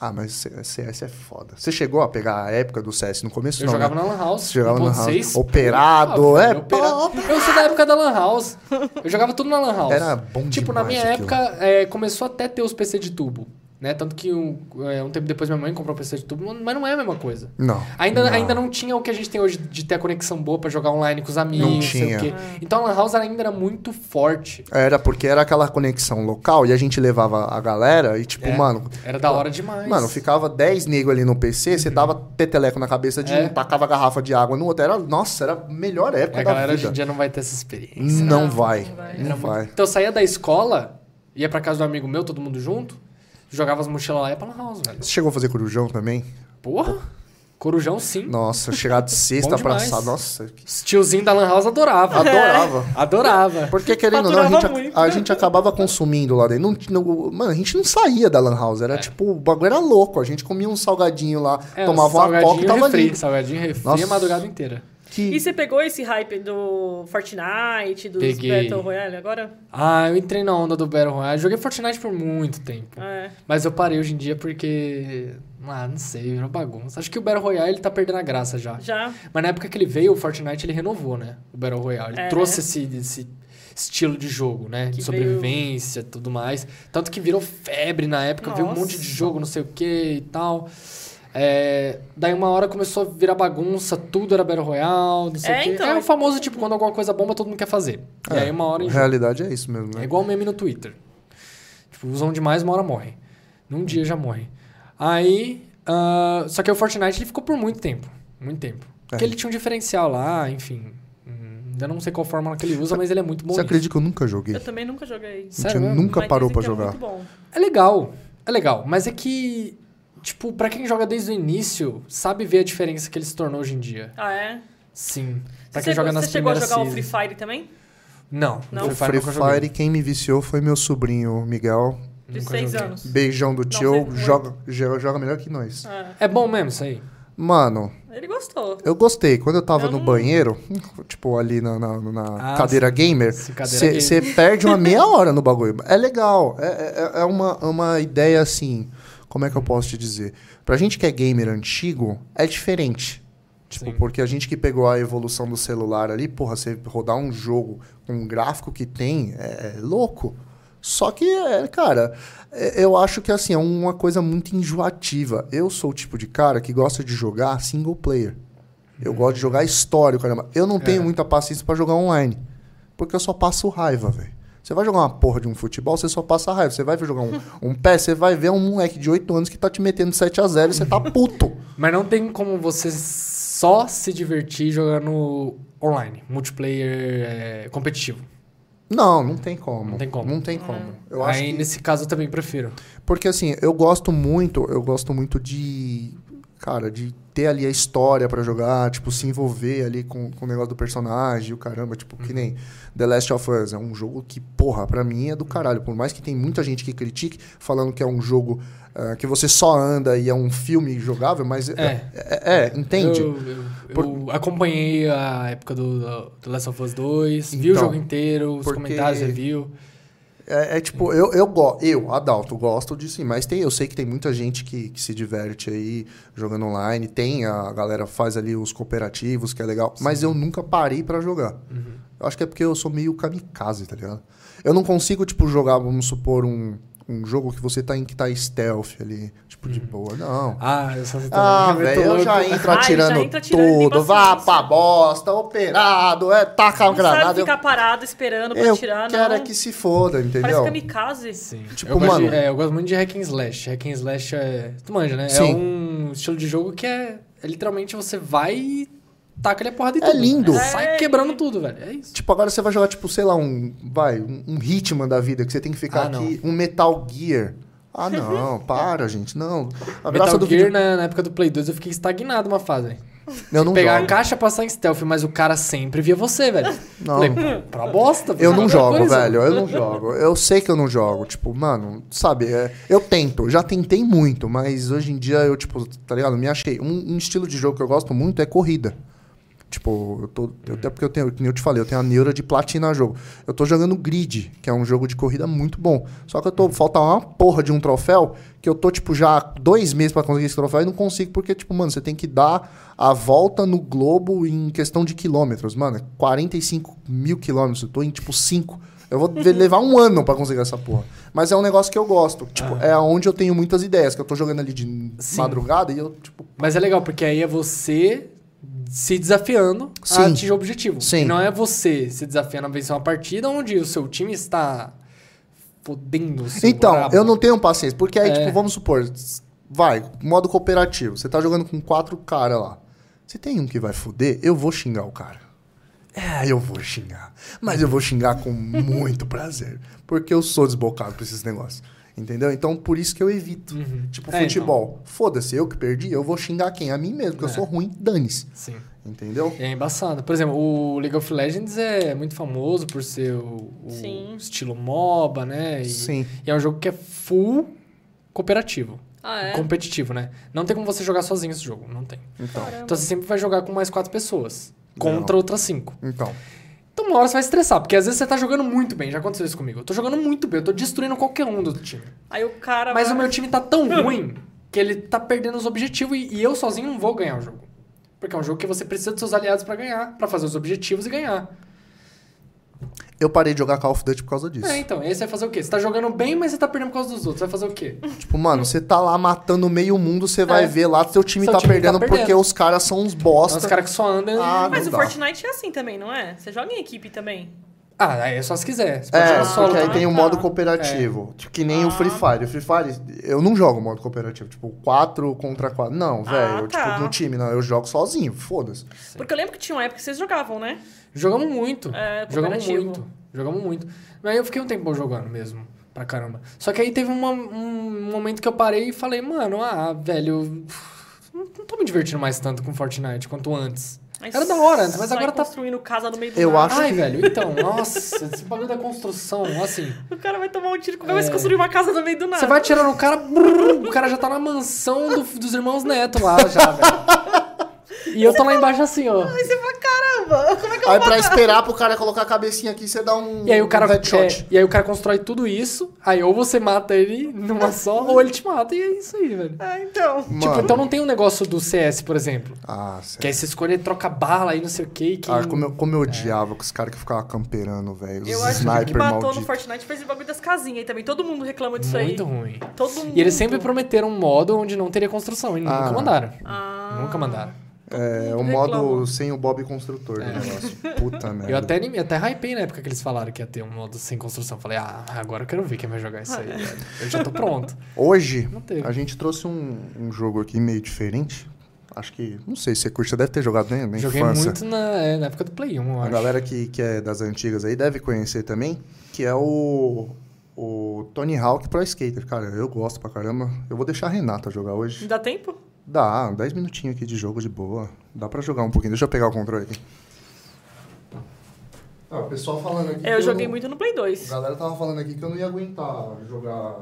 Speaker 2: Ah, mas C- CS é foda. Você chegou a pegar a época do CS no começo?
Speaker 3: Eu
Speaker 2: não,
Speaker 3: jogava
Speaker 2: né?
Speaker 3: na Lan House.
Speaker 2: Você jogava na Lan House.
Speaker 3: 1.6.
Speaker 2: Operado,
Speaker 3: Ah,
Speaker 2: é,
Speaker 3: velho, operado. Eu sou da época da Lan House. Eu jogava tudo na Lan House.
Speaker 2: Era bom
Speaker 3: Tipo, na
Speaker 2: demais
Speaker 3: minha
Speaker 2: aquilo.
Speaker 3: época, é, começou até ter os PC de tubo. Né? Tanto que um, é, um tempo depois minha mãe comprou um PC de tubo, mas não é a mesma coisa.
Speaker 2: Não.
Speaker 3: Ainda não. ainda não tinha o que a gente tem hoje de ter a conexão boa pra jogar online com os amigos,
Speaker 2: Não
Speaker 3: não sei
Speaker 2: tinha.
Speaker 3: o quê. Então a Lan House ainda era muito forte.
Speaker 2: Era porque era aquela conexão local e a gente levava a galera e, tipo,
Speaker 3: É.
Speaker 2: mano.
Speaker 3: Era da hora demais.
Speaker 2: Mano, ficava 10 negros ali no PC, você dava teteleco na cabeça de
Speaker 3: Uhum. É.
Speaker 2: um, tacava a garrafa de água no outro. Era, nossa, era a melhor
Speaker 3: É, A
Speaker 2: época da
Speaker 3: galera hoje em
Speaker 2: vida.
Speaker 3: dia não vai ter essa experiência.
Speaker 2: Não
Speaker 1: Não,
Speaker 2: vai.
Speaker 1: não vai.
Speaker 2: Não vai.
Speaker 3: Então eu saía da escola, ia pra casa do amigo meu, todo mundo junto, jogava as mochilas lá e ia pra Lan House, velho.
Speaker 2: Você chegou a fazer corujão também?
Speaker 3: Porra! Corujão sim.
Speaker 2: Nossa, chegar de sexta
Speaker 3: [LAUGHS] Bom
Speaker 2: pra
Speaker 3: demais.
Speaker 2: sábado. Nossa, que-
Speaker 3: Os tiozinho da Lan House
Speaker 2: [LAUGHS]
Speaker 3: adorava.
Speaker 2: adorava.
Speaker 3: [LAUGHS] Adorava.
Speaker 2: Porque, querendo ou não, a
Speaker 1: Faturava
Speaker 2: gente,
Speaker 1: muito. né?
Speaker 2: a gente acabava consumindo lá dentro. Não, t- não- mano, a gente não saía da Lan House. Era tipo, o bagulho era louco. A gente comia um salgadinho lá,
Speaker 3: É,
Speaker 2: tomava uma
Speaker 3: salgadinho
Speaker 2: coca e tava
Speaker 3: refri,
Speaker 2: ali.
Speaker 3: Salgadinho refri
Speaker 2: Nossa.
Speaker 3: a madrugada inteira.
Speaker 2: Que
Speaker 1: E você pegou esse hype do Fortnite, dos
Speaker 3: Peguei.
Speaker 1: Battle Royale agora?
Speaker 3: Ah, eu entrei na onda do Battle Royale. Joguei Fortnite por muito tempo.
Speaker 1: É.
Speaker 3: Mas eu parei hoje em dia porque. Ah, não sei, virou bagunça. Acho que o Battle Royale tá perdendo a graça já.
Speaker 1: Já?
Speaker 3: Mas na época que ele veio, o Fortnite ele renovou, né? O Battle Royale. Ele
Speaker 1: É,
Speaker 3: trouxe
Speaker 1: né?
Speaker 3: esse, esse estilo de jogo, né?
Speaker 1: Que
Speaker 3: de sobrevivência e tudo mais. Tanto que virou febre na época, veio um
Speaker 1: Nossa.
Speaker 3: monte de jogo, não sei o que e tal. É, daí uma hora começou a virar bagunça, tudo era Battle Royale, não sei
Speaker 1: É,
Speaker 3: o quê.
Speaker 1: então.
Speaker 3: é o famoso, tipo, quando alguma coisa bomba, todo mundo quer fazer. E
Speaker 2: É.
Speaker 3: aí uma hora
Speaker 2: a
Speaker 3: enjoa.
Speaker 2: realidade é isso mesmo, né?
Speaker 3: É igual meme no Twitter. Tipo, usam demais, uma hora morrem. Num dia já morrem. Aí. ah, só que o Fortnite ele ficou por muito tempo. Muito tempo. Porque
Speaker 2: É.
Speaker 3: ele tinha um diferencial lá, enfim. Hum, Ainda não sei qual fórmula que ele usa, mas ele é muito bom.
Speaker 2: Você
Speaker 3: nisso.
Speaker 2: acredita que eu nunca joguei?
Speaker 1: Eu também nunca joguei.
Speaker 2: A gente
Speaker 3: Sério mesmo?
Speaker 2: nunca
Speaker 1: Mas
Speaker 2: parou pra
Speaker 1: dizem que
Speaker 2: jogar.
Speaker 1: É muito bom.
Speaker 3: É legal. É legal. Mas é que. Tipo, pra quem joga desde o início, sabe ver a diferença que ele se tornou hoje em dia.
Speaker 1: Ah, é?
Speaker 3: Sim. Pra
Speaker 1: você
Speaker 3: quem joga
Speaker 1: você
Speaker 3: nas
Speaker 1: chegou a
Speaker 3: primeiras
Speaker 1: jogar o Free
Speaker 3: seasons.
Speaker 1: Fire também?
Speaker 3: Não,
Speaker 1: Não?
Speaker 2: O Free
Speaker 3: nunca joguei.
Speaker 2: Fire, quem me viciou foi meu sobrinho, Miguel.
Speaker 1: De
Speaker 3: Nunca
Speaker 1: seis
Speaker 3: joguei.
Speaker 1: anos.
Speaker 2: Beijão do tio,
Speaker 1: foi-
Speaker 2: joga, jo- joga melhor que nós.
Speaker 1: Ah,
Speaker 3: É bom mesmo isso aí.
Speaker 2: Mano,
Speaker 1: ele gostou.
Speaker 2: eu gostei. Quando eu tava
Speaker 1: Eu
Speaker 2: no
Speaker 1: não-
Speaker 2: banheiro, tipo ali na, na- na
Speaker 3: Ah,
Speaker 2: cadeira gamer,
Speaker 3: Esse cadeira gamer.
Speaker 2: você
Speaker 3: [LAUGHS]
Speaker 2: perde uma meia hora no bagulho. É legal. É, é- é uma, uma ideia assim. Como é que eu posso te dizer? Pra gente que é gamer antigo, é diferente. Tipo,
Speaker 3: Sim.
Speaker 2: porque a gente que pegou a evolução do celular ali, porra, você rodar um jogo com um gráfico que tem, é, é louco. Só que, é, cara, é- eu acho que assim, é uma coisa muito enjoativa. Eu sou o tipo de cara que gosta de jogar single player. Eu gosto de jogar história, caramba. Eu não
Speaker 3: É.
Speaker 2: tenho muita paciência pra jogar online. Porque eu só passo raiva, velho. Você vai jogar uma porra de um futebol, você só passa raiva. Você vai jogar
Speaker 3: [LAUGHS]
Speaker 2: um, um pé, você vai ver um moleque de 8 anos que tá te metendo 7x0 e você tá puto.
Speaker 3: Mas não tem como você só se divertir jogando online, multiplayer é, competitivo.
Speaker 2: Não, não tem como.
Speaker 3: Não tem como.
Speaker 2: Não tem como. Eu acho
Speaker 3: Aí
Speaker 2: que-
Speaker 3: nesse caso eu também prefiro.
Speaker 2: Porque assim, eu gosto muito, eu gosto muito de. Cara, de ter ali a história pra jogar, tipo, se envolver ali com, com o negócio do personagem, o caramba, tipo, que nem The Last of Us. É um jogo que, porra, pra mim é do caralho. Por mais que tem muita gente que critique, falando que é um jogo ah, que você só anda e é um filme jogável, mas. É,
Speaker 3: É.
Speaker 2: é, é, entende?
Speaker 3: Eu, eu- eu
Speaker 2: Por-
Speaker 3: acompanhei a época do, do, do Last of Us 2, vi o
Speaker 2: Então,
Speaker 3: jogo inteiro, os
Speaker 2: porque-
Speaker 3: comentários, review.
Speaker 2: É, é tipo, eu, eu, go- eu, Adalto, gosto disso, sim, mas tem, eu sei que tem muita gente que, que se diverte aí jogando online, tem a galera faz ali os cooperativos, que é legal, mas eu nunca parei pra jogar. Eu acho que é porque eu sou meio kamikaze, tá ligado? Eu não consigo, tipo, jogar, vamos supor, um, um jogo que você tá em que tá stealth ali, tipo, de boa, não.
Speaker 3: Ah, essa
Speaker 2: Ah,
Speaker 3: muito
Speaker 2: velho, eu
Speaker 3: louco.
Speaker 2: já entro
Speaker 1: Ai, Ah, já
Speaker 2: atirando
Speaker 1: entra atirando, tem
Speaker 2: tudo, vá
Speaker 1: paciência.
Speaker 2: pra bosta, operado, é, taca a
Speaker 1: Não sabe
Speaker 2: granada. Eu,
Speaker 1: ficar parado esperando pra
Speaker 2: eu
Speaker 1: tirar, não.
Speaker 2: quero é que se foda,
Speaker 1: Parece
Speaker 2: entendeu?
Speaker 1: kamikaze.
Speaker 3: Sim.
Speaker 2: Tipo,
Speaker 3: eu, gosto de-
Speaker 2: mano-
Speaker 3: é, eu gosto muito de hack and slash. Hack and slash é... Tu manja, né? É
Speaker 2: Sim.
Speaker 3: um estilo de jogo que é... é literalmente você vai e taca ali a porrada e
Speaker 2: É
Speaker 3: tudo.
Speaker 2: lindo.
Speaker 3: Sai
Speaker 1: É.
Speaker 3: quebrando tudo, velho. É isso.
Speaker 2: Tipo, agora você vai jogar, tipo, sei lá, um. Vai, um, um Hitman da vida, que você tem que ficar
Speaker 3: Ah, não.
Speaker 2: aqui. Um Metal Gear. Ah, não, para, gente. Não. A graça
Speaker 3: Metal
Speaker 2: do
Speaker 3: Gear, né?
Speaker 2: vídeo.
Speaker 3: na, na época do Play 2, eu fiquei estagnado uma fase, velho.
Speaker 2: Eu não
Speaker 3: Pegar a
Speaker 2: jogo.
Speaker 3: caixa, passar em stealth, mas o cara sempre via você, velho.
Speaker 2: Não.
Speaker 3: Falei, pra bosta.
Speaker 2: Eu não
Speaker 3: outra
Speaker 2: jogo,
Speaker 3: coisa.
Speaker 2: velho. Eu não jogo. Eu sei que eu não jogo. Tipo, mano, sabe? é, eu tento. Já tentei muito, mas hoje em dia eu, tipo, tá ligado? Me achei. Um, um estilo de jogo que eu gosto muito é corrida. Tipo, eu tô. eu- Até porque eu tenho, como eu te falei, eu tenho a neura de platinar jogo. Eu tô jogando Grid, que é um jogo de corrida muito bom. Só que eu tô. Falta uma porra de um troféu que eu tô, tipo, já há dois meses pra conseguir esse troféu e não consigo, porque, tipo, mano, você tem que dar a volta no globo em questão de quilômetros. Mano, é 45 mil quilômetros. Eu tô em, tipo, 5. Eu vou de- levar um ano pra conseguir essa porra. Mas é um negócio que eu gosto. Tipo, é onde eu tenho muitas ideias, que eu tô jogando ali de
Speaker 3: Sim.
Speaker 2: madrugada e eu, tipo,
Speaker 3: Mas é legal, porque aí é você se desafiando
Speaker 2: Sim.
Speaker 3: a atingir o objetivo.
Speaker 2: Sim.
Speaker 3: E não é você se desafiando a vencer uma partida onde o seu time está fodendo o seu
Speaker 2: Então,
Speaker 3: rabo.
Speaker 2: eu não tenho paciência. Porque aí,
Speaker 3: É.
Speaker 2: tipo, vamos supor, s- vai, modo cooperativo. Você tá jogando com quatro caras lá. Se tem um que vai foder, eu vou xingar o cara. É, eu vou xingar. Mas eu vou xingar com muito prazer. Porque eu sou desbocado com esses negócios. Entendeu? Então, por isso que eu evito. Tipo,
Speaker 3: É, então.
Speaker 2: futebol. Foda-se, eu que perdi, eu vou xingar quem? A mim mesmo, porque eu
Speaker 3: É.
Speaker 2: sou ruim, dane-se.
Speaker 3: Sim.
Speaker 2: Entendeu?
Speaker 3: É embaçado. Por exemplo, o League of Legends é muito famoso por ser o, o
Speaker 1: Sim.
Speaker 3: estilo MOBA, né? E,
Speaker 2: Sim.
Speaker 3: e é um jogo que é full cooperativo.
Speaker 1: Ah, é?
Speaker 3: Competitivo, né? Não tem como você jogar sozinho esse jogo. Não tem.
Speaker 2: Então.
Speaker 1: Caramba.
Speaker 3: Então você sempre vai jogar com mais quatro pessoas. contra outras cinco.
Speaker 2: Então,
Speaker 3: Então uma hora você vai estressar, porque às vezes você tá jogando muito bem. Já aconteceu isso comigo. Eu tô jogando muito bem, eu tô destruindo qualquer um do outro time.
Speaker 1: Aí o cara.
Speaker 3: Mas o
Speaker 1: vai-
Speaker 3: meu time
Speaker 1: [LAUGHS]
Speaker 3: tá tão ruim que ele tá perdendo os objetivos e, e eu sozinho não vou ganhar o jogo. Porque é um jogo que você precisa dos seus aliados pra ganhar, pra fazer os objetivos e ganhar.
Speaker 2: eu parei de jogar Call of Duty por causa disso.
Speaker 3: É, então, aí você vai fazer o quê? Você tá jogando bem, mas você tá perdendo por causa dos outros. Você vai fazer o quê?
Speaker 2: Tipo, mano, você tá lá matando meio mundo, você vai
Speaker 3: É.
Speaker 2: ver lá seu time,
Speaker 3: Seu
Speaker 2: tá,
Speaker 3: time tá
Speaker 2: perdendo
Speaker 3: perdendo.
Speaker 2: porque os caras são uns
Speaker 3: Então,
Speaker 2: bosta.
Speaker 3: os caras que só andam.
Speaker 2: Ah,
Speaker 1: Mas
Speaker 2: não
Speaker 1: o
Speaker 2: dá.
Speaker 1: Fortnite é assim também, não é? Você joga em equipe também.
Speaker 3: Ah, aí é só se quiser. Você pode
Speaker 2: É,
Speaker 3: jogar solo né? É.
Speaker 2: porque aí
Speaker 3: também.
Speaker 2: tem o
Speaker 1: tá.
Speaker 2: modo cooperativo. Tipo, Que nem o Free
Speaker 1: Ah.
Speaker 2: Fire. O Free Fire, eu não jogo modo cooperativo. Tipo, 4 contra 4. Não, velho. eu,
Speaker 1: tá.
Speaker 2: Tipo, no time, não. Eu jogo sozinho, foda-se.
Speaker 1: Porque eu lembro que tinha uma época que vocês jogavam, né?
Speaker 3: Jogamos muito.
Speaker 1: É,
Speaker 3: jogamos
Speaker 1: cooperativo.
Speaker 3: muito. Jogamos muito. Mas eu fiquei um tempo jogando mesmo. Pra caramba. Só que aí teve uma- um momento que eu parei e falei, mano, ah, velho, eu não tô me divertindo mais tanto com Fortnite quanto antes.
Speaker 1: Mas
Speaker 3: Era da hora antes, mas
Speaker 1: sai
Speaker 3: agora tá-
Speaker 1: construindo casa no meio do
Speaker 2: Eu
Speaker 1: nada.
Speaker 2: acho
Speaker 3: Ai,
Speaker 2: que-
Speaker 3: velho, então, nossa, esse bagulho da construção, assim.
Speaker 1: O cara vai tomar um tiro, como é que vai se construir uma casa no meio do nada?
Speaker 3: Você vai atirando no cara, brrr, o cara já tá na mansão do- dos irmãos Neto lá já,
Speaker 1: [LAUGHS]
Speaker 3: velho. E eu tô lá embaixo assim, ó.
Speaker 1: Aí você fala, caramba, [LAUGHS] como é que eu
Speaker 2: Aí
Speaker 1: vou
Speaker 2: pra
Speaker 1: matar?
Speaker 2: esperar pro cara colocar a cabecinha aqui, você dá um,
Speaker 3: E aí o cara,
Speaker 2: um headshot.
Speaker 3: é, e aí o cara constrói tudo isso, aí ou você mata ele numa
Speaker 2: [LAUGHS]
Speaker 3: só, ou ele te mata, e é isso aí, velho.
Speaker 1: Ah, então.
Speaker 2: Mano.
Speaker 3: Tipo, então não tem um negócio do CS, por exemplo.
Speaker 2: Ah,
Speaker 3: Que aí
Speaker 2: sério.
Speaker 3: você escolhe troca bala e não sei o quê, que. é
Speaker 2: Ah, como eu, como eu odiava com os caras que ficavam camperando, velho. Os
Speaker 1: Eu acho que o que
Speaker 2: sniper
Speaker 1: matou
Speaker 2: malditos.
Speaker 1: no Fortnite fez o bagulho das casinhas aí também. Todo mundo reclama disso
Speaker 3: Muito
Speaker 1: aí.
Speaker 3: ruim.
Speaker 1: Todo mundo.
Speaker 3: E eles sempre prometeram um modo onde não teria construção, e
Speaker 2: Ah.
Speaker 3: nunca mandaram.
Speaker 1: Ah.
Speaker 3: Nunca mandaram.
Speaker 2: É, o
Speaker 1: Reclamam.
Speaker 2: modo sem o Bob Construtor do negócio.
Speaker 3: [LAUGHS]
Speaker 2: Puta merda.
Speaker 3: É. Eu até, anim- até hypei na época que eles falaram que ia ter um modo sem construção. Falei, ah, agora eu quero ver quem vai jogar isso aí,
Speaker 1: Ah, é.
Speaker 3: velho. Eu já tô pronto.
Speaker 2: Hoje,
Speaker 3: Não teve.
Speaker 2: a gente trouxe um, um jogo aqui meio diferente. Acho que, não sei, você curte, você deve ter jogado né, [LAUGHS] na
Speaker 3: Joguei
Speaker 2: infância.
Speaker 3: muito na, é, na época do Play 1, eu
Speaker 2: A
Speaker 3: acho.
Speaker 2: galera que, que é das antigas aí deve conhecer também, que é o, o Tony Hawk Pro Skater. Cara, eu gosto pra caramba. Eu vou deixar a Renata jogar hoje.
Speaker 1: Dá tempo?
Speaker 2: Dá, 10 minutinhos aqui de jogo de boa. Dá pra jogar um pouquinho. Deixa eu pegar o controle aqui. Ah, o pessoal falando aqui.
Speaker 1: É, eu joguei muito no Play 2.
Speaker 2: galera tava falando aqui que eu não ia aguentar jogar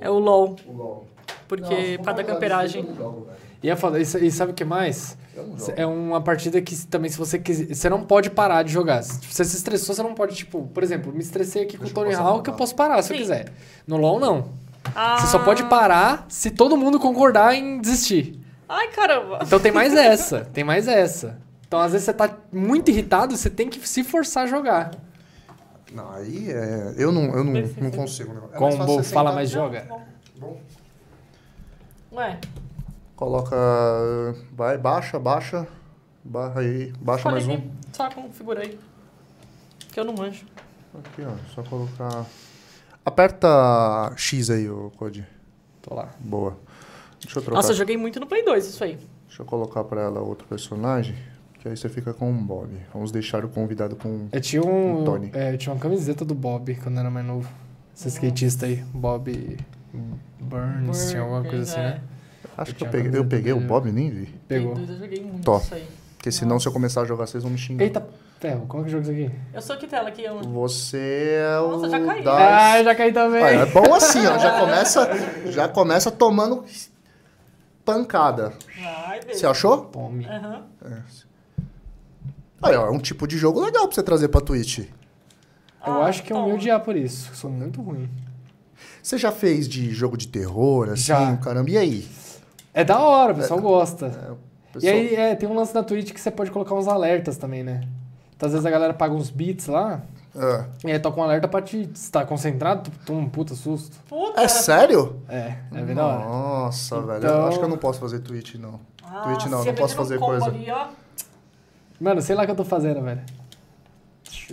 Speaker 1: É o LOL.
Speaker 2: o LOL.
Speaker 1: Porque pra dar camperagem.
Speaker 3: E, é foda, e sa- e sabe o que mais?
Speaker 2: Eu não
Speaker 3: Se- É uma partida que se- também, se você quiser. Você não pode parar de jogar. Se tipo, você se estressou, você não pode, tipo, por exemplo, me estressei aqui com o
Speaker 2: Deixa eu
Speaker 3: Tony
Speaker 2: passar
Speaker 3: Hawk,
Speaker 2: pra
Speaker 3: eu posso parar se eu
Speaker 1: Sim.
Speaker 3: quiser. No LOL, não.
Speaker 1: Ah.
Speaker 3: Você só pode parar se todo mundo concordar em desistir.
Speaker 1: Ah, Ai, caramba.
Speaker 3: Então tem mais essa, tem mais essa. Então, às vezes, você tá muito irritado, você tem que se forçar a jogar.
Speaker 2: Não, aí é. Eu não, eu não,
Speaker 1: Perfeito.
Speaker 2: não consigo. Né? É mais fácil
Speaker 3: Combo,
Speaker 2: você
Speaker 3: fala
Speaker 2: sentar-
Speaker 3: mais joga.
Speaker 2: Bom,
Speaker 1: Ué,
Speaker 2: Coloca. Vai, baixa, baixa. Barra aí. Baixa
Speaker 1: escolhe
Speaker 2: mais um.
Speaker 1: aqui. Só configura aí. Que eu não manjo.
Speaker 2: Aqui, ó. Só colocar. Aperta X aí, ô Cody.
Speaker 3: Tô lá.
Speaker 2: Boa. Deixa eu trocar.
Speaker 1: Nossa, eu joguei muito no Play 2 isso aí.
Speaker 2: Deixa eu colocar pra ela outro personagem. Que aí você fica com o Bob. Vamos deixar o convidado com.
Speaker 3: Eu tinha um.
Speaker 2: Tony.
Speaker 3: é, eu tinha uma camiseta do Bob quando eu era mais novo. Esse skatista aí. Bob Burns, tinha alguma coisa assim, né?
Speaker 2: Acho
Speaker 3: eu
Speaker 2: que eu
Speaker 3: tinha
Speaker 2: peguei, eu
Speaker 3: dúvida
Speaker 2: peguei o
Speaker 3: dele.
Speaker 2: Bob, nem vi.
Speaker 1: é.
Speaker 3: Pegou.
Speaker 1: Play 2 eu joguei muito
Speaker 2: Top.
Speaker 1: isso aí.
Speaker 2: Porque senão, se eu começar a jogar, vocês vão me xingar.
Speaker 3: Eita, ferro, como é que joga isso aqui?
Speaker 1: Eu sou que tela aqui, eu
Speaker 2: Você é o.
Speaker 1: Nossa, já caí.
Speaker 2: da-
Speaker 3: Ah, já caí também.
Speaker 2: Ah, é
Speaker 3: [LAUGHS]
Speaker 2: bom assim, ó. Já começa, já começa tomando pancada.
Speaker 1: Ai, velho.
Speaker 2: Você achou?
Speaker 3: Tome.
Speaker 1: Aham.
Speaker 2: Aí, ó, é um tipo de jogo legal pra você trazer pra Twitch.
Speaker 3: Eu
Speaker 1: Ah,
Speaker 3: acho que eu me
Speaker 1: toma.
Speaker 3: odiar por isso. Sou muito ruim.
Speaker 2: Você já fez de jogo de terror, assim,
Speaker 3: Já.
Speaker 2: caramba? E aí?
Speaker 3: É da hora, o pessoal gosta. E
Speaker 2: É, Pessoal,
Speaker 3: aí, é, tem um lance na Twitch que você pode colocar uns alertas também, né? Então, às vezes a galera paga uns beats lá,
Speaker 2: ah,
Speaker 3: e aí toca um alerta pra te estar concentrado, tu toma um puta susto.
Speaker 1: Puta.
Speaker 2: É sério?
Speaker 3: É, é bem da hora.
Speaker 2: Nossa, velho. Eu
Speaker 3: Então-
Speaker 2: acho que eu não posso fazer Twitch, não.
Speaker 1: Ah,
Speaker 2: Twitch é não,
Speaker 1: se
Speaker 2: não
Speaker 1: eu meter
Speaker 2: posso
Speaker 1: um
Speaker 2: fazer
Speaker 1: combo
Speaker 2: coisa.
Speaker 1: ali, ó.
Speaker 3: Mano, sei lá o que eu tô fazendo, velho.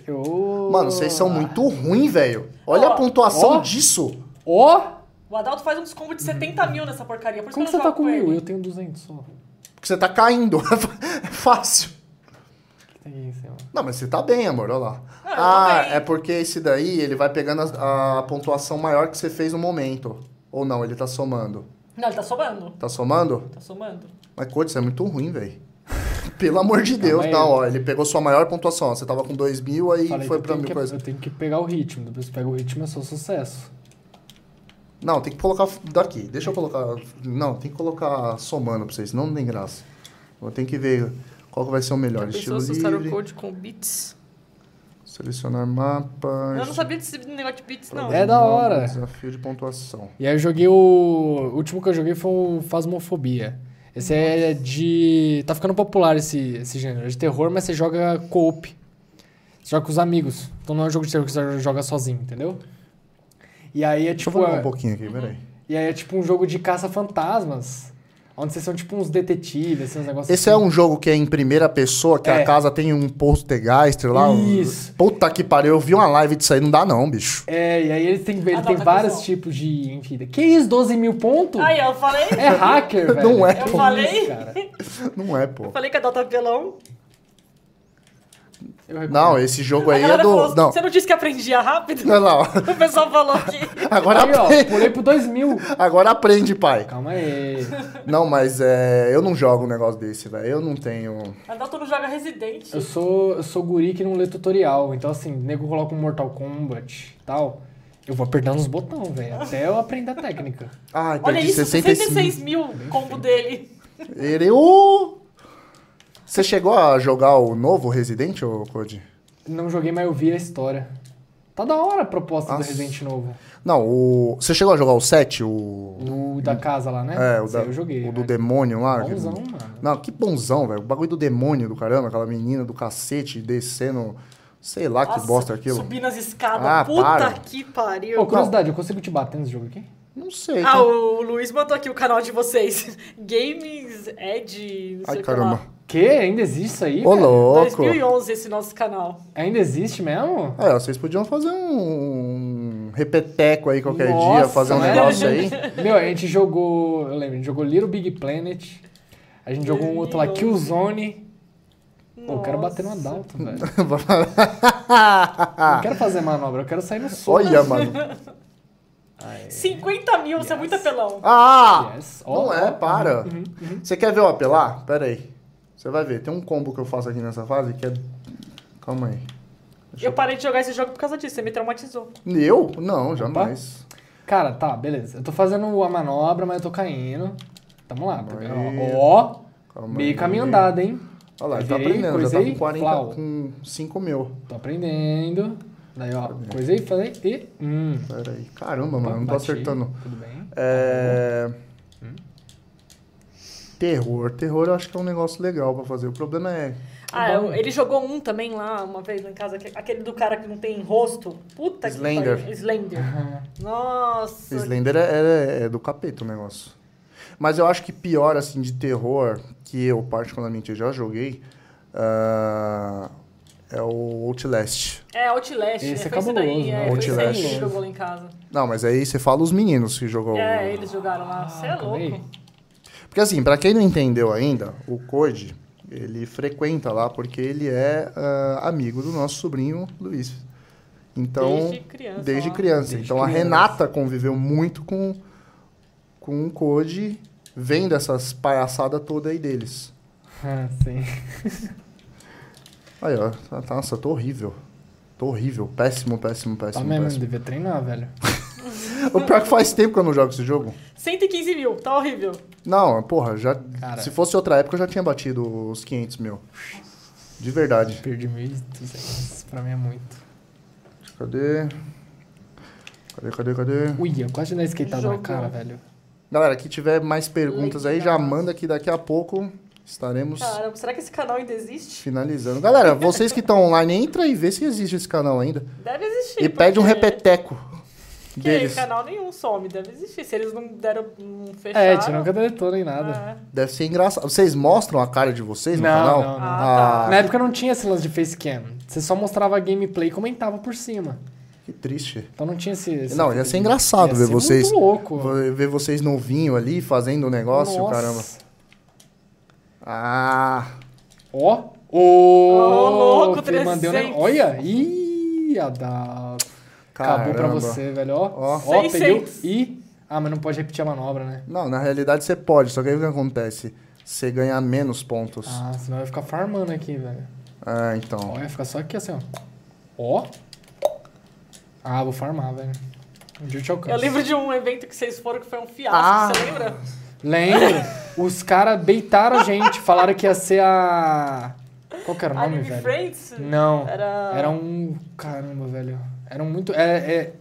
Speaker 3: Eu...
Speaker 2: Mano, vocês são muito ruim, velho. Olha
Speaker 1: Ó,
Speaker 2: a pontuação
Speaker 3: ó.
Speaker 2: disso.
Speaker 3: Ó!
Speaker 1: O Adalto faz uns combos de 70
Speaker 2: Uhum.
Speaker 1: mil nessa porcaria. Por isso
Speaker 3: Como
Speaker 1: que
Speaker 3: você
Speaker 1: eu não
Speaker 3: tá
Speaker 1: jogo
Speaker 3: com mil?
Speaker 1: ele.
Speaker 3: Eu tenho 200 só.
Speaker 2: Porque você tá caindo. [LAUGHS] É fácil.
Speaker 3: O que tem isso, mano?
Speaker 2: Não, mas você tá bem, amor, olha lá.
Speaker 1: Ah, eu tô
Speaker 2: Ah,
Speaker 1: bem.
Speaker 2: é porque esse daí ele vai pegando a, a pontuação maior que você fez no momento. Ou não, ele tá somando.
Speaker 1: Não, ele tá somando.
Speaker 2: Tá somando?
Speaker 1: Tá somando.
Speaker 2: Mas, Cody, você é muito ruim, velho. [LAUGHS] Pelo amor de Deus,
Speaker 3: mas
Speaker 2: não,
Speaker 3: eu-
Speaker 2: ó. Ele pegou sua maior pontuação. ó, Você tava com 2 mil, aí
Speaker 3: Falei
Speaker 2: foi
Speaker 3: que eu
Speaker 2: pra
Speaker 3: tenho
Speaker 2: mil
Speaker 3: que-
Speaker 2: coisa.
Speaker 3: Eu tenho que pegar o ritmo. Depois que pega o ritmo, é só sucesso.
Speaker 2: Não, tem que colocar daqui. Deixa eu colocar. Não, tem que colocar somando pra vocês, senão não tem graça. Eu tenho que ver Qual que vai ser o
Speaker 1: Já
Speaker 2: melhor?
Speaker 1: pensou
Speaker 2: É um Estilo
Speaker 1: assustar o
Speaker 2: livre, É um
Speaker 1: code com bits?
Speaker 2: selecionar mapa...
Speaker 1: Eu não sabia desse negócio de bits, não.
Speaker 3: É da hora.
Speaker 2: Desafio de pontuação.
Speaker 3: E aí eu joguei o... o último que eu joguei foi o Fasmofobia. Esse é de... Tá ficando popular esse, esse gênero. É de terror, mas você joga co-op. Você joga com os amigos. Então não é um jogo de terror que você joga sozinho, entendeu? E aí é
Speaker 2: Deixa eu
Speaker 3: tipo...
Speaker 2: falar
Speaker 3: é-
Speaker 2: um pouquinho aqui, peraí.
Speaker 3: E aí é tipo um jogo de caça-fantasmas. Onde vocês são tipo uns detetives, assim, uns negócios
Speaker 2: Esse é
Speaker 3: assim.
Speaker 2: um jogo que é em primeira pessoa, que
Speaker 3: É.
Speaker 2: a casa tem um poltergeist lá. um-
Speaker 3: Isso.
Speaker 2: Puta que pariu, eu vi uma live disso aí, não dá não, bicho.
Speaker 3: É, e aí ele tem, ele
Speaker 1: Ah, não,
Speaker 3: tem
Speaker 1: tá
Speaker 3: vários
Speaker 1: pessoal.
Speaker 3: tipos de... Enfim, que isso? 12 mil pontos?
Speaker 1: Aí, eu falei,
Speaker 3: É hacker, velho.
Speaker 2: [LAUGHS] Não é,
Speaker 3: Que
Speaker 2: pô.
Speaker 1: Eu falei.
Speaker 3: isso, cara.
Speaker 2: Não é, pô.
Speaker 1: falei que a Dota Pelão.
Speaker 3: Eu recomendo.
Speaker 2: Não, esse jogo
Speaker 1: A
Speaker 2: aí é
Speaker 1: galera
Speaker 2: do...
Speaker 3: assim,
Speaker 1: falou,
Speaker 2: Não,
Speaker 1: Você não disse que aprendia rápido? [LAUGHS]
Speaker 2: [LAUGHS] não, não.
Speaker 1: O pessoal falou que.
Speaker 2: Agora,
Speaker 3: Aí, ó,
Speaker 2: aprende,
Speaker 3: pulei pro 2000.
Speaker 2: agora aprende, pai.
Speaker 3: Calma aí.
Speaker 2: Não, mas é, eu não jogo um negócio desse, velho. Eu não tenho...
Speaker 1: A Dota não joga Resident.
Speaker 3: Eu sou, eu sou guri que não lê tutorial. Então, assim, nego coloca um Mortal Kombat e tal. Eu vou apertando os botões, velho. Até eu aprender a técnica.
Speaker 2: Ah, entendi.
Speaker 1: Olha isso,
Speaker 2: 65.
Speaker 1: 66 mil combo dele.
Speaker 2: Ele... Uh! Você chegou a jogar o novo Resident, ô Cody?
Speaker 3: Não joguei, mas eu vi a história. Tá da hora a proposta do
Speaker 2: Nossa.
Speaker 3: Resident Novo.
Speaker 2: Não, o... Você chegou a jogar o 7, o...
Speaker 3: O da casa lá, né?
Speaker 2: É, o,
Speaker 3: Esse
Speaker 2: da,
Speaker 3: aí eu joguei.
Speaker 2: o do
Speaker 3: né?
Speaker 2: demônio lá. que-
Speaker 3: Bonzão, mano.
Speaker 2: Não, que bonzão, velho. O bagulho do demônio do caramba, aquela menina do cacete descendo. Sei lá Ah, que
Speaker 1: Nossa,
Speaker 2: bosta é aquilo.
Speaker 1: Subindo as escadas.
Speaker 2: Ah,
Speaker 1: Puta
Speaker 2: para.
Speaker 1: que pariu.
Speaker 3: Ô, curiosidade, eu consigo te bater nesse jogo aqui?
Speaker 2: Não sei.
Speaker 1: Ah,
Speaker 2: tá?
Speaker 1: o Luiz mandou aqui o canal de vocês. [LAUGHS] Games Ed. Não sei
Speaker 2: Ai,
Speaker 1: o que lá.
Speaker 2: caramba.
Speaker 3: Que? Ainda existe isso aí?
Speaker 2: Ô,
Speaker 3: velho?
Speaker 2: louco.
Speaker 1: 2011 esse nosso canal.
Speaker 3: Ainda existe mesmo?
Speaker 2: É, vocês podiam fazer um repeteco aí qualquer dia,
Speaker 3: Nossa,
Speaker 2: fazer um
Speaker 3: né?
Speaker 2: negócio
Speaker 3: [LAUGHS]
Speaker 2: aí. [LAUGHS]
Speaker 3: Meu, a gente jogou. Eu lembro, a gente jogou Little Big Planet. A gente jogou um outro lá,
Speaker 1: Little.
Speaker 3: Killzone. Pô, eu quero bater no
Speaker 1: Nossa.
Speaker 3: Adalto,
Speaker 2: [LAUGHS]
Speaker 3: velho. Não quero fazer manobra, eu quero sair no soco.
Speaker 2: Olha, mano.
Speaker 1: 50 mil, você é muito apelão.
Speaker 2: Ah!
Speaker 3: Yes. Ó,
Speaker 2: Não é,
Speaker 3: ó,
Speaker 2: para.
Speaker 3: uhum, uhum.
Speaker 2: Você quer ver eu apelar? Pera aí. Você vai ver. Tem um combo que eu faço aqui nessa fase que é. Calma aí.
Speaker 1: Eu parei de jogar esse jogo por causa disso, você me traumatizou.
Speaker 2: Eu? Não, jamais.
Speaker 3: Cara, tá, beleza. Eu tô fazendo a manobra, mas eu tô caindo. Tamo lá, tá
Speaker 2: Aí.
Speaker 3: vendo? Ó,
Speaker 2: Calma aí.
Speaker 3: meio caminho andado, hein?
Speaker 2: Olha lá,
Speaker 3: Aí
Speaker 2: ele tá
Speaker 3: virei,
Speaker 2: aprendendo, já tá
Speaker 3: coisei,
Speaker 2: com 40,
Speaker 3: flau.
Speaker 2: com 5 mil.
Speaker 3: Tô aprendendo. Daí, ó, coisei, falei e. Hum.
Speaker 2: Pera aí. Caramba, mano, não tô
Speaker 3: Bati.
Speaker 2: acertando.
Speaker 3: Tudo bem.
Speaker 2: É... Terror. Terror eu acho que é um negócio legal pra fazer. O problema é...
Speaker 1: Ah,
Speaker 3: bom.
Speaker 1: eu- ele jogou um também lá uma vez lá em casa, que- aquele do cara que não tem rosto. Puta que
Speaker 2: Slender.
Speaker 1: pariu. Slender.
Speaker 3: Aham.
Speaker 1: Nossa.
Speaker 2: Slender é, é- é do capeta o negócio. Mas eu acho que pior, assim, de terror, que eu particularmente já joguei, ah, é o Outlast.
Speaker 1: É, Outlast.
Speaker 3: Esse
Speaker 1: né?
Speaker 3: é
Speaker 1: Foi esse
Speaker 3: cabuloso,
Speaker 1: daí,
Speaker 3: né?
Speaker 1: é, foi esse daí que
Speaker 2: Outlast.
Speaker 1: ele jogou lá em casa.
Speaker 2: Não, mas aí você fala os meninos que jogou.
Speaker 1: É, eles jogaram lá. Você é
Speaker 3: Ah, calma aí.
Speaker 1: louco.
Speaker 2: Porque assim, pra quem não entendeu ainda, o Code, ele frequenta lá porque ele é ah, amigo do nosso sobrinho Luiz. Então,
Speaker 1: Desde criança,
Speaker 2: desde
Speaker 1: ó.
Speaker 2: criança.
Speaker 3: Desde
Speaker 2: então a
Speaker 3: criança.
Speaker 2: Renata conviveu muito com com o Code, vendo essas palhaçadas todas aí deles.
Speaker 3: [LAUGHS] Ah, sim.
Speaker 2: Aí, ó, tá- tá- nossa, tô horrível. Tô horrível, péssimo, péssimo,
Speaker 3: Tá
Speaker 2: péssimo,
Speaker 3: mesmo,
Speaker 2: um péssimo.
Speaker 3: devia treinar, velho.
Speaker 2: O pior é que faz tempo que eu não jogo esse jogo.
Speaker 1: 115 mil, tá horrível.
Speaker 2: Não, porra, já
Speaker 3: Cara.
Speaker 2: se fosse outra época eu já tinha batido os 500 mil. De verdade.
Speaker 3: Perdi 1.200, pra mim é muito.
Speaker 2: Cadê? Cadê, cadê, cadê?
Speaker 3: Ui, eu quase dei skateada na
Speaker 1: Jogou.
Speaker 3: cara, velho.
Speaker 2: Galera, que tiver mais perguntas aí, já
Speaker 1: Legal.
Speaker 2: manda que daqui a pouco estaremos
Speaker 1: Caramba, será que esse canal ainda existe?
Speaker 2: finalizando. Galera, vocês que estão online, entra e vê se existe esse canal ainda.
Speaker 1: Deve existir.
Speaker 2: E pede um
Speaker 1: porque-
Speaker 2: repeteco
Speaker 1: Porque
Speaker 2: deles.
Speaker 1: canal nenhum some, deve existir. Se eles não deram, um né? não fecharam...
Speaker 3: É, a gente nunca deletou nem nada.
Speaker 1: Ah,
Speaker 2: Deve ser engraçado. Vocês mostram a cara de vocês no
Speaker 3: Não,
Speaker 2: canal?
Speaker 3: não, não.
Speaker 1: Ah,
Speaker 2: Ah,
Speaker 3: Na época não é tinha esse lance de facecam. Você só mostrava a gameplay e comentava por cima.
Speaker 2: que triste.
Speaker 3: Então não tinha esse. esse
Speaker 2: Não, ia ser engraçado
Speaker 3: Ia
Speaker 2: ver
Speaker 3: ser
Speaker 2: vocês.
Speaker 3: Muito louco.
Speaker 2: Ver vocês novinho ali fazendo o negócio,
Speaker 3: Nossa.
Speaker 2: caramba. Ah,
Speaker 3: Ó. Ô,
Speaker 1: louco,
Speaker 3: filho, mandei um
Speaker 1: 300.
Speaker 3: negócio. Olha. Ih, a da.
Speaker 2: caramba.
Speaker 3: Acabou pra você, velho. Ó.
Speaker 2: Ó.
Speaker 3: Ó, peguei.
Speaker 1: 600.
Speaker 3: E. Ah, mas não pode repetir a manobra, né?
Speaker 2: Não, na realidade você pode, só que aí o que acontece? Você ganha menos pontos.
Speaker 3: Ah, senão eu ia ficar farmando aqui, velho.
Speaker 2: Ah,
Speaker 3: Ó,
Speaker 2: então.
Speaker 3: ia ficar só aqui assim, ó. Ó. Ah, vou farmar, velho. Um dia eu te alcanço.
Speaker 1: Eu lembro de um evento que vocês foram que foi um fiasco,
Speaker 2: Ah.
Speaker 1: você lembra? [LAUGHS]
Speaker 3: Lembro. Os caras beitaram a gente, falaram que ia ser a. Qual que era o nome,
Speaker 1: Anime
Speaker 3: velho?
Speaker 1: Friends?
Speaker 3: Não.
Speaker 1: Era-
Speaker 3: Era um. Caramba, velho. Era muito. É. é...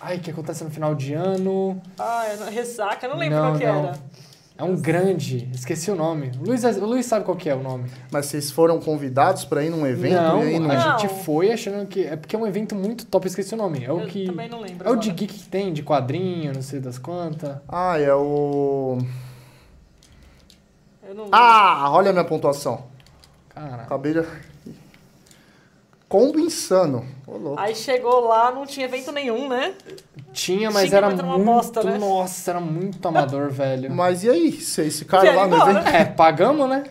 Speaker 3: Ai, que acontece no final de ano.
Speaker 1: Ah, eu não- ressaca, eu não lembro
Speaker 3: Não,
Speaker 1: qual que
Speaker 3: não.
Speaker 1: era.
Speaker 3: É um grande. Esqueci o nome. O Luiz, o Luiz sabe qual que é o nome.
Speaker 2: Mas vocês foram convidados pra ir num evento
Speaker 3: não, Ah.
Speaker 2: e aí não.
Speaker 3: a
Speaker 1: Não.
Speaker 3: gente foi achando que. É porque é um evento muito top, eu esqueci o nome. É o
Speaker 1: eu
Speaker 3: que.
Speaker 1: também não lembro.
Speaker 3: É o
Speaker 1: agora.
Speaker 3: de geek que tem, de quadrinho, não sei das quantas.
Speaker 2: Ah, é o.
Speaker 1: Eu não lembro.
Speaker 2: Ah, olha a minha pontuação.
Speaker 3: Cara.
Speaker 2: Acabei de. Combo insano. Ô, louco.
Speaker 1: Aí chegou lá, não tinha evento nenhum, né?
Speaker 3: Tinha, mas
Speaker 1: Tinha,
Speaker 3: era
Speaker 1: mas era uma
Speaker 3: muito.
Speaker 1: bosta, né?
Speaker 3: Nossa,
Speaker 1: [LAUGHS]
Speaker 3: era muito amador, velho.
Speaker 2: Mas e aí? Vocês ficaram
Speaker 1: Quer ir
Speaker 2: lá no
Speaker 1: embora?
Speaker 2: evento?
Speaker 3: É, pagamos, né?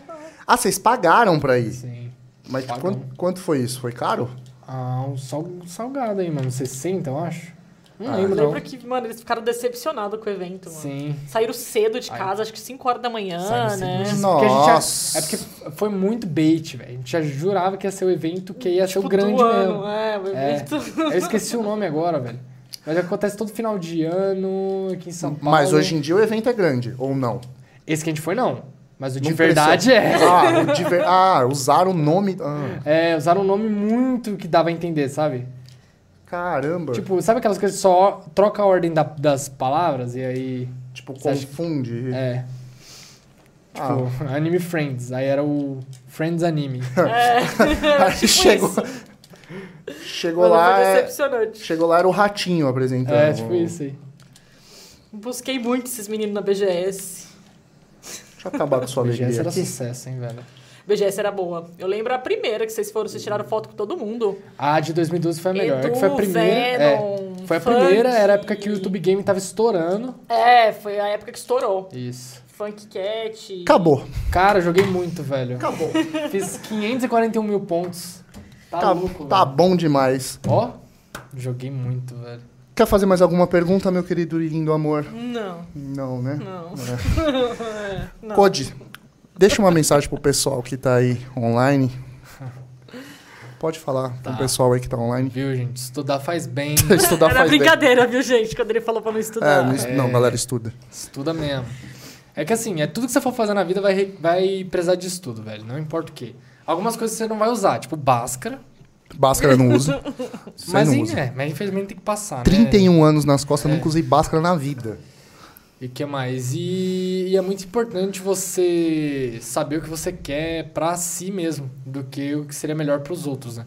Speaker 2: Ah, vocês pagaram pra ir.
Speaker 3: Sim.
Speaker 2: Mas
Speaker 3: Pagamos.
Speaker 2: quanto, quanto foi isso? Foi caro?
Speaker 3: Ah, um sal, salgado aí, mano. 60, eu acho. Não
Speaker 2: Ah,
Speaker 1: Eu
Speaker 3: lembro, não.
Speaker 1: lembro que, mano, eles ficaram decepcionados com o evento, mano.
Speaker 3: então. Sim.
Speaker 1: Saíram cedo de
Speaker 3: Ai.
Speaker 1: casa, acho que 5 horas da manhã,
Speaker 3: Saíram
Speaker 1: né?
Speaker 3: cedo.
Speaker 2: Nossa.
Speaker 3: Porque a gente já- É porque foi muito bait, velho. A gente já jurava que ia ser o evento, que ia ser o
Speaker 1: Tipo,
Speaker 3: grande
Speaker 1: do ano,
Speaker 3: mesmo.
Speaker 1: É, o
Speaker 3: É. [LAUGHS]
Speaker 1: evento.
Speaker 3: Eu esqueci o nome agora, velho. Mas acontece todo final de ano aqui em São Paulo.
Speaker 2: Mas hoje em dia o evento é grande, ou não?
Speaker 3: Esse que a gente foi, não. Mas o de
Speaker 2: Não
Speaker 3: verdade é.
Speaker 2: Ah, o de ver- ah, usaram o nome. ah,
Speaker 3: É, usaram um nome muito que dava a entender, sabe?
Speaker 2: caramba. Tipo,
Speaker 3: Tipo, sabe aquelas coisas que só troca a ordem da- das palavras e aí. você acha-
Speaker 2: Tipo, confunde.
Speaker 3: É.
Speaker 2: Ah.
Speaker 3: Tipo, Anime Friends. Aí era o Friends Anime.
Speaker 1: É. [LAUGHS]
Speaker 2: Aí
Speaker 1: tipo
Speaker 2: chegou. Chegou
Speaker 1: Mano,
Speaker 2: lá.
Speaker 1: foi
Speaker 2: é-
Speaker 1: decepcionante.
Speaker 2: Chegou lá, era o ratinho apresentando.
Speaker 3: é, tipo isso aí.
Speaker 1: Busquei muito esses meninos na BGS.
Speaker 2: Deixa eu acabar com sua
Speaker 3: BGS
Speaker 2: alegria
Speaker 3: era
Speaker 2: aqui.
Speaker 3: sucesso, hein, velho.
Speaker 1: BGS era boa. Eu lembro a primeira que vocês foram, vocês tiraram foto com todo mundo.
Speaker 3: A de 2012 foi a melhor.
Speaker 1: Edu,
Speaker 3: que foi a primeira. é.
Speaker 1: Venom,
Speaker 3: foi a
Speaker 1: Funk.
Speaker 3: primeira, era a época que o YouTube Game tava estourando.
Speaker 1: É, foi a época que estourou.
Speaker 3: Isso.
Speaker 1: Funk Cat.
Speaker 2: Acabou.
Speaker 3: Cara, eu joguei muito,
Speaker 2: [LAUGHS]
Speaker 3: velho.
Speaker 2: Acabou.
Speaker 3: Fiz 541 mil pontos. Tá,
Speaker 2: Tá,
Speaker 3: louco.
Speaker 2: tá
Speaker 3: velho.
Speaker 2: bom demais.
Speaker 3: Ó, joguei muito, velho.
Speaker 2: Quer fazer mais alguma pergunta, meu querido e lindo amor?
Speaker 1: Não,
Speaker 2: Não, né?
Speaker 1: não. Não.
Speaker 2: Code, deixa uma mensagem pro pessoal que tá aí online. Pode falar
Speaker 3: Tá.
Speaker 2: pro pessoal aí que tá online. [LAUGHS]
Speaker 3: Viu, gente? Estudar faz bem.
Speaker 2: Estudar
Speaker 1: Era
Speaker 2: faz bem.
Speaker 1: brincadeira, viu, gente? Quando ele falou pra não
Speaker 2: É, não,
Speaker 1: estudar.
Speaker 2: estu-
Speaker 3: É.
Speaker 2: não, galera, estuda.
Speaker 3: Estuda mesmo. É que assim, é tudo que você for fazer na vida vai, re- vai precisar de estudo, velho. Não importa o quê. Algumas coisas você não vai usar, tipo báscara.
Speaker 2: Báscara eu não uso. Isso aí
Speaker 3: Mas,
Speaker 2: não
Speaker 3: em-
Speaker 2: uso.
Speaker 3: é, mas infelizmente tem que passar, né?
Speaker 2: 31 anos nas costas,
Speaker 3: É.
Speaker 2: nunca usei báscara na vida.
Speaker 3: E que mais? E, e é muito importante você saber o que você quer pra si mesmo, do que o que seria melhor pros outros, né?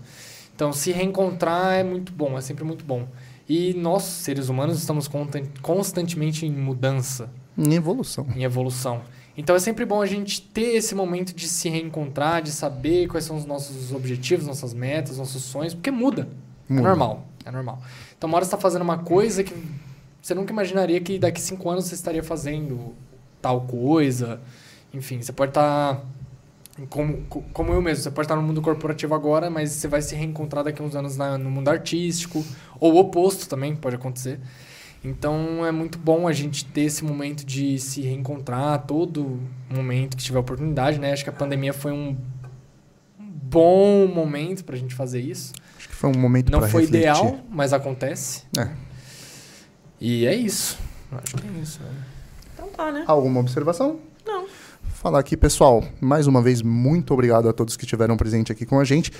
Speaker 3: Então, se reencontrar é muito bom, é sempre muito bom. E nós, seres humanos, estamos contan- constantemente em mudança,
Speaker 2: Em evolução.
Speaker 3: em evolução. Então, é sempre bom a gente ter esse momento de se reencontrar, de saber quais são os nossos objetivos, nossas metas, nossos sonhos, porque muda. É
Speaker 2: Muda.
Speaker 3: normal, é normal. Então, uma hora você tá fazendo uma coisa que você nunca imaginaria que daqui cinco anos você estaria fazendo tal coisa. Enfim, você pode estar. como, co- como eu mesmo, você pode estar no mundo corporativo agora, mas você vai se reencontrar daqui a uns anos na- no mundo artístico, ou o oposto também, pode acontecer. Então é muito bom a gente ter esse momento de se reencontrar a todo momento que tiver oportunidade, né? Acho que a pandemia foi um um bom momento pra gente fazer isso.
Speaker 2: Acho que foi um momento
Speaker 3: Não
Speaker 2: pra
Speaker 3: foi
Speaker 2: refletir.
Speaker 3: ideal, mas acontece.
Speaker 2: É.
Speaker 3: E é isso. Acho que é isso, velho.
Speaker 1: Então tá, né?
Speaker 2: Alguma observação?
Speaker 1: Não.
Speaker 2: Falar aqui, pessoal, mais uma vez, muito obrigado a todos que estiveram presente aqui com a gente.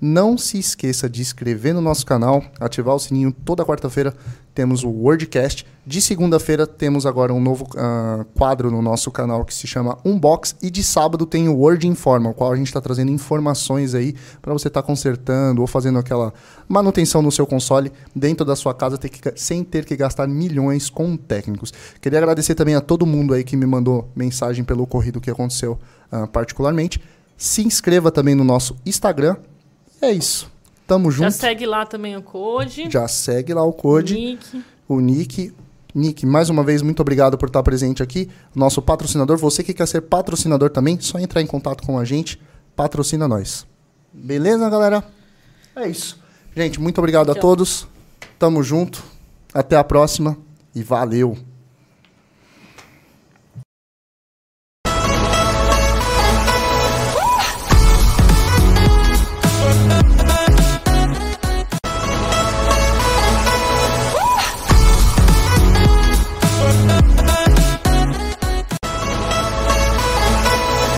Speaker 2: Não se esqueça de inscrever no nosso canal, ativar o sininho. Toda quarta-feira temos o Wordcast. De segunda-feira temos agora um novo ah, quadro no nosso canal que se chama Unbox. E de sábado tem o Word Informa, o qual a gente está trazendo informações aí para você estar consertando ou fazendo aquela manutenção no seu console dentro da sua casa ter que ga- sem ter que gastar milhões com técnicos. Queria agradecer também a todo mundo aí que me mandou mensagem pelo ocorrido que aconteceu ah, particularmente. Se inscreva também no nosso Instagram. É isso. Tamo
Speaker 1: Já
Speaker 2: junto.
Speaker 1: segue lá também o Code.
Speaker 2: Já segue lá o Code,
Speaker 1: Nick.
Speaker 2: o Nick. Nick, mais uma vez, muito obrigado por estar presente aqui. Nosso patrocinador. Você que quer ser patrocinador também, só entrar em contato com a gente. Patrocina nós. Beleza, galera? É isso. Gente, muito obrigado a
Speaker 1: Tchau.
Speaker 2: todos. Tamo junto. Até a próxima e valeu!